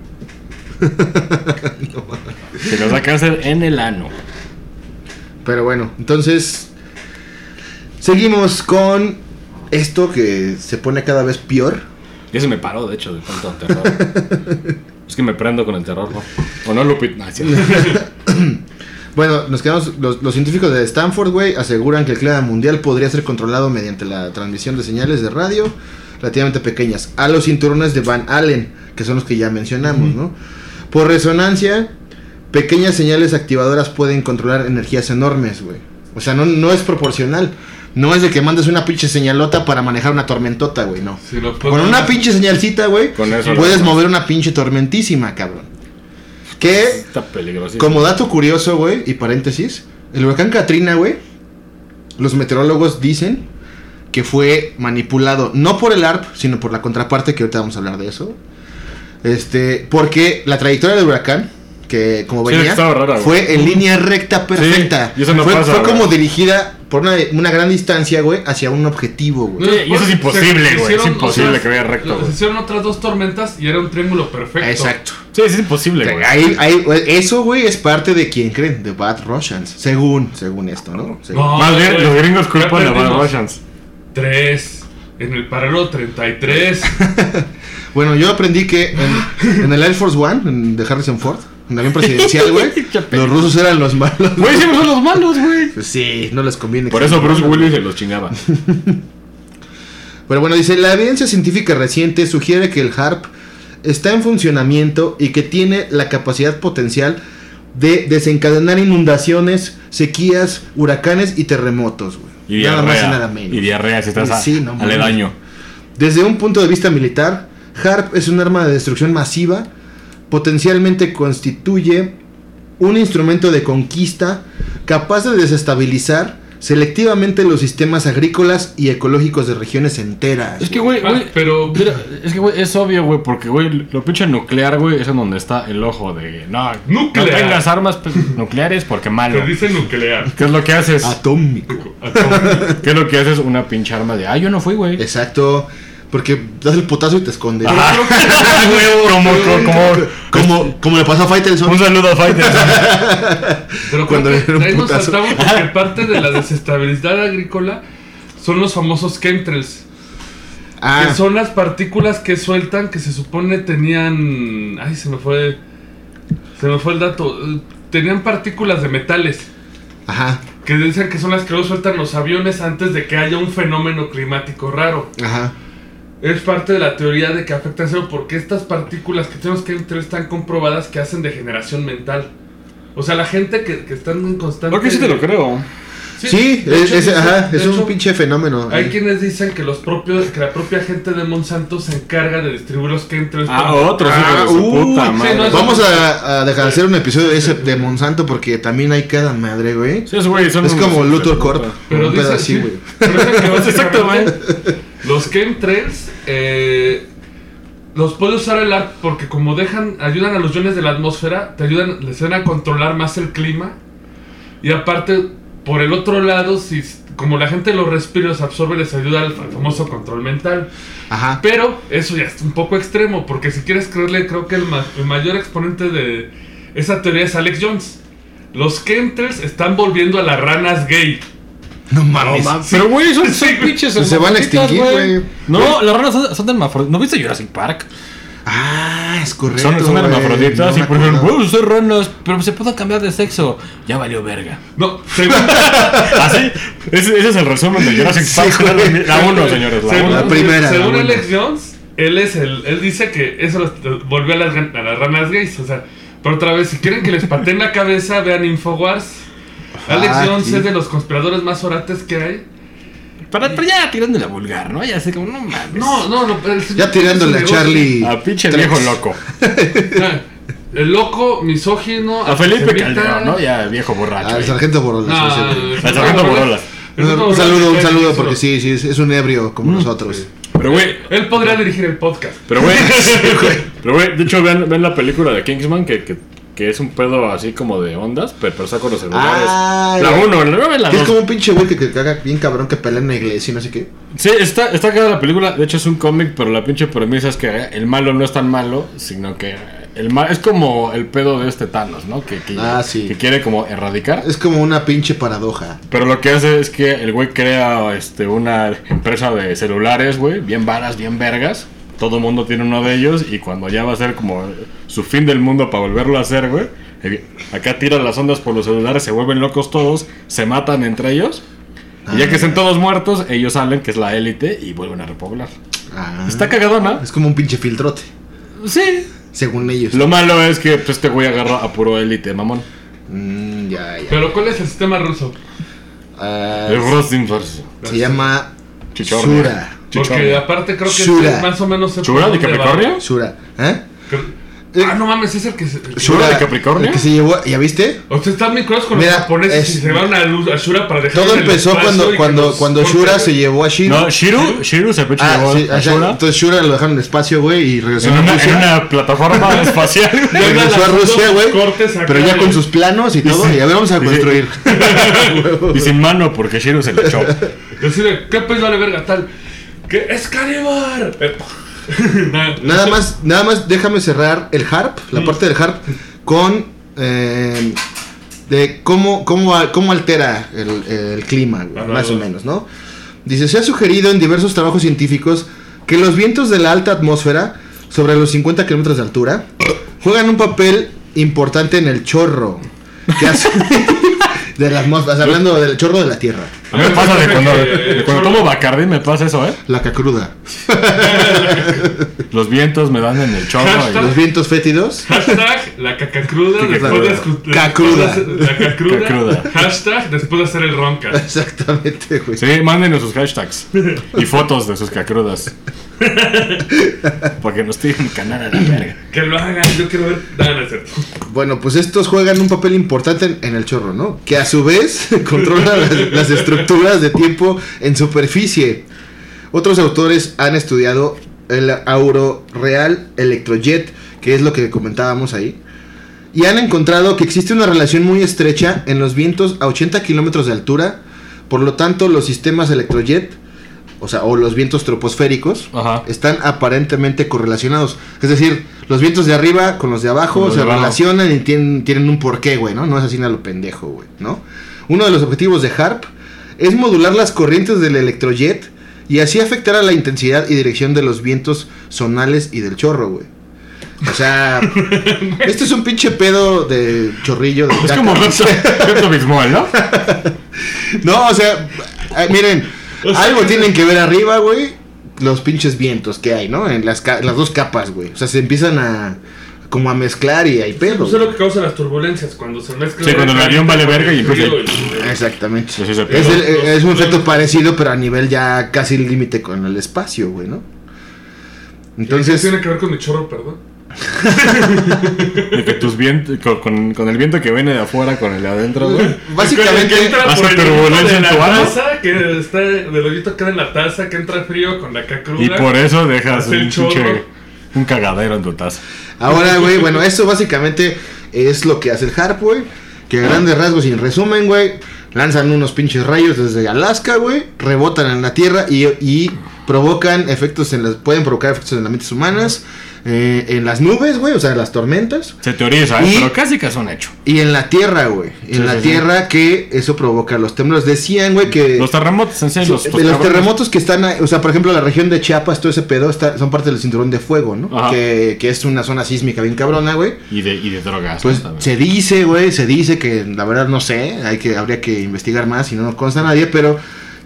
Speaker 4: Se les da cáncer en el ano.
Speaker 3: Pero bueno, entonces seguimos con esto que se pone cada vez peor.
Speaker 4: Ya se me paró, de hecho, de tanto terror. Es que me prendo con el terror, ¿no? O no, Ah, Lupit. No, es cierto.
Speaker 3: Bueno, nos quedamos. Los, los científicos de Stanford, güey, aseguran que el clima mundial podría ser controlado mediante la transmisión de señales de radio relativamente pequeñas a los cinturones de Van Allen, que son los que ya mencionamos, ¿no? Por resonancia, pequeñas señales activadoras pueden controlar energías enormes, güey. O sea, no, no es proporcional. No es de que mandes una pinche señalota para manejar una tormentota, güey, no.
Speaker 2: Si lo
Speaker 3: Con una pinche señalcita, güey,
Speaker 4: Pues Con eso lo
Speaker 3: puedes
Speaker 4: haces.
Speaker 3: mover una pinche tormentísima, cabrón. Que
Speaker 4: Está peligroso.
Speaker 3: como dato curioso, güey, y paréntesis, el huracán Katrina, güey, los meteorólogos dicen que fue manipulado no por el ARP, sino por la contraparte, que ahorita vamos a hablar de eso. Este, porque la trayectoria del huracán, que como
Speaker 4: Sí,
Speaker 3: venía,
Speaker 4: estaba rara, güey.
Speaker 3: fue en línea recta perfecta.
Speaker 4: y eso no
Speaker 3: fue,
Speaker 4: pasa,
Speaker 3: fue
Speaker 4: güey.
Speaker 3: como dirigida por una, una gran distancia, güey, hacia un objetivo, güey.
Speaker 4: No, Sí, y eso es imposible,
Speaker 2: Se-
Speaker 4: güey, es
Speaker 2: hicieron
Speaker 4: imposible
Speaker 2: otras-
Speaker 4: que vaya recto,
Speaker 2: las
Speaker 4: güey.
Speaker 2: Hicieron otras dos tormentas y era un triángulo perfecto.
Speaker 3: Exacto.
Speaker 4: Sí, sí, es imposible, güey.
Speaker 3: Ahí- ahí- eso, güey, es parte de quien creen, de Bad Russians. Según, según esto, ¿no? Según.
Speaker 2: No,
Speaker 4: Más bien,
Speaker 2: güey,
Speaker 4: los gringos
Speaker 2: ya
Speaker 4: culpan a Bad
Speaker 2: perdimos.
Speaker 4: Russians.
Speaker 2: Tres. En el paralelo 33.
Speaker 3: Bueno, yo aprendí que en, en el Air Force One, en- de Harrison Ford, en avión presidencial, güey,
Speaker 4: Qué pedo.
Speaker 3: los rusos eran los malos.
Speaker 4: Güey, siempre son los malos, güey.
Speaker 3: Pues Sí, no les conviene.
Speaker 4: Por
Speaker 3: que
Speaker 4: eso
Speaker 3: sean
Speaker 4: Bruce
Speaker 3: malos.
Speaker 4: Willis se los chingaba.
Speaker 3: Pero bueno, dice, la evidencia científica reciente sugiere que el HARP está en funcionamiento y que tiene la capacidad potencial de desencadenar inundaciones, sequías, huracanes y terremotos, güey.
Speaker 4: Y
Speaker 3: nada
Speaker 4: diarrea.
Speaker 3: más y nada menos.
Speaker 4: Y diarrea si estás a-
Speaker 3: Sí, no mames.
Speaker 4: aledaño.
Speaker 3: Desde un punto de vista militar, HARP es un arma de destrucción masiva, potencialmente constituye un instrumento de conquista capaz de desestabilizar selectivamente los sistemas agrícolas y ecológicos de regiones enteras.
Speaker 4: Es que, güey,
Speaker 2: Ah,
Speaker 4: güey.
Speaker 2: pero-
Speaker 4: mira, es que, güey, es obvio, güey, porque, güey, lo pinche nuclear, güey, es en donde está el ojo de. No,
Speaker 2: Nuclear.
Speaker 4: no tengas armas pe- nucleares porque
Speaker 2: Te
Speaker 4: malo.
Speaker 2: dice nuclear.
Speaker 4: ¿Qué es lo que haces?
Speaker 3: Ah, atómico.
Speaker 4: ¿Qué es lo que haces? Una pinche arma de. Ah, yo no fui, güey.
Speaker 3: Exacto, porque das el putazo y te escondes.
Speaker 4: Ajá. Huevo, como, como, como-
Speaker 3: Como, como le pasó a
Speaker 4: Un
Speaker 3: Faitelson.
Speaker 4: saludo a Fighters.
Speaker 2: Pero
Speaker 3: Cuando
Speaker 2: cuando
Speaker 3: le dieron
Speaker 2: ahí nos
Speaker 3: putazo.
Speaker 2: saltamos porque parte de la desestabilidad agrícola son los famosos chemtrails.
Speaker 3: Ah,
Speaker 2: Que son las partículas que sueltan que se supone tenían. Ay, se me fue. Se me fue el dato. Eh, Tenían partículas de metales.
Speaker 3: ajá,
Speaker 2: Que dicen que son las que luego sueltan los aviones antes de que haya un fenómeno climático raro.
Speaker 3: ajá.
Speaker 2: es parte de la teoría de que afecta al cerebro porque estas partículas que tenemos que entrar están comprobadas que hacen degeneración mental. O sea, la gente que, que están en constante...
Speaker 4: Porque sí te lo creo.
Speaker 3: Sí,
Speaker 2: de
Speaker 3: es,
Speaker 2: hecho,
Speaker 3: es-
Speaker 2: dicen-
Speaker 3: ajá,
Speaker 2: de
Speaker 3: es un
Speaker 2: hecho,
Speaker 3: pinche fenómeno.
Speaker 2: Hay
Speaker 3: eh.
Speaker 2: quienes dicen que los propios que la propia gente de Monsanto se encarga de distribuir los chemtrails.
Speaker 4: Ah,
Speaker 2: para-
Speaker 4: otros hijos de su
Speaker 3: uy,
Speaker 4: puta
Speaker 3: uh, sí,
Speaker 4: madre.
Speaker 2: no es-
Speaker 3: Vamos a, a dejar de hacer un episodio de ese de Monsanto porque también hay cada madre, güey.
Speaker 4: Sí, esos güeyes son
Speaker 3: Es
Speaker 4: unos
Speaker 3: como
Speaker 4: hijos de
Speaker 3: Luthor
Speaker 4: su
Speaker 3: Corp.
Speaker 4: puta.
Speaker 2: Pero
Speaker 3: un
Speaker 2: dicen,
Speaker 3: pedo así,
Speaker 2: sí,
Speaker 3: güey.
Speaker 2: pero dicen que
Speaker 4: Exacto, güey.
Speaker 2: básicamente Los chemtrails eh, los puede usar el arte porque como dejan, ayudan a los iones de la atmósfera, te ayudan, les ayudan a controlar más el clima. Y aparte, por el otro lado, si como la gente los respira, los absorbe, les ayuda al al famoso control mental.
Speaker 3: Ajá.
Speaker 2: Pero eso ya es un poco extremo, porque si quieres creerle, creo que el, ma- el mayor exponente de esa teoría es Alex Jones. Los chemtrails están volviendo a las ranas gay.
Speaker 3: No mames.
Speaker 4: Pero, güey, son, son pinches
Speaker 3: Pues se van a
Speaker 4: hermafroditas,
Speaker 3: extinguir, güey.
Speaker 4: No, las ranas son, son de hermafroditas. ¿No viste Jurassic Park?
Speaker 3: Ah, es correcto.
Speaker 4: son son
Speaker 3: güey.
Speaker 4: hermafroditas
Speaker 3: No
Speaker 4: y
Speaker 3: me
Speaker 4: por ejemplo, uh,
Speaker 3: acuerdo.
Speaker 4: güey, son ranas, pero se pueden cambiar de sexo. Ya valió verga.
Speaker 2: No, según,
Speaker 4: Así, ese, ese es el resumen de Jurassic
Speaker 3: Sí,
Speaker 4: Park.
Speaker 3: güey.
Speaker 4: la uno, señores, la
Speaker 2: según-
Speaker 4: uno.
Speaker 3: La primera,
Speaker 2: según
Speaker 3: la
Speaker 2: Alex Jones, él es el, él dice que eso los- volvió a las, gan- a las ranas gays. O sea, pero otra vez, si quieren que les pateen la cabeza, vean Infowars. Alex
Speaker 3: Ah,
Speaker 2: Jones
Speaker 3: sí.
Speaker 2: es de los conspiradores más orates que hay.
Speaker 4: Pero, pero ya tirándole a vulgar, ¿no? Ya así como, no mames.
Speaker 2: No, no, no. el señor
Speaker 3: Ya tirándole a
Speaker 2: tiene su negocio.
Speaker 3: Charlie.
Speaker 4: A pinche
Speaker 3: Trex.
Speaker 4: viejo loco.
Speaker 2: El loco, misógino.
Speaker 4: A Ah, Felipe
Speaker 2: antisemita.
Speaker 4: Calderón, ¿no? Ya viejo borracho.
Speaker 3: Al
Speaker 4: güey.
Speaker 3: sargento Borolas.
Speaker 2: No,
Speaker 3: sí, sí.
Speaker 2: el
Speaker 4: Al sargento Borolas.
Speaker 2: El sargento
Speaker 3: Un
Speaker 2: Borolas
Speaker 3: saludo, un
Speaker 2: es
Speaker 3: saludo,
Speaker 2: ridículo.
Speaker 3: porque sí, sí, es, es un ebrio
Speaker 4: Mm.
Speaker 3: como nosotros.
Speaker 4: Pero, güey,
Speaker 2: Él podría dirigir el podcast.
Speaker 4: Pero, güey, pero, güey, de hecho, vean, vean la película de Kingsman que, que, que es un pedo así como de ondas, pero, pero está con los celulares.
Speaker 3: Ah,
Speaker 4: la
Speaker 3: ya.
Speaker 4: 1, no vean la
Speaker 3: Que es
Speaker 4: dos.
Speaker 3: como un pinche güey que, que caga bien cabrón que pelea en la iglesia y no sé qué.
Speaker 4: Sí, está, está cagada la película. De hecho, es un cómic, pero la pinche premisa es que el malo no es tan malo, sino que el ma- es como el pedo de este Thanos, ¿no? Que, que,
Speaker 3: Ah, sí.
Speaker 4: que quiere como erradicar.
Speaker 3: Es como una pinche paradoja.
Speaker 4: Pero lo que hace es que el güey crea este, una empresa de celulares, güey, bien varas, bien vergas. Todo mundo tiene uno de ellos y cuando ya va a ser como su fin del mundo para volverlo a hacer, güey, eh, acá tiran las ondas por los celulares, se vuelven locos todos, se matan entre ellos.
Speaker 3: Ah.
Speaker 4: Y ya que estén todos muertos, ellos salen, que es la élite, y vuelven a repoblar.
Speaker 3: Ah.
Speaker 4: Está cagadona.
Speaker 3: Es como un pinche filtrote,
Speaker 4: Sí.
Speaker 3: según ellos.
Speaker 4: Lo malo es que pues, este güey agarra a puro élite, mamón.
Speaker 3: Mm, ya, ya.
Speaker 2: Pero ¿cuál es el sistema ruso?
Speaker 3: Ah,
Speaker 4: El Rostin Farsi.
Speaker 3: se llama
Speaker 4: Chichorne.
Speaker 3: Sura.
Speaker 2: Porque
Speaker 4: Chichorne.
Speaker 2: aparte creo que
Speaker 3: Shura.
Speaker 2: este más o menos se
Speaker 4: ¿Shura de Capricornio?
Speaker 3: Sura. ¿Eh?
Speaker 2: Ah, no mames, es el que se. el que-
Speaker 4: ¿Shura de Capricornio?
Speaker 3: el que se llevó, ¿ya viste?
Speaker 2: O sea, están bien claros con
Speaker 3: Mira,
Speaker 2: los japoneses
Speaker 3: es-
Speaker 2: y se van a, luz- a Shura para dejar.
Speaker 3: Todo empezó cuando, cuando, cuando Shura se llevó a Shiro.
Speaker 4: No, Shiru, Shiru se pinche
Speaker 3: ah,
Speaker 4: llevó
Speaker 3: sí,
Speaker 4: a
Speaker 3: ajá,
Speaker 4: Shura.
Speaker 3: entonces Shura lo dejaron en el espacio, güey, y regresó
Speaker 4: En
Speaker 3: a
Speaker 4: una,
Speaker 3: Rusia.
Speaker 4: en una plataforma espacial. güey.
Speaker 3: Regresó a Rusia, güey.
Speaker 2: Cortes acá
Speaker 3: Pero ya
Speaker 2: de-
Speaker 3: con sus planos y todo, y a ver, vamos a
Speaker 4: sí.
Speaker 3: construir.
Speaker 4: y sin mano porque Shiru se le echó.
Speaker 2: Decirle, ¿qué pez vale verga tal? ¿Qué? ¡Es Calibar! Nada.
Speaker 3: Nada más, nada más déjame cerrar el harp, la parte del harp, con eh, de cómo, cómo, cómo altera el, el clima, güey,
Speaker 2: Ajá.
Speaker 3: más o menos, ¿no? Dice, se ha sugerido en diversos trabajos científicos que los vientos de la alta atmósfera, sobre los 50 kilómetros de altura, juegan un papel importante en el chorro que hace de la atmósfera, o sea, hablando del chorro de la Tierra,
Speaker 4: A mí me pasa de cuando, de cuando tomo Bacardi, me pasa eso, ¿eh?
Speaker 3: la cacruda,
Speaker 4: Los vientos me dan en el chorro.
Speaker 2: Hashtag-
Speaker 4: y-
Speaker 3: los vientos fétidos.
Speaker 2: Hashtag la cacacruda
Speaker 4: Sí,
Speaker 2: después
Speaker 4: cacruda.
Speaker 2: de escu-
Speaker 3: Cacruda.
Speaker 2: después de- La cacruda.
Speaker 4: Cacruda.
Speaker 2: Hashtag después de hacer el ronca.
Speaker 3: Exactamente, güey.
Speaker 4: Sí, mándenos sus hashtags y fotos de sus cacrudas. Porque nos tienen canal a la verga.
Speaker 2: Que lo hagan, yo quiero ver. Dale, no es cierto.
Speaker 3: Bueno, pues estos juegan un papel importante en, en el chorro, ¿no? Que a su vez controlan las, las estructuras de tiempo en superficie. Otros autores han estudiado el auroreal electrojet, que es lo que comentábamos ahí, y han encontrado que existe una relación muy estrecha en los vientos a 80 kilómetros de altura. Por lo tanto, los sistemas electrojet, o sea, o los vientos troposféricos,
Speaker 4: Ajá.
Speaker 3: están aparentemente correlacionados. Es decir, los vientos de arriba con los de abajo
Speaker 4: Con los
Speaker 3: se
Speaker 4: de abajo.
Speaker 3: relacionan y tienen, tienen un porqué, güey, ¿no? No es así a lo pendejo, güey, ¿no? Uno de los objetivos de HARP es modular las corrientes del electrojet y así afectar a la intensidad y dirección de los vientos zonales y del chorro, güey. O sea, este es un pinche pedo de chorrillo de
Speaker 4: Es
Speaker 3: caca.
Speaker 4: como Pepto, Pepto Bismol, ¿no?
Speaker 3: No, o sea, eh, miren,
Speaker 2: O sea,
Speaker 3: algo tienen que ver arriba, güey. los pinches vientos que hay, ¿no? En las, ca- las dos capas, güey. O sea, se empiezan a como a mezclar y hay pedo.
Speaker 2: Pues es lo que causa las turbulencias cuando se mezcla.
Speaker 4: Sí, cuando el avión vale verga y empieza-
Speaker 2: ruido y-
Speaker 3: Exactamente.
Speaker 4: Pues ese pedo.
Speaker 3: es, el- eh,
Speaker 2: Pues
Speaker 3: es un efecto parecido, pero a nivel ya casi el límite con el espacio, güey, ¿no?
Speaker 2: Entonces.
Speaker 3: Entonces,
Speaker 2: Tiene que ver con mi chorro, perdón.
Speaker 4: De que tus vientos, con, con- con el viento que viene de afuera, con el de adentro, güey.
Speaker 2: Que
Speaker 3: básicamente,
Speaker 2: entra
Speaker 4: ¿Hace
Speaker 2: por el hoyito
Speaker 4: turbulencia
Speaker 2: de
Speaker 4: en
Speaker 2: la
Speaker 4: tu ano?
Speaker 2: taza, que está del hoyito que da en la taza, que entra frío con la cacruda.
Speaker 4: Y por eso dejas
Speaker 2: Hace el
Speaker 4: un pinche.
Speaker 2: chorro.
Speaker 4: Un cagadero en tu taza.
Speaker 3: ahora, güey, bueno, eso básicamente es lo que hace el HARP, güey. Que
Speaker 4: Ah.
Speaker 3: a grandes rasgos y en resumen, güey, lanzan unos pinches rayos desde Alaska, güey, rebotan en la Tierra y, y provocan efectos en las. pueden provocar efectos en las mentes humanas, eh, en las nubes, güey, o sea, en las tormentas.
Speaker 4: Se teoriza, ¿eh?
Speaker 3: Y-
Speaker 4: pero casi que es un hecho.
Speaker 3: Y en la tierra, güey. En
Speaker 4: Sí,
Speaker 3: la
Speaker 4: sí, sí.
Speaker 3: tierra que eso provoca los temblores. Decían, güey, que.
Speaker 4: Los terremotos, en serio. Los,
Speaker 3: de
Speaker 4: los
Speaker 3: los
Speaker 4: cabrones-
Speaker 3: terremotos que están, ahí, o sea, por ejemplo, la región de Chiapas, todo ese pedo, está- son parte del cinturón de fuego, ¿no?
Speaker 4: Ajá.
Speaker 3: Que, que es una zona sísmica bien cabrona, güey.
Speaker 4: Y de, y de drogas.
Speaker 3: Pues
Speaker 4: ¿no? También.
Speaker 3: se dice, güey, se dice que la verdad no sé, hay que, habría que investigar más y no nos consta a nadie, pero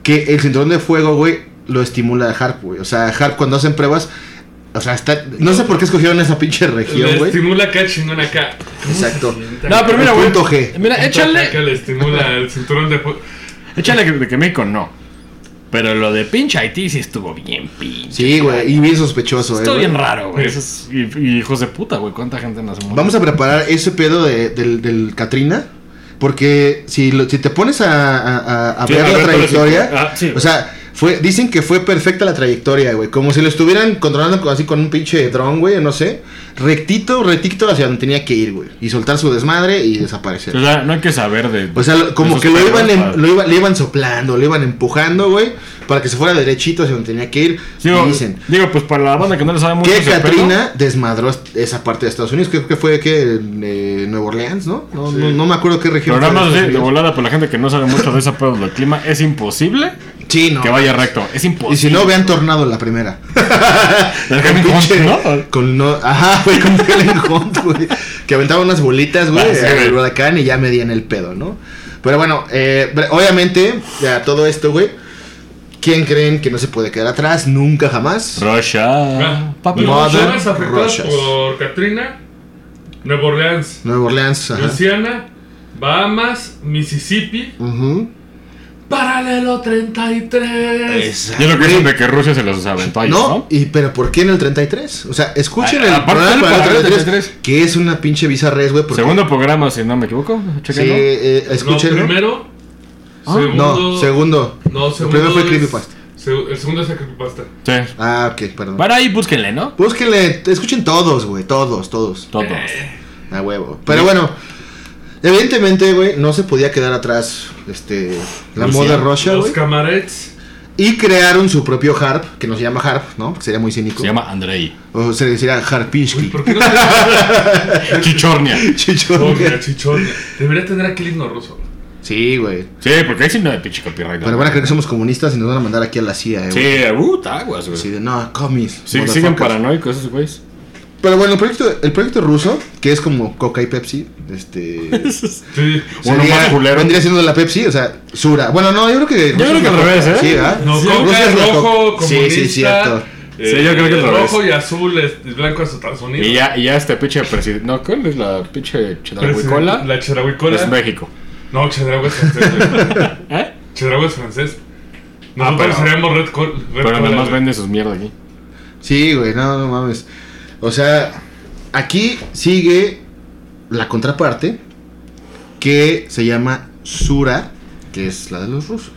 Speaker 3: que el cinturón de fuego, güey, lo estimula Harp, güey. O sea, Harp cuando hacen pruebas, o sea, está, no sé por qué escogieron esa pinche
Speaker 2: Le
Speaker 3: región, güey.
Speaker 2: estimula acá, chingón acá. ¿Cómo se
Speaker 3: Exacto.
Speaker 2: sienta?
Speaker 4: No, pero mira, güey.
Speaker 3: Punto G.
Speaker 4: Mira, échale.
Speaker 2: Que le estimula el cinturón de fuego.
Speaker 4: Échale que, de que México no. Pero lo de pinche Haití sí estuvo bien pinche.
Speaker 3: Sí, güey, y bien sospechoso, eh,
Speaker 4: Estuvo
Speaker 3: güey.
Speaker 4: bien raro, güey.
Speaker 2: Sí.
Speaker 4: Eso es- y, y hijos de puta, güey. ¿Cuánta gente nos muere?
Speaker 3: Vamos a preparar ese pedo de- del, del Katrina. Porque si, lo- si te pones a, a- a- a
Speaker 4: Sí,
Speaker 3: ver
Speaker 4: a
Speaker 3: la
Speaker 4: ver todo eso.
Speaker 3: trayectoria,
Speaker 4: Ah, sí.
Speaker 3: o sea, fue, dicen que fue perfecta la trayectoria, güey. Como si lo estuvieran controlando con- así con un pinche dron, güey, no sé. Rectito, rectito hacia donde tenía que ir, güey. Y soltar su desmadre y desaparecer.
Speaker 4: O sea, no hay que saber de.
Speaker 3: O sea, lo- como
Speaker 4: esos
Speaker 3: que lo
Speaker 4: pedos
Speaker 3: iban, em-
Speaker 4: para-
Speaker 3: lo iba- le iban soplando, lo iban empujando, güey, para que se fuera derechito hacia donde tenía que ir.
Speaker 4: Digo,
Speaker 3: y dicen,
Speaker 4: digo, pues para la banda que no le sabe mucho.
Speaker 3: que
Speaker 4: ese pedo,
Speaker 3: Katrina desmadró esa parte de Estados Unidos. Creo que fue que en eh, Nueva Orleans, ¿no? No, no, no me acuerdo qué región. fue de
Speaker 4: Programas de,
Speaker 3: Estados
Speaker 4: de
Speaker 3: Unidos.
Speaker 4: volada por la gente que no sabe mucho de ese pedo del clima. Es imposible
Speaker 3: Sí, no.
Speaker 4: que vaya recto. Es imposible.
Speaker 3: Y si no, vean Tornado la primera.
Speaker 4: Del
Speaker 3: Con
Speaker 4: Helen Hunt,
Speaker 3: pinche-
Speaker 4: ¿no?
Speaker 3: Con no. Ajá, güey, con Helen Hunt, güey. Que aventaba unas bolitas, güey,
Speaker 4: Ah, sí,
Speaker 3: al
Speaker 4: güey.
Speaker 3: huracán y ya me en el pedo, ¿no? Pero bueno, eh, bre- obviamente, ya todo esto, güey. ¿Quién creen que no se puede quedar atrás? Nunca jamás.
Speaker 4: Russia.
Speaker 2: Ah,
Speaker 4: Papi.
Speaker 3: No.
Speaker 2: Las
Speaker 3: Mother
Speaker 2: zonas afectadas
Speaker 3: Russias.
Speaker 2: por Katrina, Nueva Orleans,
Speaker 3: Nueva Orleans,
Speaker 4: Pues
Speaker 3: ajá.
Speaker 2: Luisiana, Bahamas, Mississippi,
Speaker 3: Ujú.
Speaker 2: paralelo 33.
Speaker 3: Exacto,
Speaker 4: Yo lo que
Speaker 3: güey.
Speaker 4: dicen de que Rusia se los aventó ahí,
Speaker 3: No,
Speaker 4: ¿no?
Speaker 3: y pero ¿por qué en el 33? O sea, escuchen
Speaker 4: Ah,
Speaker 3: el
Speaker 4: aparte
Speaker 3: programa
Speaker 4: del
Speaker 3: para el
Speaker 4: programa
Speaker 3: 33,
Speaker 4: 33.
Speaker 3: que es una pinche bizarres, güey, porque
Speaker 4: Segundo programa, si no me equivoco.
Speaker 3: sí,
Speaker 4: Chéquenlo.
Speaker 3: eh,
Speaker 2: No,
Speaker 3: escúchenlo.
Speaker 2: primero.
Speaker 4: Ah.
Speaker 2: Segundo.
Speaker 3: no, segundo.
Speaker 2: No, segundo.
Speaker 3: primero fue
Speaker 2: es-
Speaker 3: Creepypasta.
Speaker 2: segu- el segundo es el Creepypasta.
Speaker 4: Sí.
Speaker 3: Ah, ok, perdón.
Speaker 4: Bueno, ahí búsquenle, ¿no?
Speaker 3: Búsquenle, escuchen todos, güey, todos, todos.
Speaker 4: Todo.
Speaker 2: Eh.
Speaker 3: A huevo. Pero bueno, evidentemente, güey, no se podía quedar atrás este la
Speaker 4: Luciano.
Speaker 3: moda Russia,
Speaker 2: Los
Speaker 3: güey.
Speaker 2: camarets.
Speaker 3: Y crearon su propio harp, que no se llama harp, ¿no? Porque sería muy cínico.
Speaker 4: Se llama Andrei.
Speaker 3: O se sería harpinsky.
Speaker 2: ¿Por qué no
Speaker 3: Ah,
Speaker 2: se
Speaker 4: Chichornia.
Speaker 3: Chichón,
Speaker 2: Chichonia,
Speaker 3: güey.
Speaker 2: chichonia. Debería tener aquí el himno ruso.
Speaker 3: Sí, güey.
Speaker 4: Sí, porque ahí sí no hay pinche copyright. ¿no?
Speaker 3: Pero van a creer que somos comunistas y nos van a mandar aquí a la CIA, eh, güey.
Speaker 4: Sí, uh, aguas, güey.
Speaker 3: Sí, de, no, comis.
Speaker 4: Sí, siguen
Speaker 3: motherfuckers".
Speaker 4: paranoicos esos güeyes.
Speaker 3: Pero bueno, el proyecto, el proyecto ruso, que es como Coca y Pepsi, este.
Speaker 2: Sí.
Speaker 4: Uno
Speaker 3: sería-
Speaker 4: más culero.
Speaker 3: Vendría siendo la Pepsi, o sea, Sura. Bueno, no, yo creo que. Rusia es
Speaker 4: creo que
Speaker 3: la
Speaker 4: al revés,
Speaker 3: Coca.
Speaker 4: ¿eh?
Speaker 3: Sí, ¿verdad?
Speaker 2: No,
Speaker 3: Rusia
Speaker 2: coca
Speaker 3: es
Speaker 2: es
Speaker 3: la
Speaker 2: rojo,
Speaker 3: Coca.
Speaker 2: comunista. Eh,
Speaker 3: Sí, sí, cierto.
Speaker 4: Sí, yo creo que es al
Speaker 2: rojo
Speaker 4: revés.
Speaker 2: y azul, es- y blanco es Estados Unidos.
Speaker 4: Y ya, y ya este pinche presidente. No, ¿cuál es la pinche
Speaker 2: Presidente-
Speaker 4: chedarahuicola?
Speaker 2: La chedarahuicola.
Speaker 4: Es México.
Speaker 2: No, Chedrago es francés.
Speaker 4: ¿Eh?
Speaker 2: Chedrago es francés.
Speaker 4: Ah,
Speaker 2: Nosotros
Speaker 4: pero-
Speaker 2: seríamos Red Col. Red
Speaker 4: Pero
Speaker 2: Cola,
Speaker 4: nada más
Speaker 2: güey.
Speaker 4: vende sus mierda aquí.
Speaker 3: Sí, güey, no, no mames. O sea, aquí sigue la contraparte que se llama Sura, que es la de los rusos.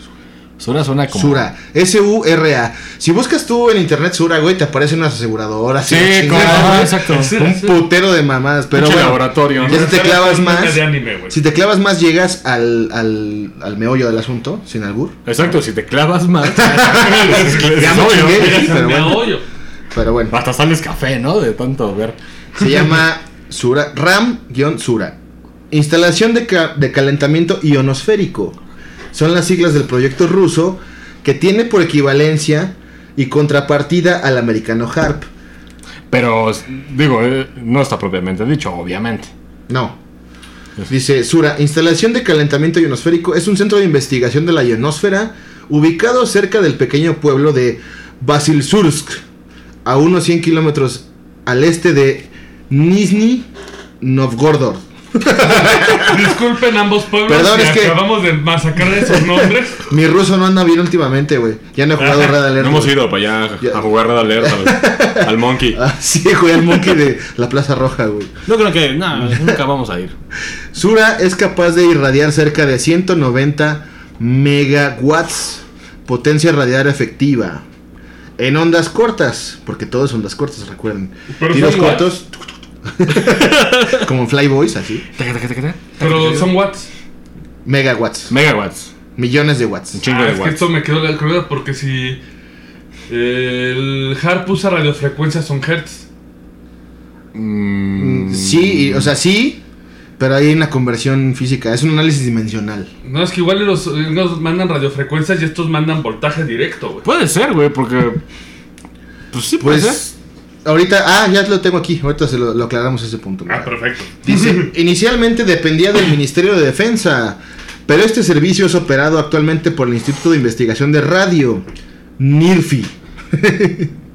Speaker 4: Sura suena como.
Speaker 3: Sura, S-U-R-A. Si buscas tú en internet Sura, güey, te aparecen unas aseguradoras. y la
Speaker 4: Sí, como.
Speaker 3: chingada,
Speaker 4: ajá,
Speaker 3: güey.
Speaker 4: Exacto.
Speaker 2: Sí,
Speaker 3: Un putero de mamadas, pero
Speaker 4: pinche
Speaker 3: bueno.
Speaker 4: laboratorio. ¿no?
Speaker 3: ya si te clavas
Speaker 2: Un manga
Speaker 3: más-
Speaker 2: de anime, güey.
Speaker 3: Si te clavas más, llegas al, al, al meollo del asunto, sin albur.
Speaker 4: Exacto, si te clavas más.
Speaker 3: Ya me
Speaker 4: obvio.
Speaker 3: chingué.
Speaker 2: Mira,
Speaker 3: pero
Speaker 2: me
Speaker 3: bueno.
Speaker 2: aollo.
Speaker 3: Pero bueno,
Speaker 4: Hasta sales café, ¿no? De tanto ver.
Speaker 3: se llama Sura, RAM-Sura. Instalación de, ca- de calentamiento ionosférico. Son las siglas del proyecto ruso que tiene por equivalencia y contrapartida al americano HARP.
Speaker 4: Pero, s- digo, eh, no está propiamente dicho, obviamente.
Speaker 3: No. Dice Sura, instalación de calentamiento ionosférico es un centro de investigación de la ionosfera ubicado cerca del pequeño pueblo de Basilsursk, a unos 100 kilómetros al este de Nizhny Novgorod.
Speaker 2: Disculpen ambos pueblos
Speaker 3: Perdón,
Speaker 2: que
Speaker 3: es que-
Speaker 2: acabamos de masacrar esos nombres.
Speaker 3: Mi ruso no anda bien últimamente, güey. Ya no he jugado Red Alert.
Speaker 5: No hemos
Speaker 3: güey.
Speaker 5: ido para allá
Speaker 3: Ya.
Speaker 5: a jugar Red Alert al, al Monkey.
Speaker 3: Ah, sí, güey, el monkey de la Plaza Roja, güey.
Speaker 4: No creo que, no, nunca vamos a ir.
Speaker 3: Sura es capaz de irradiar cerca de 190 megawatts potencia radial efectiva en ondas cortas, porque todo es ondas cortas, recuerden.
Speaker 2: Pero
Speaker 3: Tiros
Speaker 2: son
Speaker 3: cortos, como en Flyboys, así.
Speaker 4: Taca, taca, taca, taca.
Speaker 2: Pero son watts.
Speaker 3: Megawatts,
Speaker 4: Megawatts.
Speaker 3: millones de
Speaker 4: Un
Speaker 3: watts.
Speaker 4: chingo
Speaker 2: Ah,
Speaker 4: de
Speaker 2: es que
Speaker 4: watts.
Speaker 2: esto me quedó la cruda porque si eh, el HARP usa radiofrecuencias son hertz.
Speaker 4: Mm,
Speaker 3: Sí, y- o sea, sí, pero hay una conversión física, es un análisis dimensional.
Speaker 2: No, es que igual los nos mandan radiofrecuencias y estos mandan voltaje directo, güey.
Speaker 4: Mm, Puede ser, güey, porque. Pues sí, puede
Speaker 2: ¿Ah,
Speaker 3: Pues
Speaker 4: ser.
Speaker 3: ahorita, ah, ya lo tengo aquí, ahorita se lo, lo aclaramos ese punto.
Speaker 2: Ah,
Speaker 3: mira.
Speaker 2: perfecto.
Speaker 3: Dice, inicialmente dependía del Ministerio de Defensa, pero este servicio es operado actualmente por el Instituto de Investigación de Radio, NIRFI.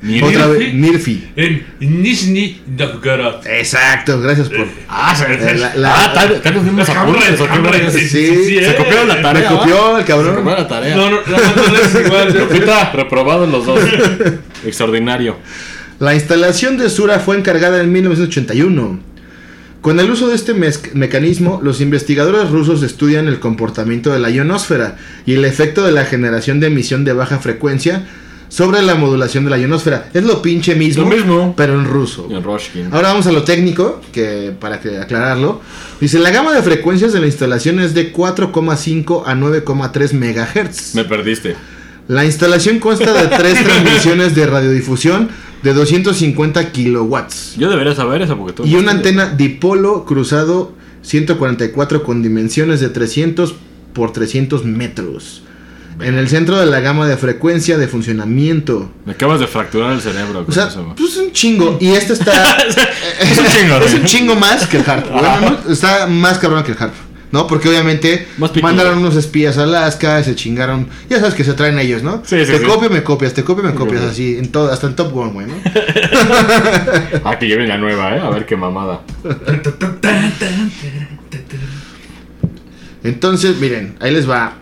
Speaker 4: Ni-
Speaker 3: Otra vez, NIRFI.
Speaker 2: En Nizhny Novgorod.
Speaker 3: Exacto, gracias por...
Speaker 4: Ah, se-
Speaker 3: Eh, la- la-
Speaker 4: ah, tal, tal vez vimos apuntes, ¿o qué vergas?
Speaker 3: sí,
Speaker 4: Se
Speaker 3: sí,
Speaker 2: eh.
Speaker 4: copiaron la
Speaker 3: Me
Speaker 4: tarea. ¿va?
Speaker 3: copió el
Speaker 4: Se copiaron
Speaker 3: cabrón.
Speaker 4: la tarea.
Speaker 2: No, no, la mandan es igual.
Speaker 4: Lupita, reprobados los dos. Extraordinario.
Speaker 3: La instalación de Sura fue encargada en 1981. Con el uso de este mez- mecanismo, los investigadores rusos estudian el comportamiento de la ionosfera y el efecto de la generación de emisión de baja frecuencia sobre la modulación de la ionosfera. Es lo pinche mismo,
Speaker 4: Lo mismo.
Speaker 3: pero en ruso.
Speaker 4: Y en Roshkin.
Speaker 3: Ahora vamos a lo técnico, que para que aclararlo. Dice, la gama de frecuencias de la instalación es de 4,5 a 9,3 MHz.
Speaker 5: Me perdiste.
Speaker 3: La instalación consta de tres transmisiones de radiodifusión de 250 kilowatts
Speaker 4: Yo debería saber eso porque tú.
Speaker 3: y una antena dipolo cruzado 144 con dimensiones de 300 por 300 metros. En el centro de la gama de frecuencia de funcionamiento.
Speaker 4: Me acabas de fracturar el cerebro con
Speaker 3: O sea,
Speaker 4: eso, güey.
Speaker 3: pues un chingo. Y este está. eh,
Speaker 4: Es un chingo,
Speaker 3: Es
Speaker 4: güey.
Speaker 3: un chingo más que el Harp. Bueno, no, está más cabrón que el Harp. ¿No? Porque obviamente
Speaker 4: Más picudo.
Speaker 3: mandaron unos espías a Alaska, se chingaron. Ya sabes que se traen ellos, ¿no?
Speaker 4: Sí, sí,
Speaker 3: te
Speaker 4: sí.
Speaker 3: copio, me copias, te copio, me copias. Así, en todo, hasta en Top One, güey, ¿no?
Speaker 4: Ah, que lleven la nueva, ¿eh? A ver qué mamada.
Speaker 3: Entonces, miren, ahí les va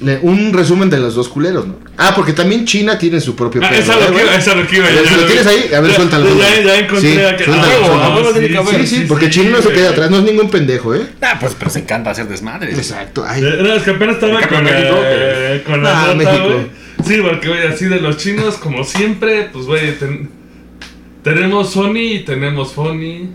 Speaker 3: le- un resumen de los dos culeros, ¿no? Ah, porque también China tiene su propio ¿eh?
Speaker 2: Ah,
Speaker 3: perro,
Speaker 2: esa lo
Speaker 3: ¿no?
Speaker 2: quiero, esa lo quiero.
Speaker 3: Si
Speaker 2: ya,
Speaker 3: lo
Speaker 2: ya,
Speaker 3: tienes ahí, a ver,
Speaker 2: ya,
Speaker 3: suéltalo,
Speaker 2: Ya,
Speaker 3: suéltalo.
Speaker 2: ya encontré
Speaker 3: Sí,
Speaker 2: a que-
Speaker 3: suéltalo,
Speaker 2: ah,
Speaker 4: suéltalo.
Speaker 2: ah,
Speaker 4: Huevo,
Speaker 2: sí,
Speaker 4: tiene que haber.
Speaker 3: Sí, sí, porque China no se
Speaker 2: güey.
Speaker 3: queda atrás, no es ningún pendejo, ¿eh?
Speaker 4: Ah, pues pero se encanta hacer desmadres.
Speaker 3: Exacto, ay.
Speaker 2: Eh, No, es que apenas estaba
Speaker 4: Acá
Speaker 2: con,
Speaker 4: en México,
Speaker 2: eh, con
Speaker 3: Ah,
Speaker 2: la nota,
Speaker 3: México.
Speaker 2: güey. Sí, porque, güey, así de los chinos, como siempre, pues, güey, ten- tenemos Sony y tenemos Phony.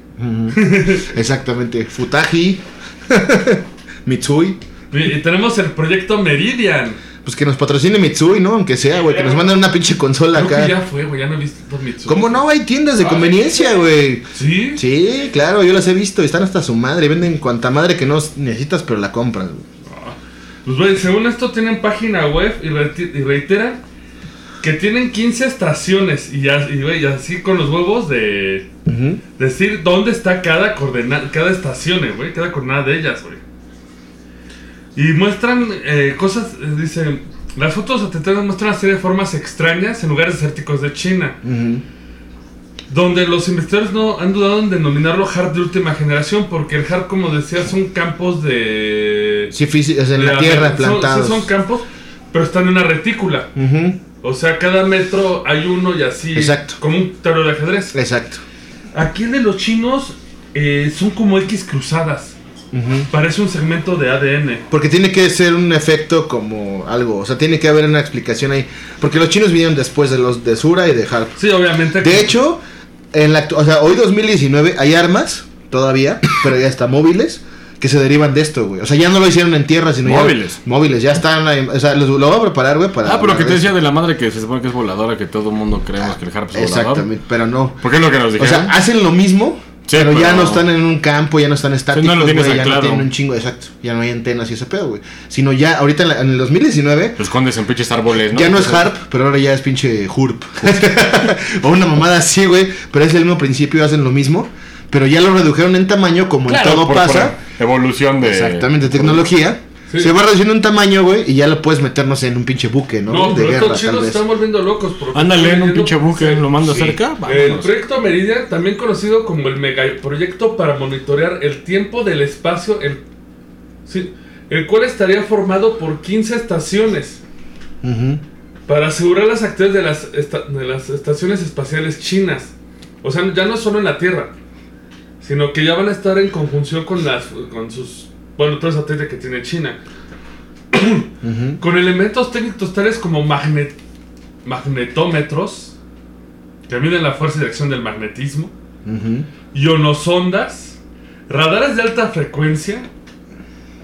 Speaker 3: Exactamente, Futaji, Mitsui.
Speaker 2: Y y tenemos el proyecto Meridian.
Speaker 3: Pues que nos patrocine Mitsui, ¿no? Aunque sea, güey, que nos manden una pinche consola
Speaker 2: Creo que ya
Speaker 3: acá.
Speaker 2: fue, güey, ya no he visto Mitsubishi.
Speaker 3: ¿Cómo no? Hay tiendas de conveniencia, güey.
Speaker 2: ¿Sí?
Speaker 3: Sí, claro, yo las he visto, están hasta su madre, venden cuanta madre que no necesitas, pero la compras, güey.
Speaker 2: Pues, güey, según esto tienen página web y, reti- y reiteran que tienen 15 estaciones y, ya- y, güey, así con los huevos de decir dónde está cada coordena cada estación, eh, güey, cada coordenada de ellas, güey. Y muestran eh, cosas, eh, dicen, las fotos atentadas muestran una serie de formas extrañas en lugares desérticos de China.
Speaker 3: Ujú.
Speaker 2: Donde los investigadores no han dudado en denominarlo hard de última generación, porque el hard, como decía, son campos de.
Speaker 3: Sí, fisi- o sea, en la,
Speaker 2: de-
Speaker 3: tierra,
Speaker 2: son-
Speaker 3: plantados.
Speaker 2: sí, son campos, pero están en una retícula.
Speaker 3: Ujú,
Speaker 2: O sea, cada metro hay uno y así.
Speaker 3: Exacto.
Speaker 2: Como un tablero de ajedrez.
Speaker 3: Exacto.
Speaker 2: Aquí el de los chinos eh, son como X cruzadas.
Speaker 3: Ujú.
Speaker 2: Parece un segmento de ADN.
Speaker 3: Porque tiene que ser un efecto como algo, o sea, tiene que haber una explicación ahí. Porque los chinos vinieron después de los de Sura y de Harp.
Speaker 2: Sí, obviamente.
Speaker 3: De hecho, en la, actu- o sea, hoy 2019 hay armas todavía, pero ya está móviles que se derivan de esto, güey. O sea, ya no lo hicieron en tierra, sino ya-
Speaker 4: Móviles.
Speaker 3: móviles, ya están, ahí, o sea, los, lo voy a preparar, güey, para
Speaker 4: Ah, pero lo que te
Speaker 3: hablar de
Speaker 4: decía de la madre que se supone que es voladora, que todo el mundo creemos que el harp
Speaker 3: esto.
Speaker 4: es volador.
Speaker 3: Exactamente, pero no.
Speaker 4: ¿Por qué es lo que nos
Speaker 3: O sea,
Speaker 4: dijeron?
Speaker 3: hacen lo mismo,
Speaker 4: Sí,
Speaker 3: pero, ya
Speaker 4: pero-
Speaker 3: no están en un campo, ya no están estáticos,
Speaker 4: no lo tienes
Speaker 3: güey, ya no
Speaker 4: anclado.
Speaker 3: tienen un chingo, exacto. Ya no hay antenas y ese pedo, güey. Sino ya ahorita en, la- en el 2019
Speaker 4: Los condes en pinches árboles, ¿no?
Speaker 3: ya no
Speaker 2: pues,
Speaker 3: es harp, pero ahora ya es pinche hurp. o una mamada así, güey, pero es el mismo principio, hacen lo mismo, pero ya lo redujeron en tamaño como en todo
Speaker 4: por- por
Speaker 3: pasa.
Speaker 4: evolución de.
Speaker 3: Exactamente, tecnología.
Speaker 2: Sí.
Speaker 3: Se va reduciendo un tamaño, güey, y ya lo puedes meter, no sé, en un pinche buque, ¿no?
Speaker 2: No,
Speaker 3: de
Speaker 2: pero
Speaker 3: guerra,
Speaker 2: estos
Speaker 3: tal
Speaker 2: chinos
Speaker 3: vez.
Speaker 2: están volviendo locos. porque
Speaker 4: Ándale, en un
Speaker 2: están
Speaker 4: pinche
Speaker 2: yendo-
Speaker 4: buque, lo mando cerca.
Speaker 2: El
Speaker 4: vámonos.
Speaker 2: proyecto Meridian, también conocido como el megaproyecto para monitorear el tiempo del espacio, el, sí, el cual estaría formado por 15 estaciones
Speaker 3: Ujú.
Speaker 2: para asegurar las actividades de las, esta- de las estaciones espaciales chinas. O sea, ya no solo en la Tierra, sino que ya van a estar en conjunción con, las, con sus. Bueno, todo el satélite que tiene China. Con elementos técnicos tales como magne- magnetómetros, que miden la fuerza de acción del magnetismo,
Speaker 3: Ujú.
Speaker 2: ionosondas, radares de alta frecuencia,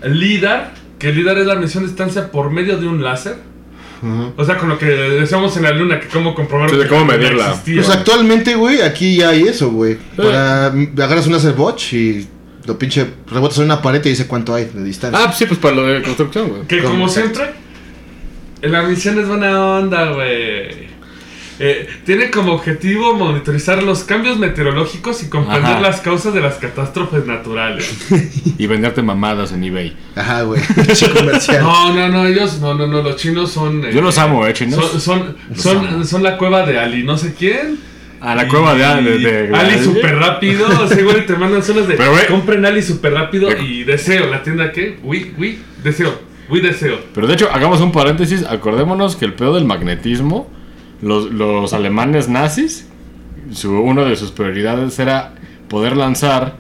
Speaker 2: LIDAR, que LIDAR es la misión de distancia por medio de un láser.
Speaker 3: Ujú.
Speaker 2: O sea, con lo que decíamos en la luna, que cómo comprobar
Speaker 5: Sí, de
Speaker 2: que
Speaker 5: cómo
Speaker 2: la luna
Speaker 5: medirla.
Speaker 2: existía.
Speaker 3: Pues actualmente, güey, aquí ya hay eso, güey. Para agarras un laser botch y lo pinche rebotas en una pared y dice cuánto hay de distancia.
Speaker 5: Ah, pues sí, pues para lo de construcción, güey.
Speaker 2: Que como
Speaker 3: Exacto.
Speaker 2: siempre, en la misión es buena onda, güey. Eh, tiene como objetivo monitorizar los cambios meteorológicos y comprender
Speaker 4: Ajá.
Speaker 2: las causas de las catástrofes naturales.
Speaker 4: Y venderte mamadas en eBay.
Speaker 3: Ajá, güey. Pinche comercial.
Speaker 2: No, no, no, ellos, no, no, no, los chinos son... eh,
Speaker 4: Yo los amo, eh, chinos.
Speaker 2: Son, son, son, son la cueva de Ali, no sé quién.
Speaker 4: A la cueva de, de, de- de-
Speaker 2: Ali super rápido. O sea, igual te mandan zonas de
Speaker 4: Pero, güey. eh,
Speaker 2: compren Ali super rápido
Speaker 4: De-
Speaker 2: y deseo. ¿La tienda qué? Uy, uy, deseo. Uy, deseo.
Speaker 4: Pero de hecho, hagamos un paréntesis. Acordémonos que el pedo del magnetismo, los, los alemanes nazis, su, una de sus prioridades era poder lanzar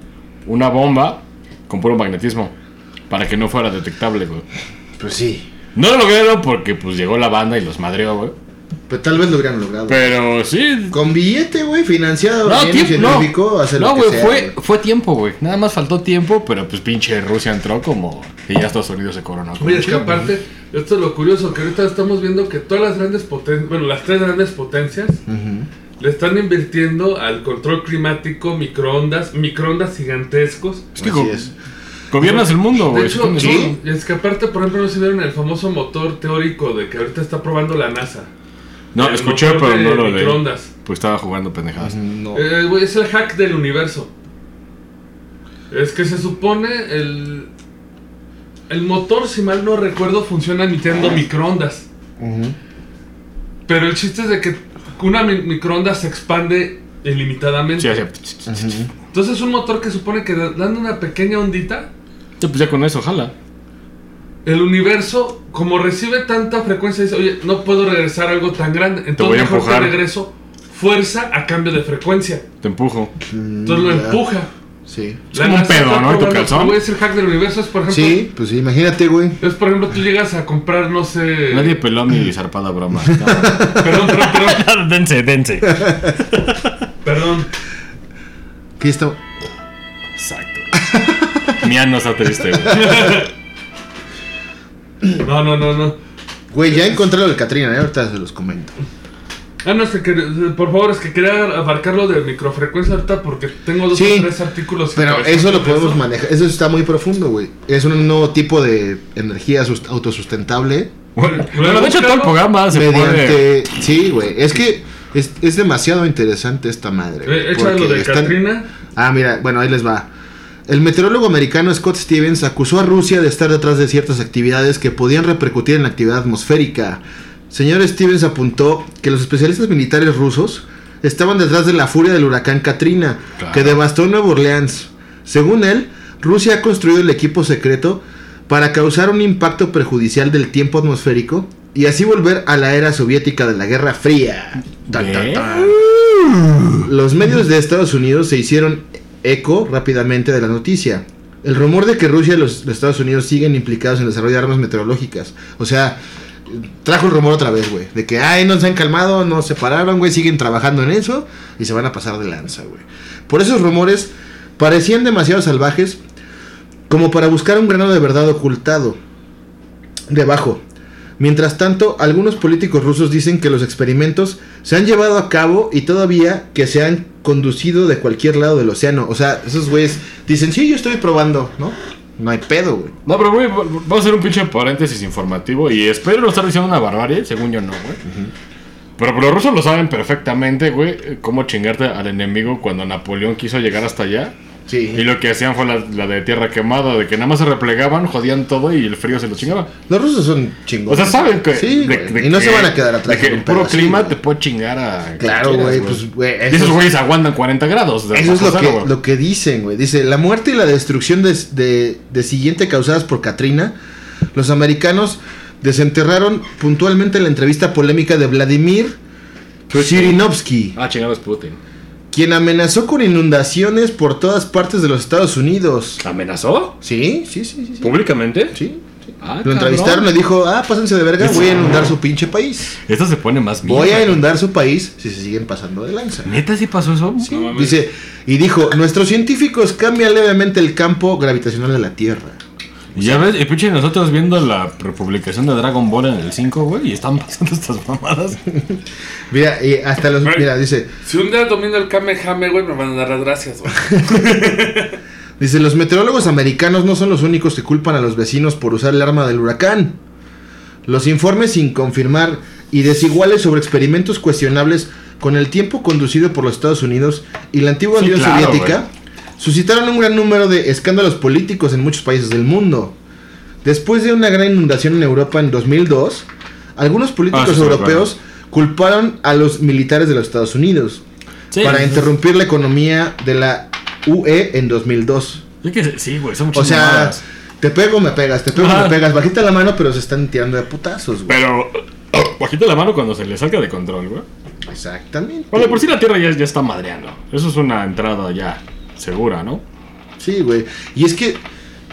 Speaker 4: una bomba con puro magnetismo para que no fuera detectable, güey.
Speaker 3: Pues sí.
Speaker 4: No lo lograron porque pues llegó la banda y los madreó, güey.
Speaker 3: Pero Pues tal vez lo hubieran logrado.
Speaker 4: Pero sí.
Speaker 3: Con billete, güey, financiado.
Speaker 4: No,
Speaker 3: bien
Speaker 4: tiempo,
Speaker 3: científico,
Speaker 4: no.
Speaker 3: hace lo
Speaker 4: No,
Speaker 3: que
Speaker 4: güey,
Speaker 3: sea,
Speaker 4: fue,
Speaker 3: güey.
Speaker 4: fue tiempo, güey. Nada más faltó tiempo, pero pues pinche Rusia entró como... Y ya Estados Unidos se coronó. como
Speaker 2: Oye, es que
Speaker 4: chingón, güey.
Speaker 2: aparte, esto es lo curioso, que ahorita estamos viendo que todas las grandes potencias, bueno, las tres grandes potencias
Speaker 3: Ujú.
Speaker 2: le están invirtiendo al control climático, microondas, microondas gigantescos.
Speaker 4: Es que
Speaker 3: Así
Speaker 4: go-
Speaker 3: es.
Speaker 4: Gobiernas el mundo, güey.
Speaker 2: De
Speaker 4: si
Speaker 2: hecho,
Speaker 4: tienes-
Speaker 2: sí, es que aparte, por ejemplo, no se vieron el famoso motor teórico de que ahorita está probando la NASA.
Speaker 4: No,
Speaker 2: El
Speaker 4: escuché,
Speaker 2: motor
Speaker 4: pero
Speaker 2: de
Speaker 4: no lo leí.
Speaker 2: microondas.
Speaker 4: Pues estaba jugando pendejadas.
Speaker 3: No.
Speaker 2: Eh, güey, es el hack del universo. Es que se supone el. El motor, si mal no recuerdo, funciona emitiendo microondas.
Speaker 3: Ujú.
Speaker 2: Pero el chiste es de que una mi- microondas se expande ilimitadamente.
Speaker 4: Sí, así.
Speaker 3: Ujú.
Speaker 2: Entonces un motor que supone que da- dando una pequeña ondita,
Speaker 4: Sí, pues ya con eso, ojalá.
Speaker 2: el universo, como recibe tanta frecuencia, dice, oye, no puedo regresar a algo tan grande. Entonces
Speaker 4: voy a
Speaker 2: mejor
Speaker 4: empujar.
Speaker 2: te regreso fuerza a cambio de frecuencia.
Speaker 4: Te empujo.
Speaker 2: Entonces lo
Speaker 3: Mm, Ya.
Speaker 2: empuja.
Speaker 3: Sí.
Speaker 4: Es como un
Speaker 2: NASA
Speaker 4: pedo,
Speaker 2: está
Speaker 4: ¿no? En tu
Speaker 2: probando,
Speaker 4: calzón.
Speaker 2: pero, güey, Es el hack del universo, es por ejemplo...
Speaker 3: Sí, pues sí, imagínate, güey.
Speaker 2: Es por ejemplo, tú llegas a comprar, no sé...
Speaker 4: Nadie peló mi zarpada broma.
Speaker 2: Perdón, perdón, perdón.
Speaker 4: dense, dense.
Speaker 2: perdón.
Speaker 3: ¿Qué está?
Speaker 4: Exacto. Mía no está triste, güey.
Speaker 2: No, no, no, no.
Speaker 3: Güey, ya encontré lo de Katrina, ¿eh? ahorita se los comento.
Speaker 2: Ah, no, es que, quer- por favor, es que quería abarcar lo de microfrecuencia ahorita porque tengo dos
Speaker 3: Sí,
Speaker 2: o tres artículos.
Speaker 3: Pero
Speaker 2: interesantes
Speaker 3: eso lo
Speaker 2: de
Speaker 3: podemos
Speaker 2: eso.
Speaker 3: manejar, eso está muy profundo, güey. Es un nuevo tipo de energía sus- autosustentable
Speaker 2: Bueno,
Speaker 4: Bueno, de hecho, todo el programa Ah, se puede.
Speaker 3: mediante... Sí, güey, es que es, es demasiado interesante esta madre. güey,
Speaker 2: Eh, echa lo
Speaker 3: porque
Speaker 2: de
Speaker 3: están-
Speaker 2: Katrina.
Speaker 3: Ah, mira, bueno, ahí les va. El meteorólogo americano Scott Stevens acusó a Rusia de estar detrás de ciertas actividades que podían repercutir en la actividad atmosférica. Señor Stevens apuntó que los especialistas militares rusos estaban detrás de la furia del huracán Katrina,
Speaker 4: Claro.
Speaker 3: que devastó Nueva Orleans. Según él, Rusia ha construido el equipo secreto para causar un impacto perjudicial del tiempo atmosférico y así volver a la era soviética de la Guerra Fría. Tan, tan,
Speaker 4: Ve.
Speaker 3: tan. Los medios de Estados Unidos se hicieron eco rápidamente de la noticia. El rumor de que Rusia y los, los Estados Unidos siguen implicados en el desarrollo de armas meteorológicas. O sea, trajo el rumor otra vez, güey. De que, ay, no se han calmado, no se pararon, güey, siguen trabajando en eso y se van a pasar de lanza, güey. Por esos rumores parecían demasiado salvajes como para buscar un grano de verdad ocultado debajo. Mientras tanto, algunos políticos rusos dicen que los experimentos se han llevado a cabo y todavía que se han conducido de cualquier lado del océano. O sea, esos güeyes dicen, sí, yo estoy probando, ¿no? No hay pedo, güey.
Speaker 4: No, pero güey, vamos a hacer un pinche paréntesis informativo y espero no estar diciendo una barbarie, según yo no, güey. Pero los rusos lo saben perfectamente, güey, cómo chingarte al enemigo cuando Napoleón quiso llegar hasta allá.
Speaker 3: Sí.
Speaker 4: Y lo que hacían fue la, la de tierra quemada, de que nada más se replegaban, jodían todo y el frío se lo chingaba.
Speaker 3: Los rusos son
Speaker 4: O
Speaker 3: chingones.
Speaker 4: sea, saben que.
Speaker 3: Sí,
Speaker 4: de-
Speaker 3: güey,
Speaker 4: de
Speaker 3: y no se
Speaker 4: que-
Speaker 3: van a quedar atrás
Speaker 4: de que
Speaker 3: con
Speaker 4: el
Speaker 3: un
Speaker 4: puro
Speaker 3: pedo así,
Speaker 4: clima
Speaker 3: güey.
Speaker 4: te puede chingar a.
Speaker 3: Claro,
Speaker 4: quieras,
Speaker 3: güey, pues, güey,
Speaker 4: Y
Speaker 3: eso
Speaker 4: Esos
Speaker 3: es-
Speaker 4: güeyes aguantan 40 grados. de
Speaker 3: Eso es lo
Speaker 4: pasar,
Speaker 3: que,
Speaker 4: güey.
Speaker 3: lo que dicen, güey. Dice, la muerte y la destrucción de, de- de siguiente causadas por Katrina, los americanos desenterraron puntualmente la entrevista polémica de Vladimir Sirinovsky,
Speaker 4: Ah, chingados Putin.
Speaker 3: quien amenazó con inundaciones por todas partes de los Estados Unidos.
Speaker 4: ¿Amenazó?
Speaker 3: Sí, sí, sí, sí. sí.
Speaker 4: ¿Públicamente?
Speaker 3: Sí, sí.
Speaker 4: Ah,
Speaker 3: Lo entrevistaron, le
Speaker 4: cabrón.
Speaker 3: dijo, ah, pásense de verga, voy a inundar su pinche país.
Speaker 4: Esto se pone más
Speaker 3: Voy a
Speaker 4: mierda.
Speaker 3: inundar su país si se siguen pasando de lanza.
Speaker 4: ¿Neta sí pasó eso?
Speaker 3: Sí,
Speaker 2: No mames.
Speaker 3: dice, y dijo, nuestros científicos cambian levemente el campo gravitacional de la Tierra.
Speaker 4: Y Ya ves, y pinche nosotros viendo la republicación de Dragon Ball en el 5, güey, y están pasando estas mamadas.
Speaker 3: Mira, y hasta los...
Speaker 2: Güey.
Speaker 3: Mira, dice,
Speaker 5: Si un día domino el Kamehame, güey, me van a dar las gracias, güey.
Speaker 3: dice, los meteorólogos americanos no son los únicos que culpan a los vecinos por usar el arma del huracán. Los informes sin confirmar y desiguales sobre experimentos cuestionables con el tiempo conducido por los Estados Unidos y la antigua
Speaker 4: Sí,
Speaker 3: Unión
Speaker 4: claro,
Speaker 3: Soviética suscitaron un gran número de escándalos políticos en muchos países del mundo. Después de una gran inundación en Europa en 2002, algunos
Speaker 4: Ah,
Speaker 3: políticos
Speaker 4: sí, sí,
Speaker 3: europeos culparon a los militares de los Estados Unidos para interrumpir la economía de la UE en 2002.
Speaker 4: Es que sí, güey, son muchas
Speaker 3: O sea,
Speaker 4: mamadas.
Speaker 3: te pego, me pegas, te pego,
Speaker 4: Ajá.
Speaker 3: me pegas. Bajita la mano, pero se están tirando de putazos, güey.
Speaker 4: Pero, bajita la mano cuando se le salga de control, güey.
Speaker 3: Exactamente.
Speaker 4: Bueno, de por sí la Tierra ya, ya está madreando. Eso es una entrada ya segura, ¿no?
Speaker 3: Sí, güey. Y es que,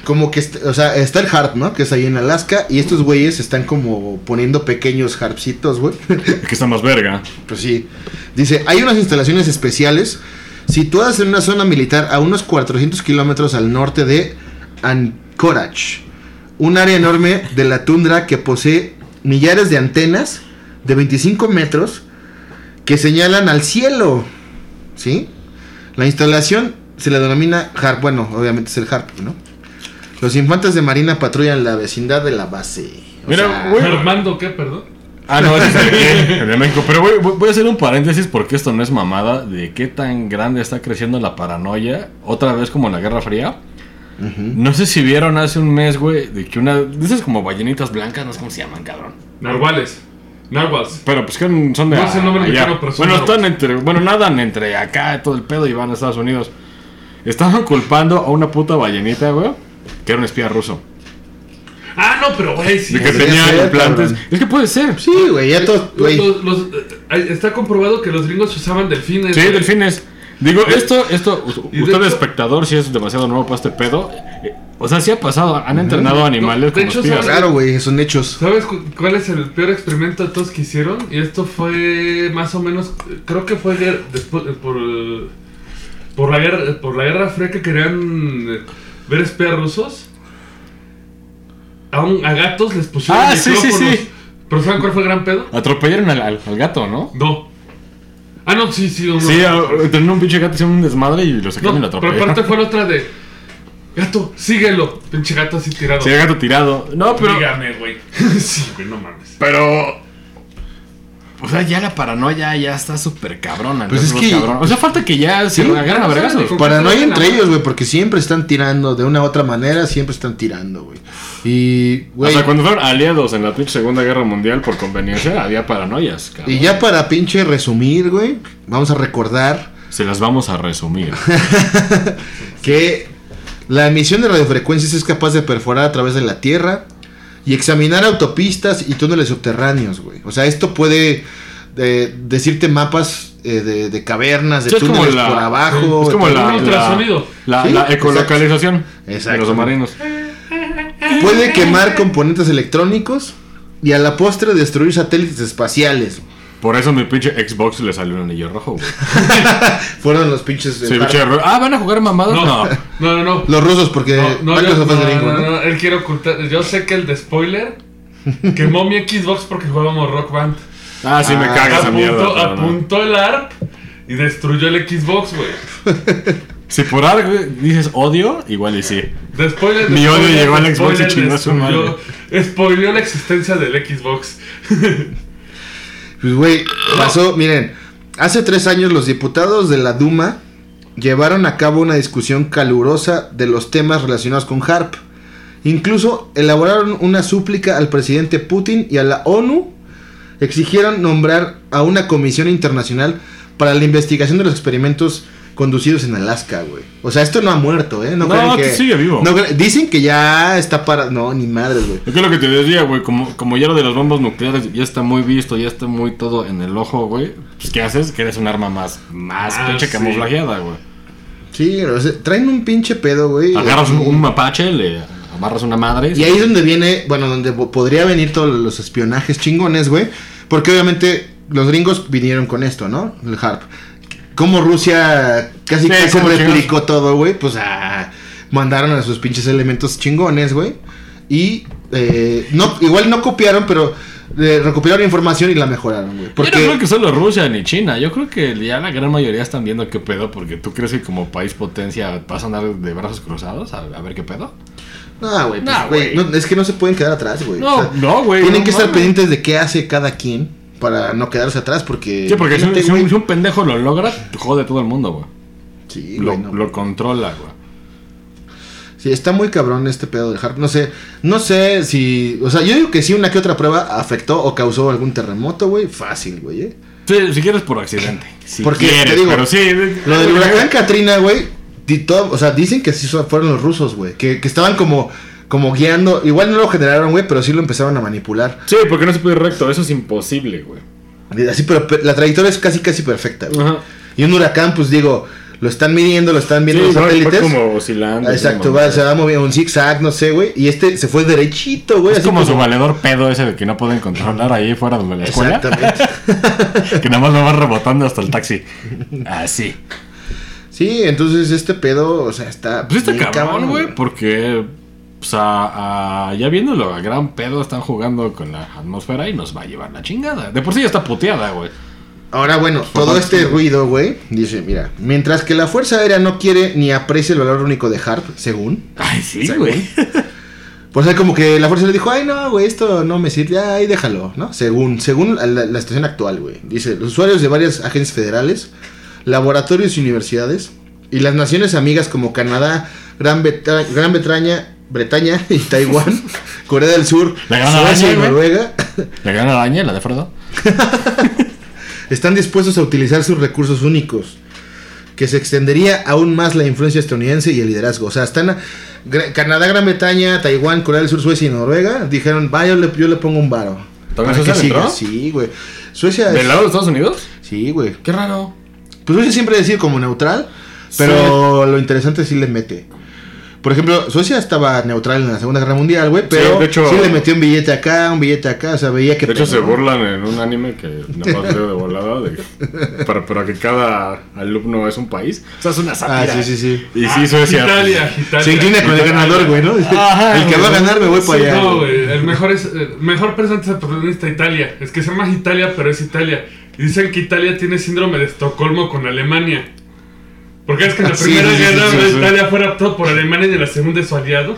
Speaker 3: como que, est- o sea, está el harp, ¿no? Que es ahí en Alaska. Y estos güeyes están como poniendo pequeños harpsitos, güey.
Speaker 4: Es que está más verga.
Speaker 3: Pues sí. Dice, hay unas instalaciones especiales situadas en una zona militar a unos 400 kilómetros al norte de Anchorage. Un área enorme de la tundra que posee millares de antenas de 25 metros que señalan al cielo. ¿Sí? La instalación se le denomina HARP. Bueno, obviamente es el HARP, ¿no? Los infantes de marina patrullan la vecindad de la base. O
Speaker 4: Mira,
Speaker 3: sea,
Speaker 4: güey.
Speaker 2: Armando, ¿qué? Perdón.
Speaker 4: Ah, no, ese es el, que- el de México. Pero voy, voy- voy a hacer un paréntesis porque esto no es mamada de qué tan grande está creciendo la paranoia, otra vez como en la Guerra Fría. No sé si vieron hace un mes, güey, de que una... de Esas como ballenitas blancas, no sé cómo se llaman, cabrón.
Speaker 2: Narwales. Narwals.
Speaker 4: Pero pues que eran- son de...
Speaker 2: No sé el nombre
Speaker 4: allá.
Speaker 2: mexicano, pero son
Speaker 4: Bueno,
Speaker 2: árabes.
Speaker 4: están entre... Bueno, nadan entre acá, todo el pedo, y van a Estados Unidos. Estaban culpando a una puta ballenita, güey, que era un espía ruso.
Speaker 2: Ah, no, pero güey, sí.
Speaker 4: De que
Speaker 3: podría
Speaker 4: tenía
Speaker 3: ser,
Speaker 4: implantes.
Speaker 3: cabrón.
Speaker 4: Es que puede ser. Sí,
Speaker 3: Sí, güey, ya todos, güey.
Speaker 2: Los- los- eh, está comprobado que los gringos usaban delfines. güey.
Speaker 4: delfines. Digo, esto, esto, u-
Speaker 2: Y de
Speaker 4: usted
Speaker 2: hecho-
Speaker 4: espectador, si es demasiado nuevo para este pedo. eh, O sea, sí ha pasado, han entrenado animales
Speaker 2: de
Speaker 4: como
Speaker 2: hecho,
Speaker 4: espías.
Speaker 2: son-
Speaker 3: Claro, güey, son hechos.
Speaker 2: ¿Sabes cu- cuál es el peor experimento de todos que hicieron? Y esto fue más o menos, creo que fue guer- después, eh, por, eh, por, la guerra, por la guerra fría que querían eh, ver espías rusos. A, un- a gatos les pusieron
Speaker 4: Ah, sí, sí,
Speaker 2: micrófonos.
Speaker 4: sí.
Speaker 2: ¿Pero saben cuál fue el gran pedo?
Speaker 4: Atropellaron al, al- al gato, ¿no?
Speaker 2: No. Ah, no, sí, sí. uno-
Speaker 4: Sí, a- tenían un pinche gato, hicieron un desmadre y lo sacaron
Speaker 2: No,
Speaker 4: y lo
Speaker 2: pero
Speaker 4: atropellaron.
Speaker 2: aparte fue la otra de... Gato, síguelo. Pinche gato así tirado.
Speaker 4: Sí, el gato tirado. No, pero.
Speaker 2: Dígame, güey. sí, güey, no mames.
Speaker 4: Pero. O sea, ya la paranoia ya está súper cabrona.
Speaker 3: Pues
Speaker 4: entonces,
Speaker 3: es que-
Speaker 4: cabrón. O sea, falta que ya se
Speaker 3: Sí,
Speaker 4: agarren a
Speaker 2: no saben
Speaker 4: vergazos.
Speaker 2: ni con-
Speaker 3: Para no ir entre
Speaker 2: Ajá.
Speaker 3: ellos, güey, porque siempre están tirando, de una u otra manera, siempre están tirando, güey. Y,
Speaker 4: O
Speaker 3: güey,
Speaker 4: sea, cuando fueron aliados en la pinche Segunda Guerra Mundial por conveniencia, había paranoias, cabrón.
Speaker 3: y ya para pinche resumir, güey, vamos a recordar
Speaker 4: Se las vamos a resumir.
Speaker 3: que la emisión de radiofrecuencias es capaz de perforar a través de la Tierra y examinar autopistas y túneles subterráneos, güey. O sea, esto puede eh, decirte mapas eh, de, de cavernas, de
Speaker 4: Sí, es como
Speaker 3: túneles
Speaker 4: la-
Speaker 3: por abajo.
Speaker 4: Es como
Speaker 3: etcétera.
Speaker 4: la,
Speaker 2: Un ultrasonido.
Speaker 4: la, la,
Speaker 3: Sí,
Speaker 4: la
Speaker 3: exacto.
Speaker 4: ecolocalización de
Speaker 3: Exacto.
Speaker 4: los submarinos.
Speaker 3: Puede quemar componentes electrónicos y a la postre destruir satélites espaciales.
Speaker 4: Por eso mi pinche Xbox le salió un anillo rojo, güey.
Speaker 3: Fueron los pinches. eh,
Speaker 4: Sí, pinche ro- Ah, ¿van a jugar mamadas?
Speaker 2: No,
Speaker 4: No.
Speaker 2: no, no, no.
Speaker 3: Los rusos, porque
Speaker 2: No, no, yo-
Speaker 3: Microsoft es
Speaker 2: no,
Speaker 3: gringo,
Speaker 2: no,
Speaker 3: ¿no?
Speaker 2: no, él quiere ocultar. Yo sé que el de spoiler quemó mi Xbox porque jugábamos Rock Band.
Speaker 4: Ah, sí, me
Speaker 3: Ah,
Speaker 4: caga esa
Speaker 2: apuntó,
Speaker 4: mierda. pero no.
Speaker 2: apuntó el ARP y destruyó el Xbox, güey.
Speaker 4: Si por algo dices odio, igual y sí.
Speaker 2: De spoiler. de
Speaker 4: Mi odio
Speaker 2: spoiler,
Speaker 4: llegó
Speaker 2: de
Speaker 4: al Xbox y
Speaker 2: spoiler,
Speaker 4: chingó a su madre.
Speaker 2: destruyó- Spoileó la existencia del Xbox.
Speaker 3: Pues, güey, pasó, miren, hace tres años los diputados de la Duma llevaron a cabo una discusión calurosa de los temas relacionados con Harp. Incluso elaboraron una súplica al presidente Putin y a la ONU. Exigieron nombrar a una comisión internacional para la investigación de los experimentos conducidos en Alaska, güey. O sea, esto no ha muerto, ¿eh? No,
Speaker 4: No,
Speaker 3: crean
Speaker 4: que sigue vivo.
Speaker 3: no cre- dicen que ya está para... No, ni madres, güey.
Speaker 4: Es que lo que te decía, güey, como, como ya lo de las bombas nucleares ya está muy visto, ya está muy todo en el ojo, güey. Pues, ¿qué haces? Que eres un arma más, más
Speaker 2: Ah,
Speaker 4: pinche
Speaker 2: sí.
Speaker 4: camuflajeada, güey.
Speaker 3: Sí, o sea, traen un pinche pedo, güey.
Speaker 4: Agarras un,
Speaker 3: Y-
Speaker 4: un mapache, le amarras una madre.
Speaker 3: Y ahí es donde viene, bueno, donde po- podría venir todos los espionajes chingones, güey. Porque obviamente los gringos vinieron con esto, ¿no? El harp. Como Rusia casi
Speaker 4: Sí,
Speaker 3: casi
Speaker 4: como
Speaker 3: replicó todo, güey, pues ah, mandaron a sus pinches elementos chingones, güey. Y eh, no, igual no copiaron, pero eh, recopilaron información y la mejoraron, güey.
Speaker 4: Yo no
Speaker 3: Porque
Speaker 4: creo que solo Rusia ni China. Yo creo que ya la gran mayoría están viendo qué pedo, porque tú crees que como país potencia vas a andar de brazos cruzados a, a ver qué pedo.
Speaker 3: no, güey, pues,
Speaker 4: No,
Speaker 3: güey,
Speaker 4: güey.
Speaker 3: no, es que no se pueden quedar atrás, güey.
Speaker 4: No,
Speaker 3: O sea,
Speaker 4: no, güey.
Speaker 3: tienen
Speaker 4: no
Speaker 3: que estar
Speaker 4: mames.
Speaker 3: pendientes de qué hace cada quien para no quedarse atrás, porque.
Speaker 4: Sí, porque si un,
Speaker 3: imagínate,
Speaker 4: si un-
Speaker 3: güey.
Speaker 4: si un pendejo lo logra, jode a todo el mundo, güey.
Speaker 3: Sí,
Speaker 4: Lo,
Speaker 3: güey, no.
Speaker 4: lo controla, güey.
Speaker 3: Sí, está muy cabrón este pedo del harp. No sé, no sé si. O sea, yo digo que sí, una que otra prueba afectó o causó algún terremoto, güey. Fácil, güey. ¿eh?
Speaker 4: Sí, si quieres por accidente. Si
Speaker 3: Porque, te
Speaker 4: quieres,
Speaker 3: digo,
Speaker 4: pero sí.
Speaker 3: Lo del huracán Katrina, güey. di- todo- O sea, dicen que sí so- fueron los rusos, güey. Que, que estaban como, como guiando. Igual no lo generaron, güey, pero sí lo empezaron a manipular.
Speaker 4: Sí, porque no se puede ir recto. Eso es imposible, güey.
Speaker 3: Y Así, pero pe- la trayectoria es casi, casi perfecta, güey.
Speaker 4: Ajá.
Speaker 3: Y un huracán, pues digo, lo están midiendo, lo están viendo los
Speaker 4: no,
Speaker 3: satélites.
Speaker 4: fue como oscilando.
Speaker 3: Ah, Exacto, va, se va moviendo un zigzag, no sé, güey. Y este se fue derechito, güey.
Speaker 4: Es
Speaker 3: así
Speaker 4: como, su valedor pedo ese de que no pueden controlar ahí fuera de la escuela.
Speaker 3: Exactamente.
Speaker 4: Que nada más lo va rebotando hasta el taxi. Así.
Speaker 3: Sí, entonces este pedo, o sea, está.
Speaker 4: Pues está
Speaker 3: bien
Speaker 4: cabrón, güey, porque. O sea, a- ya viéndolo a gran pedo, están jugando con la atmósfera y nos va a llevar la chingada. De por sí ya está puteada, güey.
Speaker 3: Ahora, bueno,
Speaker 4: Pues,
Speaker 3: todo este ruido, güey, dice, mira, mientras que la Fuerza Aérea no quiere ni aprecia el valor único de Harp, según.
Speaker 4: Ay, sí, güey.
Speaker 3: Por ser Pues como que la Fuerza le dijo, ay, no, güey, esto no me sirve, ay, déjalo, ¿no? Según, según la, la- la situación actual, güey. Dice, los usuarios de varias agencias federales, laboratorios y universidades, y las naciones amigas como Canadá, Gran, Breta- Gran Bretaña, Bretaña y Taiwán, Corea del Sur,
Speaker 4: La Gran
Speaker 3: Suecia y
Speaker 4: Araña, güey.
Speaker 3: Noruega.
Speaker 4: La gran araña, la de Frodo.
Speaker 3: están dispuestos a utilizar sus recursos únicos, que se extendería aún más la influencia estadounidense y el liderazgo. O sea, están a- Gra- Canadá, Gran Bretaña, Taiwán, Corea del Sur, Suecia y Noruega. Dijeron, va, yo le, yo le pongo un varo. Para
Speaker 4: ¿También Suecia
Speaker 3: que
Speaker 4: le entró?
Speaker 3: Sí, güey. Suecia
Speaker 4: ¿Del
Speaker 3: es...
Speaker 4: lado de Estados Unidos?
Speaker 3: Sí, güey.
Speaker 4: Qué raro.
Speaker 3: Pues Suecia siempre decir como neutral, pero lo interesante es si le mete. Por ejemplo, Suecia estaba neutral en la Segunda Guerra Mundial, güey, pero
Speaker 4: de hecho-
Speaker 3: sí le metió un billete acá, un billete acá, o sea, veía que...
Speaker 4: De hecho, se
Speaker 3: pegó.
Speaker 4: burlan en un anime que no más veo de volada, de- para, para que cada alumno es un país. O sea, es una
Speaker 3: Ah, sí,
Speaker 4: sátira.
Speaker 3: sí, sí.
Speaker 4: Y sí, Suecia.
Speaker 2: Italia, Italia.
Speaker 3: Se inclina con el ganador, güey, ¿no?
Speaker 4: Ajá,
Speaker 3: el que va a
Speaker 4: güey.
Speaker 3: ganar me voy para allá.
Speaker 2: No, güey, el mejor, es, el mejor presente es el protagonista Italia. Es que se llama Italia, pero es Italia. Y dicen que Italia tiene síndrome de Estocolmo con Alemania. Porque es que en la
Speaker 3: Sí,
Speaker 2: primera
Speaker 3: sí, sí,
Speaker 2: guerra
Speaker 3: sí, sí, sí.
Speaker 2: Italia fue raptado por Alemania y en la segunda es su aliado.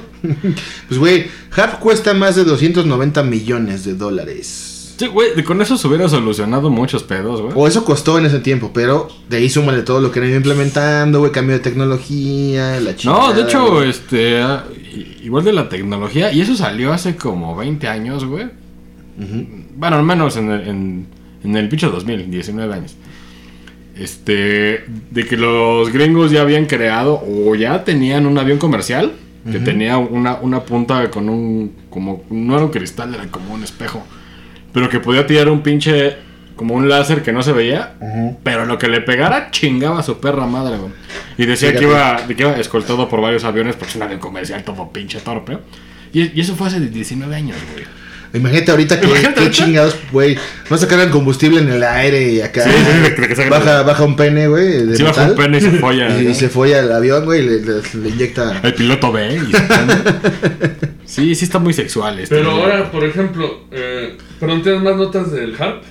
Speaker 3: Pues, güey, Harp cuesta más de 290 millones de dólares.
Speaker 4: Sí, güey, con eso se hubiera solucionado muchos pedos,
Speaker 2: ¿Ah?
Speaker 4: güey.
Speaker 3: O eso costó en ese tiempo, pero de ahí súmale todo lo que han ido implementando, güey, cambio de tecnología, la chica.
Speaker 4: No, de hecho, este, ah, i- igual de la tecnología, y eso salió hace como 20 años, güey. Bueno, al menos en el, en, en el bicho 2000, 19 años. Este, de que los gringos ya habían creado o ya tenían un avión comercial que tenía una, una punta con un, como, no era un cristal, era como un espejo, pero que podía tirar un pinche, como un láser que no se veía, pero lo que le pegara chingaba a su perra madre, güey. Y decía que
Speaker 3: Fíjate.
Speaker 4: iba, de que iba escoltado por varios aviones, porque es un avión comercial todo pinche torpe. Y, y eso fue hace 19 años, güey.
Speaker 3: Imagínate ahorita que
Speaker 4: Imagínate
Speaker 3: qué
Speaker 4: ahorita.
Speaker 3: chingados, güey. No sacaran combustible en el aire y acá.
Speaker 4: Sí, sí, sí, de- de que sacan-
Speaker 3: baja, baja un pene, güey. de
Speaker 4: Sí, bajó
Speaker 3: metal,
Speaker 4: un pene y se folla.
Speaker 3: Y,
Speaker 4: ¿no?
Speaker 3: se folla el avión, güey, y le, le- le inyecta.
Speaker 4: El piloto ve y se prende. Sí, sí está muy sexual este.
Speaker 2: Pero ahora, por ejemplo, eh, ¿pero no tienes más notas del harp?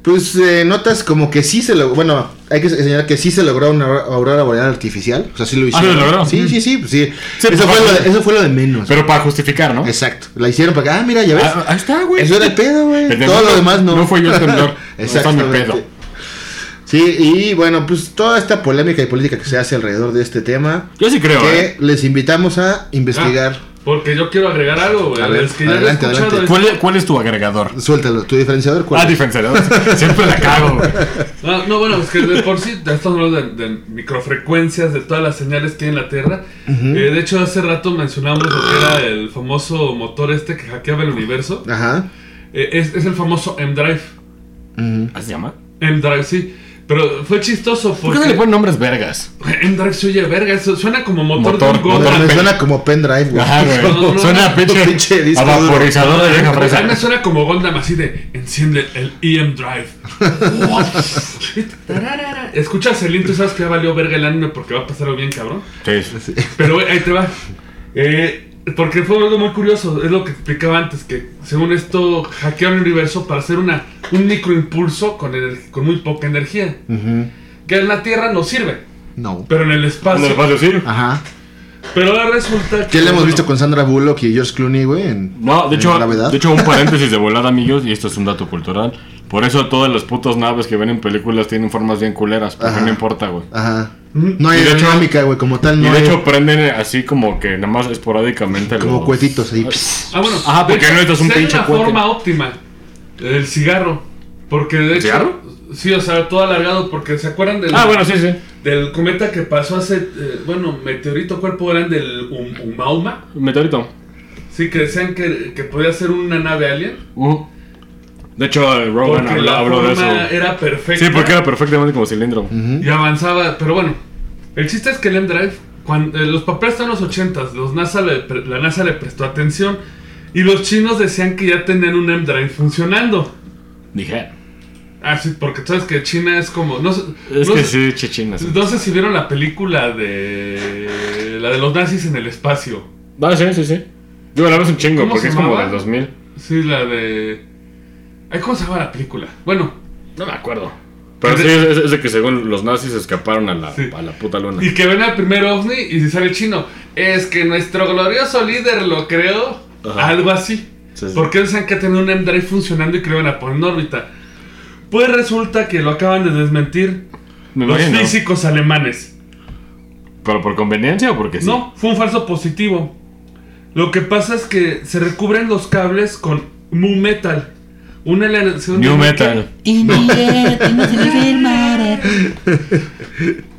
Speaker 3: Pues eh, notas como que sí se logró. Bueno, hay que señalar que sí se logró una aurora- aurora boreal artificial. O sea, sí lo hicieron.
Speaker 4: Ah, lo logró.
Speaker 3: Sí, sí, sí. pues sí. eso,
Speaker 4: Sí, pues,
Speaker 3: fue lo
Speaker 4: para-
Speaker 3: de, eso fue lo de menos.
Speaker 4: Pero para justificar, ¿no?
Speaker 3: Exacto. La hicieron para acá. Ah, mira, ya ves.
Speaker 4: Ah, ahí está, güey.
Speaker 3: eso era el pedo, güey.
Speaker 4: El
Speaker 3: Todo
Speaker 4: temblor
Speaker 3: lo demás no.
Speaker 4: No fue yo el temblor. no fue mi
Speaker 3: Exactamente.
Speaker 4: pedo.
Speaker 3: Sí, y bueno, pues toda esta polémica y política que se hace alrededor de este tema,
Speaker 4: Yo sí creo, ¿eh?
Speaker 3: que les invitamos a investigar.
Speaker 2: Ah, Porque yo quiero agregar algo, güey.
Speaker 3: A ver,
Speaker 2: es que ya lo he
Speaker 3: adelante,
Speaker 2: escuchado.
Speaker 3: adelante.
Speaker 2: es-
Speaker 4: ¿Cuál, es- cuál es tu agregador?
Speaker 3: Suéltalo, tu diferenciador, ¿cuál
Speaker 4: Ah,
Speaker 3: es?
Speaker 4: diferenciador. Siempre la cago, güey.
Speaker 2: No, no, bueno, es que de por sí, estamos hablando de, de microfrecuencias, de todas las señales que hay en la Tierra. Eh, de hecho, hace rato mencionamos lo que era el famoso motor este que hackeaba el universo.
Speaker 3: Ajá.
Speaker 2: Eh, es, es el famoso M-Drive.
Speaker 3: Ujú.
Speaker 4: ¿Así se llama?
Speaker 2: M-Drive, sí. Pero fue chistoso
Speaker 4: ¿Por qué no le
Speaker 2: porque
Speaker 4: ponen nombres vergas?
Speaker 2: M-Drive se oye verga, eso suena como motor,
Speaker 4: Motor,
Speaker 2: de un
Speaker 4: motor
Speaker 2: Gordon.
Speaker 3: Me suena como pendrive, güey.
Speaker 4: Ajá,
Speaker 2: No, no,
Speaker 4: güey.
Speaker 2: no,
Speaker 4: Suena
Speaker 2: no,
Speaker 4: a pinche,
Speaker 3: pinche disco
Speaker 4: a vaporizador de vieja
Speaker 2: Pues a mí me
Speaker 4: fresa.
Speaker 2: suena como Gondam así de enciende el EM Drive. Wow. Tararara. Escuchas el intro y sabes que ya valió verga el anime porque va a pasar algo bien cabrón.
Speaker 4: Sí, sí.
Speaker 2: Pero güey, ahí te va. Eh, porque fue algo muy curioso, es lo que explicaba antes, que según esto hackearon el universo para hacer una, un microimpulso con, ener- con muy poca energía.
Speaker 3: Ujú.
Speaker 2: Que en la Tierra no sirve,
Speaker 3: No.
Speaker 2: pero en el espacio.
Speaker 4: En el espacio, sí.
Speaker 3: Ajá.
Speaker 2: Pero ahora resulta que...
Speaker 3: ¿Qué le hemos
Speaker 2: bueno,
Speaker 3: visto con Sandra Bullock y George Clooney, güey? en-
Speaker 4: No, de
Speaker 3: en
Speaker 4: hecho,
Speaker 3: gravedad?
Speaker 4: de hecho, un paréntesis de volada, amigos, y esto es un dato cultural. Por eso todas las putas naves que ven en películas tienen formas bien culeras, porque
Speaker 3: Ajá.
Speaker 4: no importa, güey.
Speaker 3: Ajá. No
Speaker 4: Y
Speaker 3: hay
Speaker 4: de hecho-
Speaker 3: dinámica, güey, como tal,
Speaker 4: Y
Speaker 3: no
Speaker 4: de
Speaker 3: hay-
Speaker 4: hecho prenden así como que nada más esporádicamente
Speaker 3: como
Speaker 4: los-
Speaker 3: cuetitos ahí.
Speaker 2: Ah, bueno.
Speaker 4: Ajá, porque no, esto es un
Speaker 2: si hay
Speaker 4: pinche
Speaker 2: una
Speaker 4: cohete.
Speaker 2: forma óptima. El cigarro. Porque de hecho.
Speaker 4: cigarro?
Speaker 2: Sí, o sea, todo alargado. Porque se acuerdan del,
Speaker 4: Ah, bueno, sí, sí.
Speaker 2: del cometa que pasó hace. eh, bueno, meteorito cuerpo grande, el Um- Umauma.
Speaker 4: Meteorito.
Speaker 2: Sí, que decían que, que podía ser una nave alien.
Speaker 4: Ujú. Uh. De hecho, eh, Rogan
Speaker 2: Porque
Speaker 4: habló,
Speaker 2: la
Speaker 4: habló de
Speaker 2: forma
Speaker 4: eso.
Speaker 2: era perfecta.
Speaker 4: Sí, porque era perfectamente como cilindro.
Speaker 3: Mm.
Speaker 2: Y avanzaba. Pero bueno, el chiste es que el M-Drive. Cuando, eh, los papeles están en los 80s. Los NASA le pre- la NASA le prestó atención. Y los chinos decían que ya tenían un M-Drive funcionando.
Speaker 4: Dije,
Speaker 2: Ah, sí, porque sabes que China es como. No, sé-
Speaker 4: es
Speaker 2: no
Speaker 4: que
Speaker 2: sé-
Speaker 4: sí, chichinas.
Speaker 2: No sé si vieron la película de. La de los nazis en el espacio.
Speaker 4: Ah, sí, sí, sí. Digo, la ves un chingo,
Speaker 2: ¿Cómo
Speaker 4: porque
Speaker 2: se
Speaker 4: es como
Speaker 2: llamaba?
Speaker 4: del 2000.
Speaker 2: Sí, la de. Ay, ¿Cómo se llama la película? Bueno,
Speaker 4: No me acuerdo. Pero
Speaker 2: Es
Speaker 4: sí,
Speaker 2: de-
Speaker 4: es, es de que según los nazis escaparon a la,
Speaker 2: Sí.
Speaker 4: a la puta luna.
Speaker 2: y que ven al primer ovni y se sale chino. Es que nuestro glorioso líder lo creó.
Speaker 4: Ajá.
Speaker 2: Algo así.
Speaker 4: Sí, sí.
Speaker 2: Porque ellos han que tener un M-Drive funcionando y que lo iban a poner en órbita. Pues resulta que lo acaban de desmentir
Speaker 4: Me
Speaker 2: los
Speaker 4: imagino.
Speaker 2: físicos alemanes.
Speaker 4: ¿Pero por conveniencia o porque sí?
Speaker 2: No, fue un falso positivo. Lo que pasa es que se recubren los cables con Mu Metal. Una aleación
Speaker 4: New
Speaker 2: de
Speaker 4: Metal.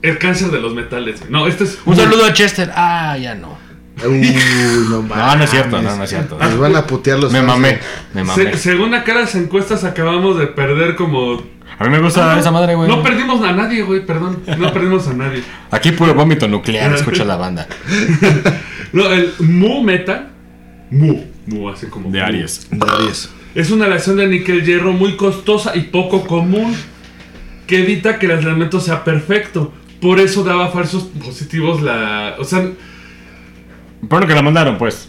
Speaker 2: El cáncer de los metales. güey. No, este es.
Speaker 4: Un saludo a Chester. Ah, ya no.
Speaker 3: Uy, no
Speaker 4: No, no es cierto,
Speaker 3: mames.
Speaker 4: no, no es cierto.
Speaker 3: Nos van a putear los
Speaker 4: Me
Speaker 3: fans,
Speaker 4: mamé,
Speaker 3: güey.
Speaker 4: me
Speaker 2: Se-
Speaker 4: mamé.
Speaker 2: según acá las encuestas acabamos de perder como.
Speaker 4: A mí me gusta esa madre, güey.
Speaker 2: No perdimos a nadie, güey, perdón. No perdimos a nadie.
Speaker 4: Aquí puro vómito nuclear, escucha la banda.
Speaker 2: No, el Mu Metal. Mu. Mu, así como.
Speaker 4: De
Speaker 2: Mu.
Speaker 4: Aries.
Speaker 3: De Aries.
Speaker 2: Es una aleación de níquel hierro muy costosa y poco común que evita que el aislamiento sea perfecto. Por eso daba falsos positivos la... O sea,
Speaker 4: Por lo que la mandaron, pues.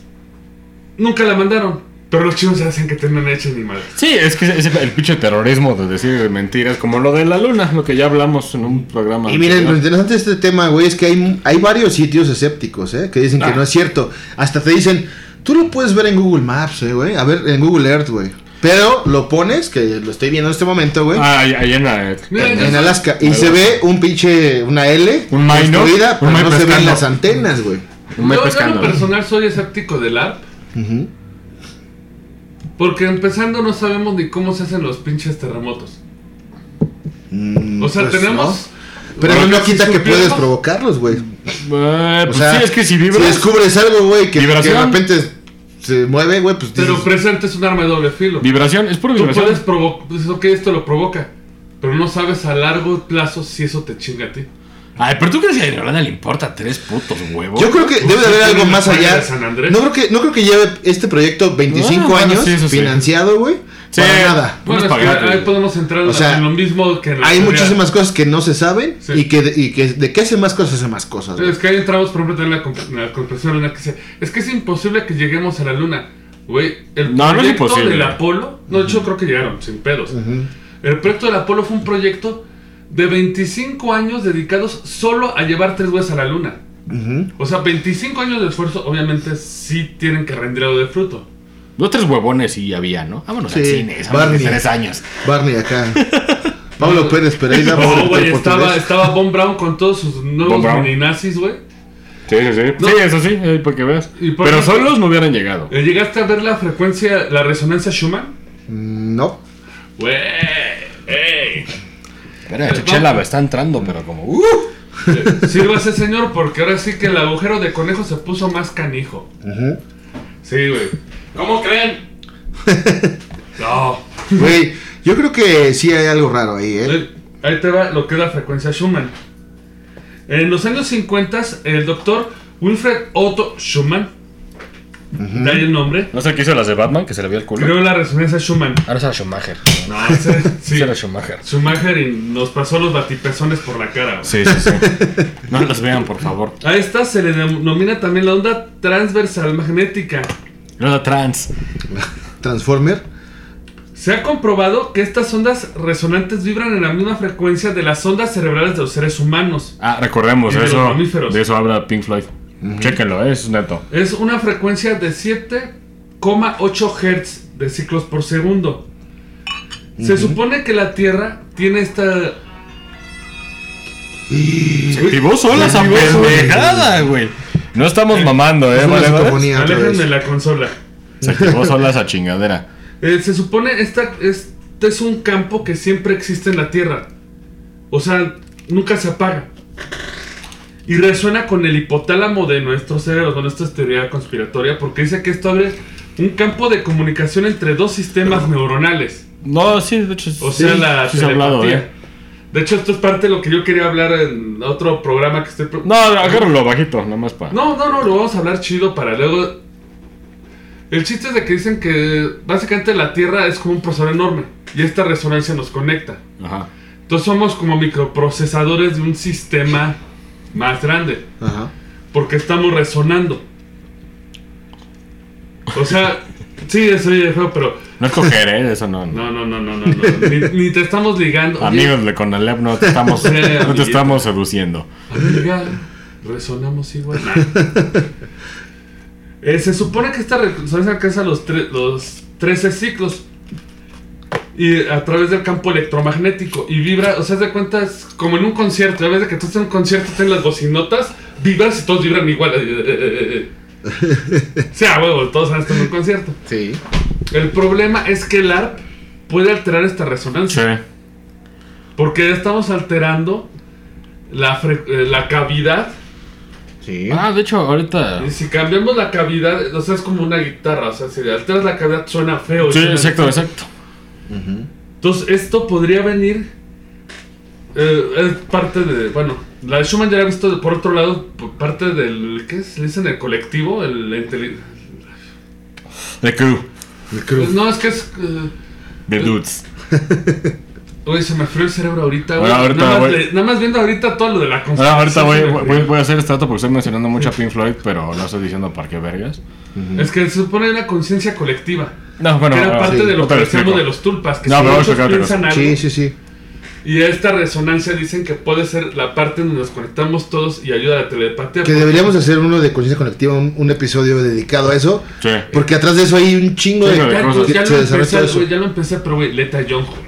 Speaker 2: nunca la mandaron. Pero los chinos ya hacen que tengan hecha ni madre.
Speaker 4: Sí, es que es el pinche terrorismo de decir mentiras, como lo de la luna, lo que ya hablamos en un programa.
Speaker 3: Y miren, lo
Speaker 4: anterior.
Speaker 3: interesante de este tema, güey, es que hay, hay varios sitios escépticos, ¿eh? Que dicen que
Speaker 2: Ah.
Speaker 3: no es cierto. Hasta te dicen, tú lo puedes ver en Google Maps, ¿eh, güey. A ver, en Google Earth, güey. Pero lo pones, que lo estoy viendo en este momento, güey.
Speaker 4: Ah, ahí- ahí en la.
Speaker 2: Mira,
Speaker 4: en-
Speaker 2: ya-
Speaker 3: En Alaska. Y
Speaker 4: Alaska.
Speaker 3: se ve un pinche, una L.
Speaker 4: Un maíz, ¿no?
Speaker 3: construida,
Speaker 4: Un
Speaker 3: pero
Speaker 4: maíz
Speaker 3: no se ven
Speaker 4: pescando.
Speaker 3: las antenas, güey.
Speaker 2: yo, yo
Speaker 4: me
Speaker 2: en
Speaker 4: pescando.
Speaker 2: lo personal soy escéptico del ARP.
Speaker 3: Ujú.
Speaker 2: Porque empezando no sabemos ni cómo se hacen los pinches terremotos.
Speaker 3: Mm,
Speaker 2: O sea,
Speaker 3: pues,
Speaker 2: tenemos...
Speaker 3: no. Pero
Speaker 2: Bueno,
Speaker 3: no
Speaker 2: si
Speaker 3: quita que
Speaker 2: supiéramos-
Speaker 3: puedes provocarlos, güey.
Speaker 4: Eh,
Speaker 3: O
Speaker 4: pues
Speaker 3: sea,
Speaker 4: sí, es que si vibras.
Speaker 3: Si descubres algo, güey, que, que de
Speaker 4: Vibración.
Speaker 3: repente se mueve, güey, pues dices,
Speaker 2: Pero presente es un arma de doble filo.
Speaker 4: Vibración, es pura
Speaker 2: Tú
Speaker 4: vibración.
Speaker 2: puedes provocar... Pues, ok, esto lo provoca. Pero no sabes a largo plazo si eso te chinga a ti.
Speaker 4: Ay, pero tú crees que a Irlanda le importa tres putos huevos.
Speaker 3: Yo creo que
Speaker 2: Pues
Speaker 3: debe de
Speaker 2: sí
Speaker 3: haber
Speaker 2: tiene
Speaker 3: algo
Speaker 2: una
Speaker 3: más
Speaker 2: falla
Speaker 3: allá.
Speaker 2: de San Andrés.
Speaker 3: No creo que no creo que lleve este proyecto 25
Speaker 4: Ah, bueno,
Speaker 3: años
Speaker 4: sí, eso sí.
Speaker 3: financiado, güey.
Speaker 4: Sí.
Speaker 3: Para nada.
Speaker 4: Unos
Speaker 2: Bueno, es que
Speaker 4: pagatos.
Speaker 2: ahí podemos entrar
Speaker 3: O sea,
Speaker 2: en lo mismo que en la
Speaker 3: Hay
Speaker 2: teoría.
Speaker 3: muchísimas cosas que no se saben
Speaker 2: Sí.
Speaker 3: y que de, y que de qué hace más cosas hace más cosas. güey.
Speaker 2: Es que ahí entramos, por ejemplo, en la, comp- en la comprensión en la que dice, es que es imposible que lleguemos a la luna. Güey, el
Speaker 4: No, no es
Speaker 2: proyecto
Speaker 4: imposible.
Speaker 2: del Apolo, no, yo creo que llegaron, sin pedos. El proyecto del Apolo fue un proyecto de 25 años dedicados solo a llevar tres güeyes a la luna.
Speaker 3: Ujú.
Speaker 2: O sea, 25 años de esfuerzo, obviamente sí tienen que rendir algo de fruto.
Speaker 4: Dos, tres huevones sí había, ¿no? Vámonos
Speaker 3: Sí,
Speaker 4: al cine, vámonos de
Speaker 3: Barney.
Speaker 4: tres años.
Speaker 3: Barney acá. Pablo Pérez Pereira.
Speaker 2: No, güey, estaba,
Speaker 3: portugués.
Speaker 2: estaba Von Brown con todos sus nuevos
Speaker 4: Von Braun.
Speaker 2: mininazis, güey.
Speaker 4: Sí, sí, sí.
Speaker 2: No.
Speaker 4: Sí, eso sí, eh, para que veas.
Speaker 2: Y por
Speaker 4: Pero
Speaker 2: ejemplo-
Speaker 4: solos no hubieran llegado.
Speaker 2: Eh, ¿Llegaste a ver la frecuencia, la resonancia Schumann?
Speaker 3: No.
Speaker 2: Güey, ey.
Speaker 4: Mira, Chela está entrando, pero como. ¡Uh!
Speaker 2: Eh, Sírvase, señor, porque ahora sí que el agujero de conejo se puso más canijo.
Speaker 3: Ujú.
Speaker 2: Sí, güey. ¿Cómo creen? No.
Speaker 3: Güey, yo creo que sí hay algo raro ahí, ¿eh?
Speaker 2: Eh, Ahí te va lo que es la frecuencia Schumann. En los años 50, el doctor Wilfred Otto Schumann, de ahí el nombre,
Speaker 4: ¿No es el que hizo las de Batman? Que se le vio el culo.
Speaker 2: creó la resonancia Schumann.
Speaker 4: Ahora es a Schumacher.
Speaker 2: No, ese, sí.
Speaker 4: Sí. Era Schumacher.
Speaker 2: Schumacher y nos pasó los batipezones por la cara. güey.
Speaker 4: Sí, sí, sí. no las vean, por favor.
Speaker 2: A esta se le denomina también la onda transversal magnética.
Speaker 4: No la trans.
Speaker 3: Transformer.
Speaker 2: Se ha comprobado que estas ondas resonantes vibran en la misma frecuencia de las ondas cerebrales de los seres humanos.
Speaker 4: Ah, recordemos,
Speaker 2: Y de los
Speaker 4: eso,
Speaker 2: mamíferos.
Speaker 4: de eso habla Pink Floyd. Chéquenlo, eh, es neto.
Speaker 2: Es una frecuencia de 7,8 Hz de ciclos por segundo. Se supone que la Tierra tiene esta...
Speaker 4: Se activó sola esa pendejada, güey. No estamos mamando, eh,
Speaker 3: Es una
Speaker 4: vale, vale.
Speaker 3: psicofonía otra
Speaker 2: Aléjenme
Speaker 3: vez.
Speaker 2: la consola.
Speaker 4: Se activó sola esa chingadera.
Speaker 2: Eh, se supone esta, este es un campo que siempre existe en la Tierra. O sea, nunca se apaga. Y resuena con el hipotálamo de nuestros cerebros. Bueno, esto es teoría conspiratoria porque dice que esto abre un campo de comunicación entre dos sistemas neuronales.
Speaker 4: No, sí, de hecho.
Speaker 2: O sea,
Speaker 4: sí,
Speaker 2: la
Speaker 4: sí se ha
Speaker 2: telepatía.
Speaker 4: hablado, eh.
Speaker 2: De hecho, esto es parte de lo que yo quería hablar en otro programa que estoy... pro-
Speaker 4: No, agárralo bajito, nada más para.
Speaker 2: No, no, no, lo vamos a hablar chido para luego... El chiste es de que dicen que básicamente la Tierra es como un procesador enorme y esta resonancia nos conecta.
Speaker 4: Ajá.
Speaker 2: Entonces somos como microprocesadores de un sistema más grande
Speaker 3: Ajá.
Speaker 2: porque estamos resonando. O sea, sí, eso ya feo, pero
Speaker 4: No es coger, eh, eso no. no.
Speaker 2: no, no, no, no, no, no. Ni, ni te estamos ligando. Oye,
Speaker 4: Amigos de Conalep, no te estamos,
Speaker 2: Sí,
Speaker 4: no
Speaker 2: amiguito.
Speaker 4: te estamos seduciendo.
Speaker 2: Amiga, resonamos igual. Nah. Eh, se supone que esta resonancia alcanza los, tre- los 13 ciclos y a través del campo electromagnético y vibra, o sea, haz de cuentas como en un concierto, a veces que tú estás en un concierto, estás en las bocinotas, vibras y todos vibran igual. eh, Sí, a huevo, todos han estado en un concierto.
Speaker 3: Sí.
Speaker 2: El problema es que el ARP puede alterar esta resonancia.
Speaker 4: Sí.
Speaker 2: Porque estamos alterando la, fre- eh, la cavidad.
Speaker 3: Sí.
Speaker 4: Ah, de hecho, ahorita.
Speaker 2: Y si cambiamos la cavidad, o sea, es como una guitarra. O sea, si le alteras la cavidad, suena feo.
Speaker 4: Sí,
Speaker 2: suena-
Speaker 4: exacto, exacto.
Speaker 2: Entonces, esto podría venir. eh, es parte de. Bueno, la de Schumann ya la he visto por otro lado, por parte del. ¿Qué es? ¿Le dicen el colectivo? El, inteli-
Speaker 4: The crew,
Speaker 3: El crew.
Speaker 2: No, es que es. eh,
Speaker 4: the dudes.
Speaker 2: Güey, se me frío el cerebro ahorita, güey.
Speaker 4: Ahora, ahorita,
Speaker 2: nada, más
Speaker 4: güey.
Speaker 2: le- nada más viendo ahorita todo lo de la
Speaker 4: Ahora, Ah, ahorita
Speaker 2: conspiración,
Speaker 4: voy,
Speaker 2: se me
Speaker 4: voy,
Speaker 2: frió.
Speaker 4: voy a hacer este dato porque estoy mencionando mucho a Pink Floyd, pero no estoy diciendo para qué vergas.
Speaker 2: Es que se supone una conciencia colectiva.
Speaker 4: No, bueno,
Speaker 2: que era
Speaker 4: ah,
Speaker 2: parte
Speaker 4: sí,
Speaker 2: de lo
Speaker 4: no te
Speaker 2: que
Speaker 4: explico.
Speaker 2: decíamos de los tulpas, que
Speaker 4: No,
Speaker 2: si
Speaker 4: pero
Speaker 2: muchos
Speaker 4: ahorita, ahorita,
Speaker 2: piensan algo.
Speaker 3: Sí, sí, sí.
Speaker 2: Y esta resonancia dicen que puede ser la parte donde nos conectamos todos y ayuda a la telepatía.
Speaker 3: Que deberíamos hacer uno de conciencia colectiva, un, un episodio dedicado a eso.
Speaker 4: Sí.
Speaker 3: Porque atrás de eso hay un chingo
Speaker 4: Sí,
Speaker 3: de.
Speaker 4: güey,
Speaker 2: Ya,
Speaker 4: cosas.
Speaker 2: pues, ya
Speaker 3: se
Speaker 2: lo
Speaker 3: desarrolla
Speaker 2: empecé,
Speaker 3: eso.
Speaker 2: güey, ya lo empecé, pero güey, Leta Young, güey.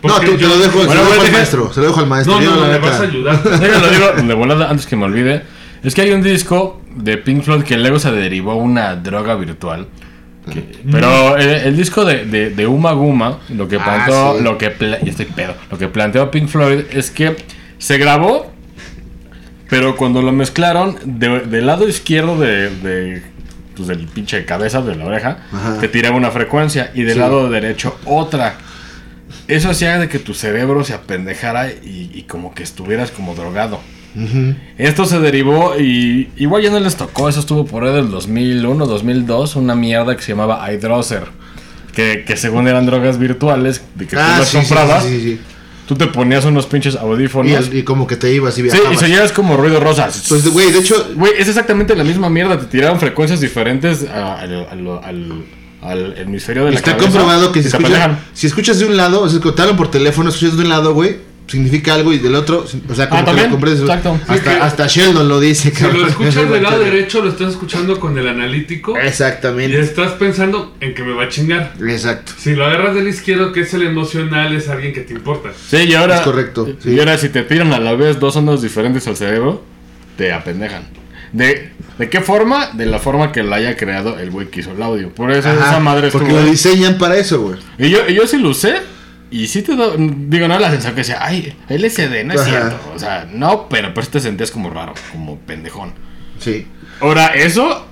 Speaker 3: No,
Speaker 2: Porque
Speaker 3: tú te
Speaker 2: yo-
Speaker 3: lo dejo, se
Speaker 2: Bueno,
Speaker 3: lo dejo
Speaker 2: güey,
Speaker 3: al
Speaker 2: deja-
Speaker 3: maestro. Se lo dejo al maestro.
Speaker 2: No,
Speaker 3: yo,
Speaker 2: no,
Speaker 3: la
Speaker 2: no, me
Speaker 3: neta.
Speaker 2: vas a ayudar.
Speaker 4: Déjalo, lo digo de volada antes que me olvide. Es que hay un disco de Pink Floyd que luego se derivó a una droga virtual. que- pero eh, el disco de, de, de Uma Guma, lo que
Speaker 3: Mm. Ah,
Speaker 4: planteó,
Speaker 3: sí.
Speaker 4: lo que pla- ya estoy pedo, lo que planteó Pink Floyd es que se grabó, pero cuando lo mezclaron, de- del lado izquierdo de, de- pues, del pinche cabeza de la oreja,
Speaker 3: Ajá.
Speaker 4: te tiraba una frecuencia y del
Speaker 3: Sí.
Speaker 4: lado derecho otra. Eso hacía de que tu cerebro se apendejara y, y como que estuvieras como drogado. Esto se derivó y igual ya no les tocó, eso estuvo por ahí del 2001, 2002, una mierda que se llamaba iDrosser. Que, que según eran drogas virtuales, de que
Speaker 3: Ah,
Speaker 4: tú las
Speaker 3: sí, sí,
Speaker 4: comprabas,
Speaker 3: sí, sí, sí.
Speaker 4: tú te ponías unos pinches audífonos.
Speaker 3: Y, al- y como que te ibas y
Speaker 4: sí,
Speaker 3: viajabas.
Speaker 4: y se llevas como ruido rosa.
Speaker 3: Pues, güey, de hecho,
Speaker 4: Güey, es exactamente la misma mierda, te tiraron frecuencias diferentes a- al, al- al- al hemisferio de la
Speaker 3: Está
Speaker 4: cabeza
Speaker 3: comprobado que
Speaker 4: y
Speaker 3: si
Speaker 4: te
Speaker 3: escuchas,
Speaker 4: apendejan.
Speaker 3: si escuchas de un lado, o sea, te hablan por teléfono, escuchas de un lado, güey, significa algo y del otro, o sea, como
Speaker 4: Ah,
Speaker 3: que
Speaker 4: también,
Speaker 3: lo comprendes.
Speaker 4: exacto.
Speaker 2: Sí, que-
Speaker 3: Hasta, hasta Sheldon lo dice,
Speaker 2: Si lo
Speaker 3: cabrón.
Speaker 2: escuchas del lado derecho, lo estás escuchando con el analítico y
Speaker 3: Exactamente.
Speaker 2: estás pensando en que me va a chingar.
Speaker 3: Exacto.
Speaker 2: Si lo agarras del izquierdo, que es el emocional, es alguien que te importa.
Speaker 4: Sí, y ahora.
Speaker 3: Es correcto, sí.
Speaker 4: Y ahora, si te tiran a la vez dos ondas diferentes al cerebro, te apendejan. ¿De, ¿De qué forma? De la forma que la haya creado el güey que hizo el audio. Por eso
Speaker 3: Ajá,
Speaker 4: esa madre
Speaker 3: porque
Speaker 4: estuvo-
Speaker 3: lo diseñan para eso, güey.
Speaker 4: Y yo, y yo sí lo usé. Y sí te da, digo, no la sensación que decía, ay, LSD, no es
Speaker 3: Ajá.
Speaker 4: cierto. O sea, no, pero por eso te sentías como raro, como pendejón.
Speaker 3: Sí.
Speaker 4: Ahora, eso,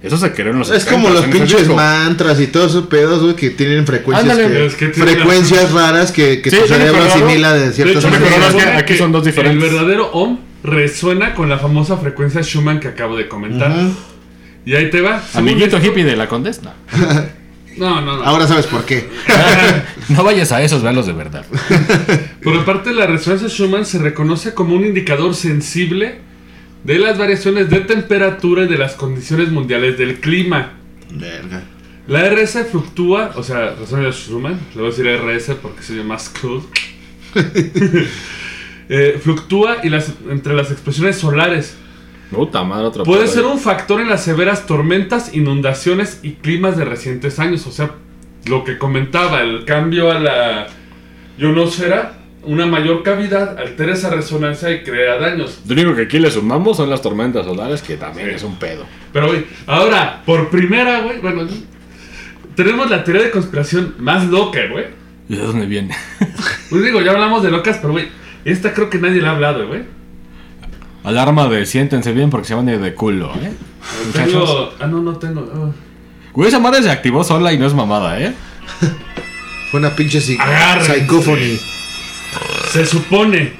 Speaker 4: eso se creó en
Speaker 2: Pues
Speaker 4: los
Speaker 3: Es como
Speaker 4: 70s,
Speaker 3: los
Speaker 4: en ese
Speaker 3: pinches
Speaker 4: disco.
Speaker 3: mantras y todos esos pedos, güey, que tienen frecuencias,
Speaker 4: Ándale,
Speaker 3: que-
Speaker 2: es que tiene
Speaker 3: frecuencias raras que, que pues,
Speaker 4: Sí,
Speaker 3: tu
Speaker 4: sí,
Speaker 3: cerebro
Speaker 4: pero raro.
Speaker 3: asimila de
Speaker 2: De
Speaker 3: ciertas
Speaker 2: hecho,
Speaker 4: Pero
Speaker 2: se
Speaker 4: no, es que
Speaker 2: supone
Speaker 4: aquí son dos diferentes.
Speaker 2: El verdadero ohm resuena con la famosa frecuencia Schumann que acabo de comentar.
Speaker 3: Ujú.
Speaker 2: Y ahí te va. Según
Speaker 4: Amiguito
Speaker 2: esto-
Speaker 4: hippie de la condesa.
Speaker 2: No, no, no.
Speaker 3: Ahora sabes por qué.
Speaker 4: no vayas a esos, veanlos de verdad.
Speaker 2: Por aparte, la resonancia Schumann se reconoce como un indicador sensible de las variaciones de temperatura y de las condiciones mundiales del clima.
Speaker 3: Verga.
Speaker 2: La RS fluctúa, o sea, resonancia Schumann, le voy a decir RS porque soy más cool. Eh, fluctúa y las, entre las expresiones solares.
Speaker 4: Puta madre, otra
Speaker 2: Puede
Speaker 4: pedo
Speaker 2: ser
Speaker 4: ahí.
Speaker 2: un factor en las severas tormentas, inundaciones y climas de recientes años. O sea, lo que comentaba, el cambio a la ionosfera, una mayor cavidad altera esa resonancia y crea daños.
Speaker 4: Lo único que aquí le sumamos son las tormentas solares, que también es un pedo.
Speaker 2: Pero, güey, ahora, por primera, güey, bueno, tenemos la teoría de conspiración más loca, güey.
Speaker 4: ¿De dónde viene?
Speaker 2: Pues digo, ya hablamos de locas, pero, güey, esta creo que nadie la ha hablado, güey.
Speaker 4: Alarma de siéntense bien porque se van a ir de culo, ¿eh? Muchachos.
Speaker 2: Tengo... Ah, no, no tengo. ah.
Speaker 4: Güey, esa madre se activó sola y no es mamada, ¿eh?
Speaker 3: Fue una pinche psi-
Speaker 2: Agárrense.
Speaker 3: psicófoni.
Speaker 2: Se supone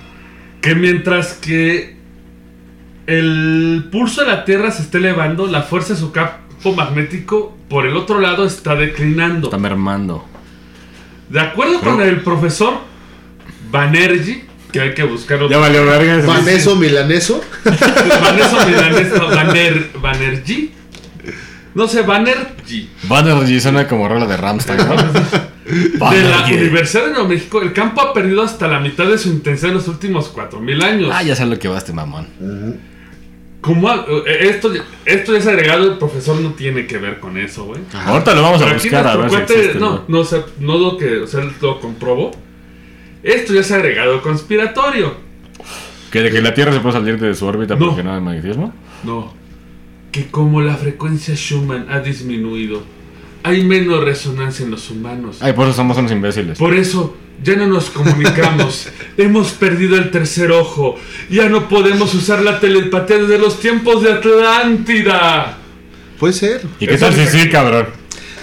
Speaker 2: que mientras que el pulso de la Tierra se está elevando, la fuerza de su campo magnético por el otro lado está declinando.
Speaker 4: Está mermando.
Speaker 2: De acuerdo con
Speaker 4: Pero-
Speaker 2: el profesor Banerjee, que hay que buscarlo.
Speaker 4: Ya valió verga. ese
Speaker 3: Vaneso milaneso.
Speaker 2: Vaneso Milanés, no, Baner, Banerjee. No sé, Banerjee.
Speaker 4: Banerjee suena como rola de Ramstein, ¿no?
Speaker 2: De la
Speaker 4: Banerjee.
Speaker 2: Universidad de Nuevo México, el campo ha perdido hasta la mitad de su intensidad en los últimos 4.000 años.
Speaker 4: Ah, ya sé lo que va este mamón.
Speaker 2: ¿Cómo ha- eh, esto, esto ya es agregado, el profesor no tiene que ver con eso, güey.
Speaker 4: Ahorita lo vamos a
Speaker 2: Pero aquí
Speaker 4: buscar a
Speaker 2: nuestro
Speaker 4: ver si
Speaker 2: cuate-
Speaker 4: existe.
Speaker 2: no,
Speaker 4: güey.
Speaker 2: no, o sea, no lo que, o sea, lo comprobó. Esto ya es agregado conspiratorio.
Speaker 4: ¿Que de que la Tierra se puede salir de su órbita
Speaker 2: No.
Speaker 4: porque no hay magnetismo?
Speaker 2: No, que como la frecuencia Schumann ha disminuido, hay menos resonancia en los humanos.
Speaker 4: Ay, por eso somos unos imbéciles.
Speaker 2: Por eso ya no nos comunicamos. Hemos perdido el tercer ojo. Ya no podemos usar la telepatía desde los tiempos de Atlántida.
Speaker 3: Puede ser.
Speaker 4: ¿Y qué
Speaker 2: Eso
Speaker 4: tal si
Speaker 2: es-
Speaker 4: sí, cabrón?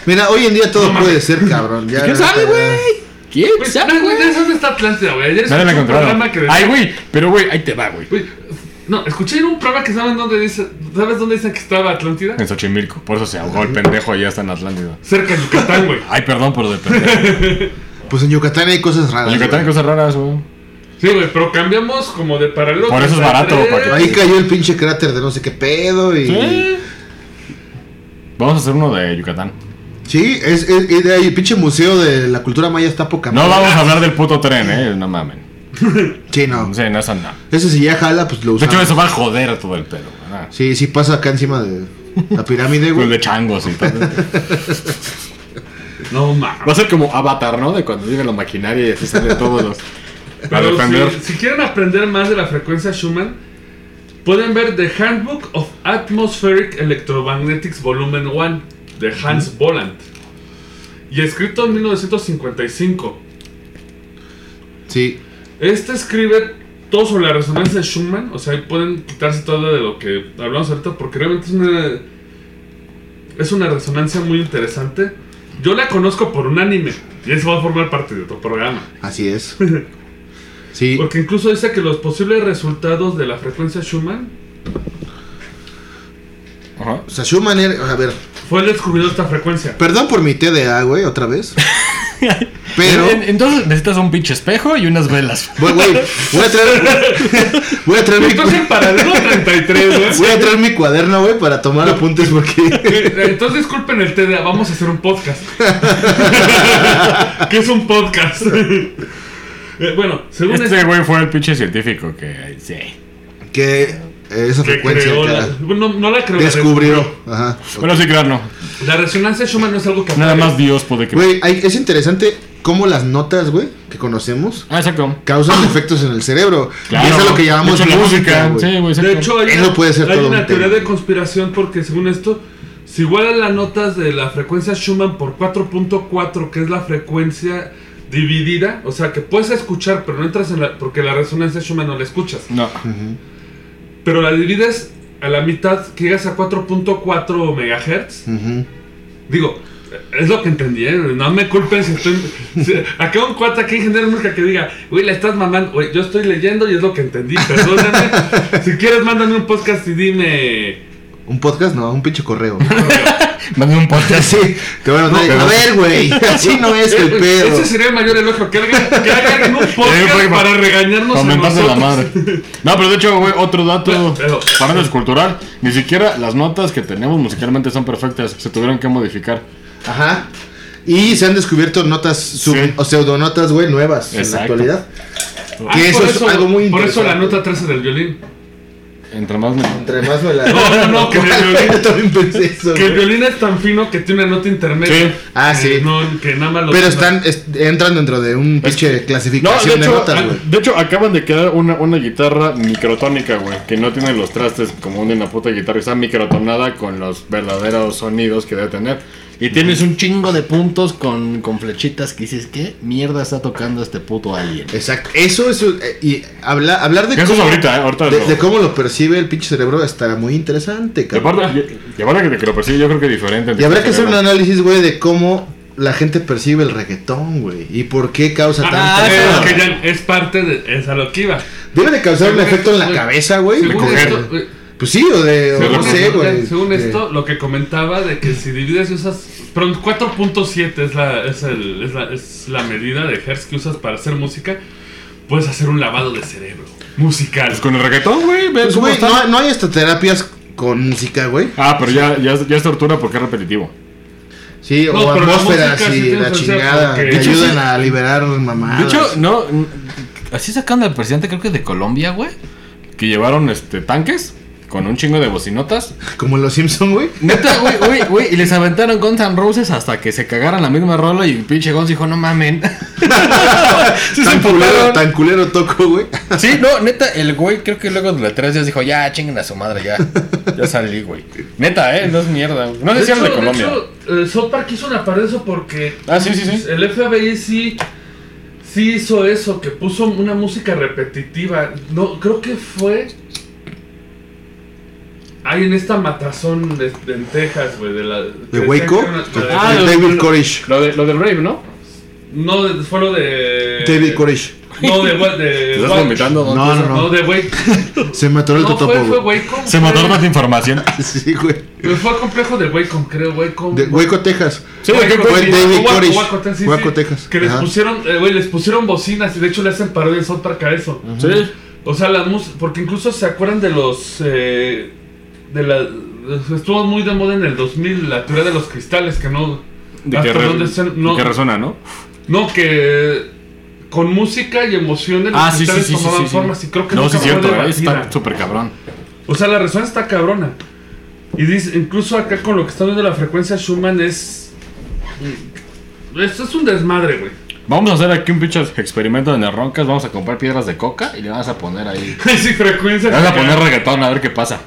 Speaker 3: Mira, hoy en día todo puede ser, cabrón. Ya,
Speaker 4: ¿Quién sabe,
Speaker 3: ya-
Speaker 4: güey? ¿Quién
Speaker 2: Pues,
Speaker 4: sabe,
Speaker 2: no, güey,
Speaker 4: güey?
Speaker 2: ¿sabes dónde está Atlántida, güey? Ayer
Speaker 4: Nadie la
Speaker 2: escuché un programa
Speaker 4: encontraron.
Speaker 2: que decía-
Speaker 4: Ay, güey, pero güey, ahí te va, güey.
Speaker 2: Güey, Pues, No, escuché en un programa que saben dónde dice, ¿sabes dónde dicen que estaba Atlántida?
Speaker 4: En Xochimilco, por eso se ahogó el pendejo allá hasta en Atlántida.
Speaker 2: Cerca de Yucatán, güey.
Speaker 4: Ay, perdón por el pendejo.
Speaker 3: Pues en Yucatán hay cosas raras.
Speaker 4: En Yucatán hay
Speaker 3: güey.
Speaker 4: cosas raras, güey.
Speaker 2: Sí, güey, pero cambiamos como de paralelo.
Speaker 4: Por eso es barato, para que-
Speaker 3: Ahí cayó el pinche cráter de no sé qué pedo y.
Speaker 4: Sí. Vamos a hacer uno de Yucatán.
Speaker 3: Sí, es, es- es de ahí, el pinche museo de la cultura maya está poca
Speaker 4: No
Speaker 3: madre.
Speaker 4: vamos a hablar del puto tren, eh. No mamen.
Speaker 3: Sí, no.
Speaker 4: No sé, no es nada.
Speaker 3: Ese si ya jala, pues lo
Speaker 4: De hecho,
Speaker 3: usamos.
Speaker 4: eso va a joder todo el pedo. ¿verdad?
Speaker 3: Sí, sí pasa acá encima de la pirámide,
Speaker 4: Con
Speaker 3: güey.
Speaker 4: de changos y todo. Va
Speaker 2: No, mames.
Speaker 4: a ser como Avatar, ¿no? De cuando llega la maquinaria y así sale todos los. Para
Speaker 2: Pero
Speaker 4: defender.
Speaker 2: si, si quieren aprender más de la frecuencia Schumann, pueden ver The Handbook of Atmospheric Electromagnetics Volumen 1 de Hans Boland. Y escrito en 1955.
Speaker 3: Sí.
Speaker 2: Este escribe todo sobre la resonancia de Schumann. O sea, ahí pueden quitarse todo de lo que hablamos ahorita porque realmente es una, es una resonancia muy interesante. Yo la conozco por un anime y eso va a formar parte de otro programa.
Speaker 3: Así es. Sí.
Speaker 2: Porque incluso dice que los posibles resultados de la frecuencia Schumann
Speaker 4: Ajá.
Speaker 3: O sea, Schumann era- A ver,
Speaker 2: fue el descubridor de esta frecuencia.
Speaker 3: perdón por mi TDA, güey, otra vez. Pero.
Speaker 4: En- Entonces necesitas un pinche espejo y unas velas.
Speaker 3: Güey, güey, voy a traer. Voy a traer mi,
Speaker 2: Entonces en paralelo 33, güey.
Speaker 3: voy a traer mi cuaderno, güey, para tomar apuntes porque.
Speaker 2: Entonces disculpen el TDA, vamos a hacer un podcast. ¿Qué es un podcast? Eh, bueno, según
Speaker 4: Este
Speaker 2: esto,
Speaker 4: güey fue el pinche científico que. Sí.
Speaker 3: Que eh, esa
Speaker 2: que
Speaker 3: frecuencia
Speaker 2: creó
Speaker 3: que
Speaker 2: la-
Speaker 3: la-
Speaker 2: no, no la creó. la
Speaker 3: descubrió. Ajá.
Speaker 4: Bueno, sí, claro, no.
Speaker 2: descubrió. La resonancia Schumann no es algo que
Speaker 4: Nada
Speaker 2: apague.
Speaker 4: más Dios puede que.
Speaker 3: Güey, hay- es interesante cómo las notas, güey, que conocemos,
Speaker 4: Ah, exacto.
Speaker 3: causan efectos en el cerebro.
Speaker 4: Claro.
Speaker 3: y eso es lo que
Speaker 4: De
Speaker 3: llamamos
Speaker 4: hecho, la
Speaker 3: música, güey.
Speaker 4: Sí, güey,
Speaker 2: De
Speaker 4: exacto.
Speaker 2: hecho, hay,
Speaker 3: Eso
Speaker 2: una-
Speaker 3: puede ser
Speaker 2: hay
Speaker 3: todo
Speaker 2: una
Speaker 3: un
Speaker 2: teoría
Speaker 3: tema.
Speaker 2: de conspiración porque según esto, si igualan las notas de la frecuencia Schumann por 4.4, que es la frecuencia dividida, o sea que puedes escuchar, pero no entras en la... porque la resonancia Schumann no la escuchas,
Speaker 4: No.
Speaker 2: pero la divides a la mitad que llegas a 4.4 megahertz.
Speaker 3: Ujú.
Speaker 2: Digo, es lo que entendí, ¿eh? No me culpen si estoy... si- acá un cuate aquí ingeniero música que diga, güey, la estás mamando. Güey, yo estoy leyendo y es lo que entendí, perdóname. si quieres, mándame un podcast y dime...
Speaker 3: Un podcast, no, un pinche correo.
Speaker 4: Mandé un podcast.
Speaker 3: sí, te van a mandar,
Speaker 4: pero-
Speaker 3: A ver, güey, así no es el pedo.
Speaker 2: Eh, Ese sería el mayor elogio, que alguien, que haga alguien un
Speaker 4: Eh,
Speaker 2: podcast
Speaker 4: güey,
Speaker 2: para
Speaker 4: pa-
Speaker 2: regañarnos a
Speaker 4: Comentarse
Speaker 2: nosotros. Ah,
Speaker 4: la madre. No, pero de hecho, güey, otro dato
Speaker 2: Pero-
Speaker 4: paréntesis cultural. Ni siquiera las notas que tenemos musicalmente son perfectas. Se tuvieron que modificar.
Speaker 3: Ajá. Y se han descubierto notas, sub-
Speaker 4: Sí.
Speaker 3: o pseudonotas, güey, nuevas
Speaker 4: Exacto.
Speaker 3: en la actualidad.
Speaker 2: Ah,
Speaker 3: Que eso
Speaker 2: por
Speaker 3: es algo muy
Speaker 2: Por eso la
Speaker 3: interesante.
Speaker 2: nota 13 del violín.
Speaker 4: Entre más me.
Speaker 3: Entre más me la...
Speaker 2: No, no, no, que me-
Speaker 3: Yo también pensé eso,
Speaker 2: Que el
Speaker 3: güey.
Speaker 2: violín es tan fino que tiene una nota intermedia.
Speaker 4: Sí.
Speaker 3: Ah,
Speaker 2: que
Speaker 3: sí.
Speaker 2: no- que nada más lo-
Speaker 3: Pero están, es- entran dentro de un pinche
Speaker 4: No, de
Speaker 3: clasificación de,
Speaker 4: hecho,
Speaker 3: notas,
Speaker 4: a-
Speaker 3: güey.
Speaker 4: de hecho, acaban de quedar una, una guitarra microtónica, güey, que no tiene los trastes como de una puta guitarra, está microtonada con los verdaderos sonidos que debe tener. Y tienes un chingo de puntos con, con flechitas que dices, ¿qué mierda está tocando este puto alien?
Speaker 3: Exacto. Eso, eso, eh, y habla- hablar de
Speaker 4: Eso es
Speaker 3: cómo,
Speaker 4: ahorita, ¿eh? Ahorita
Speaker 3: de,
Speaker 4: lo-
Speaker 3: de cómo lo percibe el pinche cerebro estará muy interesante,
Speaker 4: Y
Speaker 3: cabrón.
Speaker 4: aparte, y aparte que te lo percibe, yo creo que es diferente.
Speaker 3: Y habrá que hacer un análisis, güey, de cómo la gente percibe el reggaetón, güey. Y por qué causa
Speaker 2: Ah,
Speaker 3: tanta-
Speaker 2: pero que ya es parte de es a lo que iba.
Speaker 3: Debe de causar un
Speaker 2: Según
Speaker 3: efecto en la
Speaker 2: esto,
Speaker 3: cabeza, güey.
Speaker 2: según
Speaker 4: Recoger.
Speaker 2: esto, güey,
Speaker 3: Pues sí, o de... o
Speaker 4: Según
Speaker 3: no sé,
Speaker 2: esto,
Speaker 3: güey.
Speaker 2: según
Speaker 3: de-
Speaker 2: esto, lo que comentaba de que si divides y usas. Perdón, 4.7 es la, es, el- es la, es la medida de hertz que usas para hacer música. Puedes hacer un lavado de cerebro musical.
Speaker 4: Pues con el reggaetón, güey, ve
Speaker 3: Pues,
Speaker 4: cómo
Speaker 3: güey,
Speaker 4: está.
Speaker 3: no, no hay hasta terapias con música, güey.
Speaker 4: Ah, pero ya, ya, ya es tortura porque es repetitivo.
Speaker 3: Sí,
Speaker 2: No,
Speaker 3: o
Speaker 2: pero la
Speaker 3: atmósferas
Speaker 2: música sí
Speaker 3: y
Speaker 2: tiene
Speaker 3: la
Speaker 2: influencia
Speaker 3: chingada.
Speaker 2: porque-
Speaker 3: Que
Speaker 2: De
Speaker 4: hecho,
Speaker 3: ayudan
Speaker 4: sí.
Speaker 3: a liberar mamadas.
Speaker 4: De hecho, no. n- Así sacando al presidente, creo que de Colombia, güey. Que llevaron este tanques con un chingo de bocinotas.
Speaker 3: Como los Simpson, güey.
Speaker 4: Neta, güey, güey, güey. Y les aventaron Guns N' Roses hasta que se cagaran la misma rola. Y pinche Guns dijo, no mamen. Sí, se
Speaker 3: tan, culero,
Speaker 4: emputaron.
Speaker 3: tan culero toco, güey.
Speaker 4: Sí, no, neta, el güey creo que luego de los tres días dijo, ya, chinguen a su madre, ya. Ya salí, güey. Neta, eh, no es mierda. No sé si eran de Colombia.
Speaker 2: hecho, eh, South Park hizo una pared de eso porque
Speaker 4: Ah, sí, sí, sí.
Speaker 2: el FBI sí, sí hizo eso, que puso una música repetitiva. No, creo que fue. Ahí en esta matazón de, de- en Texas, güey, de la. que decían
Speaker 3: Waco?
Speaker 2: que era una-
Speaker 4: Ah,
Speaker 3: De
Speaker 4: los-
Speaker 3: David Koresh.
Speaker 4: Lo, de, lo del rave, ¿no?
Speaker 2: No, de- fue lo de.
Speaker 3: David Koresh.
Speaker 2: No, de. wa- de
Speaker 4: Estás
Speaker 2: Waco.
Speaker 4: vomitando,
Speaker 3: No,
Speaker 4: don?
Speaker 3: no,
Speaker 2: Eh, No,
Speaker 3: no.
Speaker 2: de Waco.
Speaker 3: Se me atoró el
Speaker 2: No,
Speaker 3: totopo,
Speaker 2: fue, fue
Speaker 3: güey.
Speaker 2: Waco.
Speaker 4: Se mató más información.
Speaker 3: Sí, güey.
Speaker 2: Fue, fue al complejo de Waco, creo, Waco.
Speaker 3: De Hueco, Texas.
Speaker 4: Sí,
Speaker 2: Güey,
Speaker 4: ¿qué
Speaker 2: creo que
Speaker 3: fue
Speaker 2: sí,
Speaker 3: David
Speaker 2: Waco,
Speaker 3: Koresh.
Speaker 2: Waco, Texas, sí,
Speaker 3: Waco,
Speaker 2: sí.
Speaker 3: Texas.
Speaker 2: Que les
Speaker 3: Ajá.
Speaker 2: pusieron, eh, güey, les pusieron bocinas y de hecho le hacen parodia en South Park a eso.
Speaker 4: Sí.
Speaker 2: O sea, las mus- porque incluso se acuerdan de los eh, de la estuvo muy de moda en el 2000 la teoría de los cristales que no
Speaker 4: De
Speaker 2: hasta
Speaker 4: que, re-
Speaker 2: dónde se-
Speaker 4: de
Speaker 2: no,
Speaker 4: que resuena, ¿no?
Speaker 2: no que con música y emociones
Speaker 4: Ah,
Speaker 2: los cristales Ah, tomaban formas y creo que
Speaker 4: No,
Speaker 2: nunca
Speaker 4: sí,
Speaker 2: fue
Speaker 4: cierto, eh,
Speaker 2: debatida.
Speaker 4: está súper cabrón.
Speaker 2: O sea, la resonancia está cabrona. Y dice, incluso acá con lo que está viendo la frecuencia Schumann es. Esto es un desmadre, güey.
Speaker 4: Vamos a hacer aquí un pinche experimento de roncas. Vamos a comprar piedras de coca y le vas a poner ahí.
Speaker 2: sí, frecuencia.
Speaker 4: Le vas a poner reggaetón a ver qué pasa.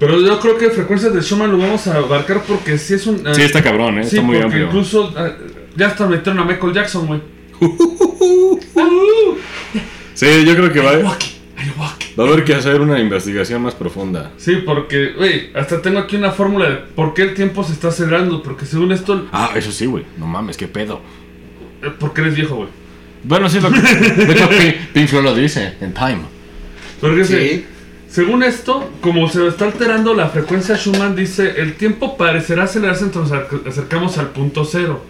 Speaker 2: Pero yo creo que frecuencias de Schumann lo vamos a abarcar porque sí es un.
Speaker 4: Sí, está cabrón, eh,
Speaker 2: Sí,
Speaker 4: está muy
Speaker 2: porque
Speaker 4: amplio.
Speaker 2: incluso ah, ya hasta metieron a Michael Jackson, güey.
Speaker 4: Sí, yo creo que va, va
Speaker 2: Ay, guau.
Speaker 4: a haber que hacer una investigación más profunda.
Speaker 2: Sí, porque, güey, hasta tengo aquí una fórmula de por qué el tiempo se está acelerando. Porque según esto,
Speaker 4: Ah, eso sí, güey. No mames, qué pedo.
Speaker 2: eh, porque eres viejo, güey.
Speaker 4: Bueno, sí, lo que. De hecho, Pink- Pink Floyd lo dice en Time.
Speaker 2: Porque
Speaker 3: Sí.
Speaker 2: Según esto, como se está alterando la frecuencia Schumann, dice, el tiempo parecerá acelerarse entre nos ac- acercamos al punto cero.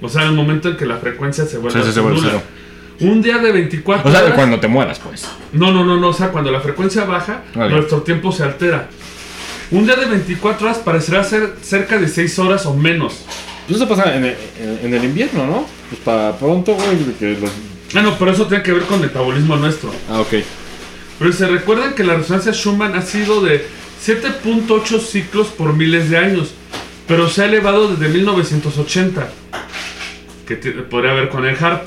Speaker 2: O sea, el momento en que la frecuencia se vuelve,
Speaker 4: Sí, sí, se vuelve
Speaker 2: nula. Un día de 24
Speaker 4: O sea,
Speaker 2: horas...
Speaker 4: cuando te mueras, pues.
Speaker 2: No, no, no, no, o sea, cuando la frecuencia baja,
Speaker 4: Vale.
Speaker 2: nuestro tiempo se altera. Un día de 24 horas parecerá ser cerca de 6 horas o menos.
Speaker 4: Pues eso pasa en el, en- en el invierno, ¿no? pues para pronto, güey. Que los...
Speaker 2: Ah, no, pero eso tiene que ver con el metabolismo nuestro.
Speaker 4: Ah, ok.
Speaker 2: Pero se recuerdan que la resonancia Schumann ha sido de 7.8 ciclos por miles de años, pero se ha elevado desde 1980, que te- podría ver con el HARP.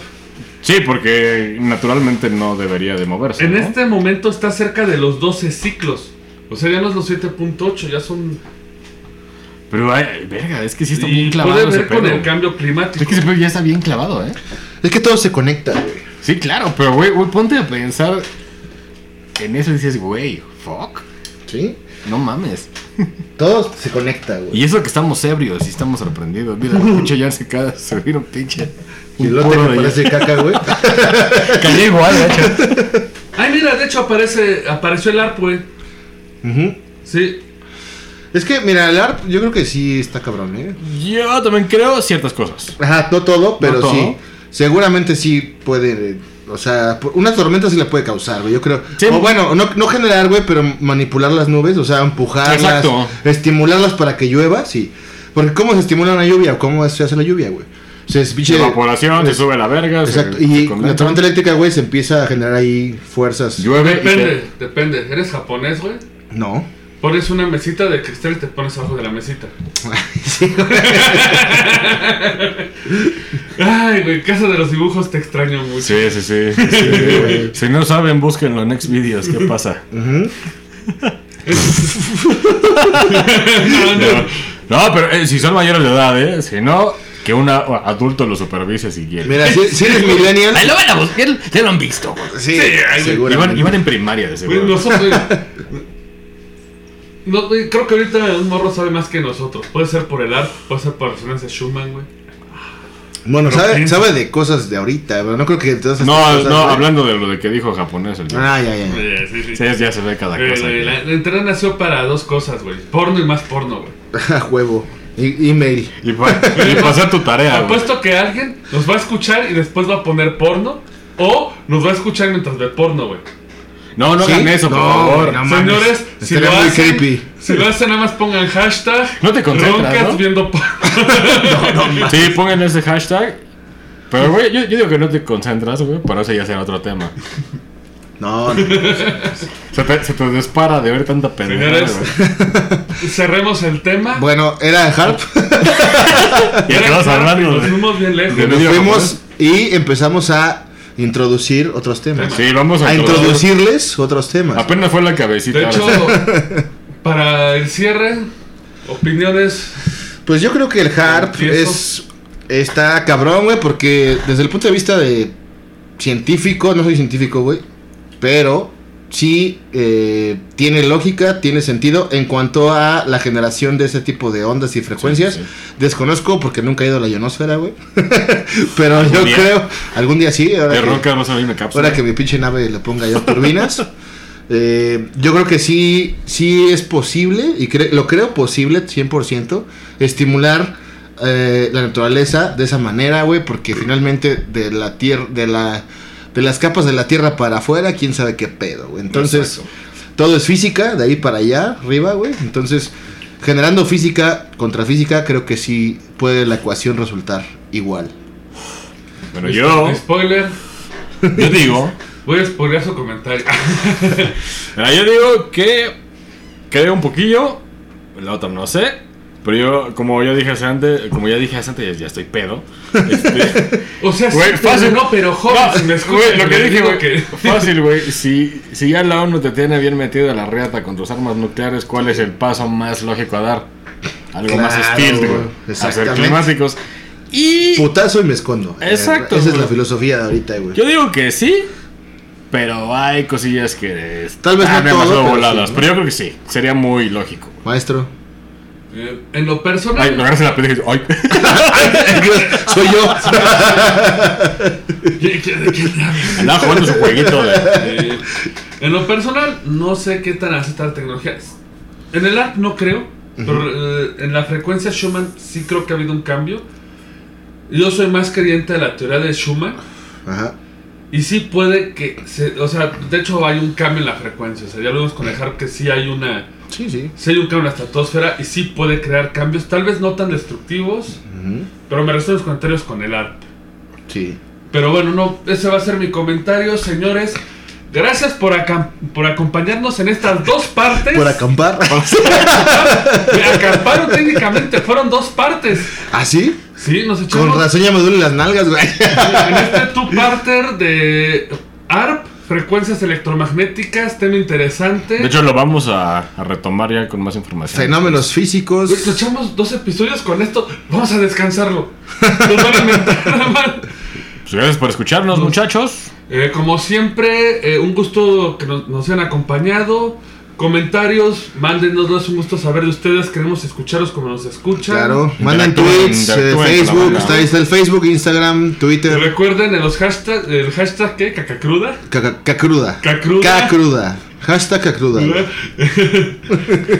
Speaker 4: Sí, porque naturalmente no debería de moverse.
Speaker 2: En
Speaker 4: ¿no?
Speaker 2: este momento está cerca de los 12 ciclos. O sea, ya no es los 7.8, ya son...
Speaker 4: Pero, ay, verga, es que sí está bien
Speaker 2: Y
Speaker 4: clavado.
Speaker 2: puede
Speaker 4: ese
Speaker 2: ver con
Speaker 4: pedo.
Speaker 2: el cambio climático.
Speaker 4: Es que ese pedo ya está bien clavado, ¿eh?
Speaker 3: Es que todo se conecta, güey.
Speaker 4: Sí, claro, pero, güey, güey, ponte a pensar en eso y dices, güey, fuck.
Speaker 3: ¿Sí?
Speaker 4: No mames.
Speaker 3: Todo se conecta, güey.
Speaker 4: Y eso que estamos ebrios y estamos sorprendidos. Mira, el pinche ya se acaba de servir un pinche.
Speaker 3: Y
Speaker 4: un
Speaker 3: el otro
Speaker 4: puro
Speaker 3: me
Speaker 4: de
Speaker 3: parece caca, güey.
Speaker 4: hielo. Cayó igual, de hecho.
Speaker 2: Ay, mira, de hecho aparece, apareció el ARP, güey.
Speaker 3: Ujú.
Speaker 2: Sí.
Speaker 3: Es que, mira, el ARP yo creo que sí está cabrón, ¿eh?
Speaker 4: Yo también creo ciertas cosas.
Speaker 3: Ajá, no todo, pero
Speaker 4: todo.
Speaker 3: sí. Seguramente sí puede. eh, O sea, por- una tormenta sí la puede causar, güey. Yo creo.
Speaker 4: Sí.
Speaker 3: O bueno, no, no generar, güey, pero manipular las nubes, o sea, empujarlas,
Speaker 4: Exacto.
Speaker 3: estimularlas para que llueva, sí. Porque ¿cómo se estimula una lluvia? ¿Cómo se hace la lluvia, güey? O sea, es pinche-
Speaker 4: Evaporación, se
Speaker 3: es-
Speaker 4: sube la verga. se-
Speaker 3: Exacto.
Speaker 4: se
Speaker 3: Y
Speaker 4: condensa.
Speaker 3: la tormenta eléctrica, güey, se empieza a generar ahí fuerzas.
Speaker 4: Llueve. y
Speaker 2: Depende, depende. ¿Eres japonés, güey?
Speaker 3: No.
Speaker 2: Pones una mesita de cristal y te pones abajo de la mesita.
Speaker 3: Sí, güey.
Speaker 2: Ay, güey, casa de los dibujos te extraño mucho.
Speaker 4: se- Sí, sí, sí. sí. si no saben, búsquenlo en Next Videos. ¿Qué pasa?
Speaker 3: Ujú.
Speaker 2: No, no.
Speaker 4: No, pero eh, si son mayores de edad, ¿eh? Si no, que un adulto lo supervise si quiere.
Speaker 3: Mira, si, si eres millennial.
Speaker 4: Ahí lo van a buscar, ya lo han visto. güey.
Speaker 3: Sí,
Speaker 4: Ay, güey, Iban,
Speaker 3: seguramente.
Speaker 4: iban en primaria, de
Speaker 2: Güey,
Speaker 3: Pues
Speaker 4: seguro.
Speaker 2: nosotros. güey, no, güey, creo que ahorita un morro sabe más que nosotros. Puede ser por el arte, puede ser por resonancia Schumann, güey.
Speaker 3: Bueno,
Speaker 2: Pero
Speaker 3: sabe,
Speaker 2: piensa.
Speaker 3: sabe de cosas de ahorita, pero no creo que todas estas
Speaker 4: No,
Speaker 3: cosas,
Speaker 4: no,
Speaker 3: güey.
Speaker 4: hablando de lo de que dijo japonés el
Speaker 3: Ah, ya, ya. ya.
Speaker 2: Eh, Sí, sí.
Speaker 4: Sí, ya se ve cada
Speaker 2: Eh,
Speaker 4: cosa.
Speaker 2: güey, la, la internet nació para dos cosas, güey. Porno y más porno, güey.
Speaker 3: A huevo. E- email.
Speaker 4: Y, pa- y pasar tu tarea, güey.
Speaker 2: Apuesto que alguien nos va a escuchar y después va a poner porno. O nos va a escuchar mientras ve porno, güey.
Speaker 4: No, no
Speaker 3: ¿Sí?
Speaker 4: hagan eso, por
Speaker 3: No,
Speaker 4: favor.
Speaker 3: no.
Speaker 4: No,
Speaker 3: mames,
Speaker 2: Señores, si
Speaker 3: estaría
Speaker 2: lo,
Speaker 3: muy
Speaker 2: hacen,
Speaker 3: creepy.
Speaker 2: si lo hacen, nada más pongan hashtag.
Speaker 4: No te concentras,
Speaker 2: roncas
Speaker 4: ¿no?
Speaker 2: viendo porno.
Speaker 4: sí, pongan ese hashtag. Pero, güey, yo, yo digo que no te concentras, güey, para eso ya será otro tema.
Speaker 3: No, no.
Speaker 4: Se te, se te dispara de ver tanta pendejada,
Speaker 2: Señores.
Speaker 4: güey.
Speaker 2: Cerremos el tema.
Speaker 3: Bueno, era Harp.
Speaker 4: Y acabas hablando,
Speaker 2: Nos
Speaker 4: güey.
Speaker 2: fuimos bien lejos.
Speaker 4: De
Speaker 3: Nos
Speaker 4: medio
Speaker 3: fuimos y empezamos a introducir otros temas.
Speaker 4: Sí, vamos a,
Speaker 3: A
Speaker 4: introducir.
Speaker 3: introducirles otros temas.
Speaker 4: Apenas fue la cabecita.
Speaker 2: De hecho,
Speaker 4: güey.
Speaker 2: para el cierre, opiniones.
Speaker 3: Pues yo creo que el harp
Speaker 2: Empiezo.
Speaker 3: es está cabrón, güey, porque desde el punto de vista de científico, no soy científico, güey, pero sí eh, tiene lógica, tiene sentido en cuanto a la generación de ese tipo de ondas y frecuencias.
Speaker 4: Sí, sí.
Speaker 3: Desconozco porque nunca he ido a la ionosfera, güey. pero yo
Speaker 4: día.
Speaker 3: creo algún día sí. Ahora
Speaker 4: de
Speaker 3: que-
Speaker 4: roca vamos a abrir una cápsula.
Speaker 3: Ahora que mi pinche nave le ponga yo turbinas. Eh, yo creo que sí, sí es posible, y cre- lo creo posible 100%, estimular eh, la naturaleza de esa manera, güey, porque finalmente de la tierra, de la de las capas de la tierra para afuera, quién sabe qué pedo, güey. Entonces, todo es física, de ahí para allá, arriba, güey. Entonces, generando física contra física, creo que sí puede la ecuación resultar igual.
Speaker 4: Bueno, Pues yo,
Speaker 2: este, Spoiler.
Speaker 4: yo digo.
Speaker 2: Voy a spoilear su comentario.
Speaker 4: Mira, yo digo que creo un poquillo, la otra no sé, pero yo, como yo dije hace antes, como ya dije hace antes, ya estoy pedo. Este,
Speaker 2: O sea, sí,
Speaker 4: güey,
Speaker 2: pero
Speaker 4: fácil.
Speaker 2: no, pero joven,
Speaker 4: No,
Speaker 2: si me escuchan,
Speaker 4: güey, lo que
Speaker 2: les
Speaker 4: dije,
Speaker 2: digo
Speaker 4: güey,
Speaker 2: que-
Speaker 4: fácil, güey, si, si ya la ONU te tiene bien metido a la reata con tus armas nucleares, ¿cuál es el paso más lógico a dar? Algo más
Speaker 3: Claro,
Speaker 4: hostil,
Speaker 3: güey,
Speaker 4: güey, hacer
Speaker 3: exactamente.
Speaker 4: climáticos. Y
Speaker 3: Putazo y me escondo.
Speaker 4: Exacto,
Speaker 3: Eh, esa es
Speaker 4: güey.
Speaker 3: la filosofía de ahorita, güey.
Speaker 4: Yo digo que sí, pero hay cosillas que
Speaker 3: Tal vez no
Speaker 4: están demasiado
Speaker 3: todo, pero
Speaker 4: voladas.
Speaker 3: sí, ¿no?
Speaker 4: Pero yo creo que sí, sería muy lógico.
Speaker 3: Maestro.
Speaker 2: Eh, en lo
Speaker 4: Ay, lo
Speaker 2: personal,
Speaker 4: agarras en la pendeja y dices,
Speaker 3: Soy yo.
Speaker 2: ¿de qué- de qué hablas?
Speaker 4: ay, andaba jugando su jueguito de...
Speaker 2: Eh, en lo personal, no sé qué tan hace esta tecnología. En el app no creo, pero eh, en la frecuencia Schumann sí creo que ha habido un cambio. Yo soy más creyente de la teoría de Schumann.
Speaker 3: Ajá.
Speaker 2: Y sí puede que, se- o sea, de hecho hay un cambio en la frecuencia, o sea, ya lo vimos con el harp que sí hay una,
Speaker 3: Sí, sí.
Speaker 2: sí hay un cambio en la estratosfera y sí puede crear cambios, tal vez no tan destructivos,
Speaker 3: Ujú.
Speaker 2: pero me resto los comentarios con el harp.
Speaker 3: Sí.
Speaker 2: Pero bueno, no, ese va a ser mi comentario, señores. Gracias por, acam- por acompañarnos en estas dos partes.
Speaker 3: Por acampar.
Speaker 2: Me acamparon técnicamente, fueron dos partes.
Speaker 3: ¿Así?
Speaker 2: Sí, nos echamos.
Speaker 3: ¿Ah, Con razón ya me duelen las nalgas, güey.
Speaker 2: En este tu parter de ARP, frecuencias electromagnéticas, tema interesante.
Speaker 4: De hecho, lo vamos a, a retomar ya con más información.
Speaker 3: Fenómenos físicos.
Speaker 2: Güey, nos echamos dos episodios con esto. Vamos a descansarlo. Nos van a inventar mal.
Speaker 4: Pues gracias por escucharnos, muchachos.
Speaker 2: Eh, como siempre, eh, un gusto que nos, nos hayan acompañado. Comentarios, mándenoslos, es un gusto saber de ustedes. Queremos escucharlos como nos escuchan.
Speaker 3: Claro. Mandan
Speaker 4: Interactúen,
Speaker 3: tweets, eh,
Speaker 4: interactúen con la
Speaker 3: Facebook.
Speaker 4: banda.
Speaker 3: Está, ahí está el Facebook, Instagram,
Speaker 2: Y
Speaker 3: Twitter.
Speaker 2: recuerden en los hashtags, el hashtag ¿qué? Cacacruda.
Speaker 3: Caca- Cacruda.
Speaker 2: Cacruda.
Speaker 3: Cacruda. Hashtag Cacruda. güey.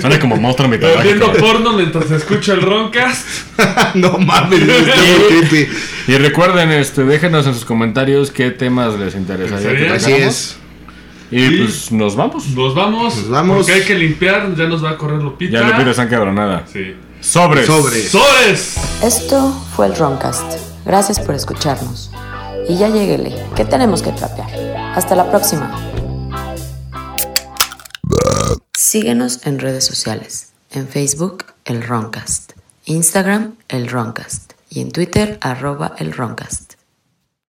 Speaker 4: Suena como monstruo
Speaker 2: Eh, Viendo
Speaker 4: mitológico. güey.
Speaker 2: porno mientras se escucha el Roncast.
Speaker 3: no mames, está muy creepy.
Speaker 4: Y recuerden, este, déjenos en sus comentarios qué temas les interesaría. que
Speaker 2: ¿Sería?
Speaker 3: Así
Speaker 4: tratáramos.
Speaker 3: es.
Speaker 4: Y
Speaker 2: Sí.
Speaker 4: pues nos vamos.
Speaker 2: Nos vamos.
Speaker 3: Nos vamos.
Speaker 2: Porque hay que limpiar, ya nos va a correr Lupita.
Speaker 4: Ya le pides han cabronada.
Speaker 2: Sí.
Speaker 4: Sobres.
Speaker 3: Sobre.
Speaker 2: ¡Sores!
Speaker 1: Esto fue el Roncast. Gracias por escucharnos. Y ya lleguele, que tenemos que trapear. Hasta la próxima. Síguenos en redes sociales. En Facebook, el Roncast. Instagram, el Roncast. Y en Twitter, arroba el Roncast.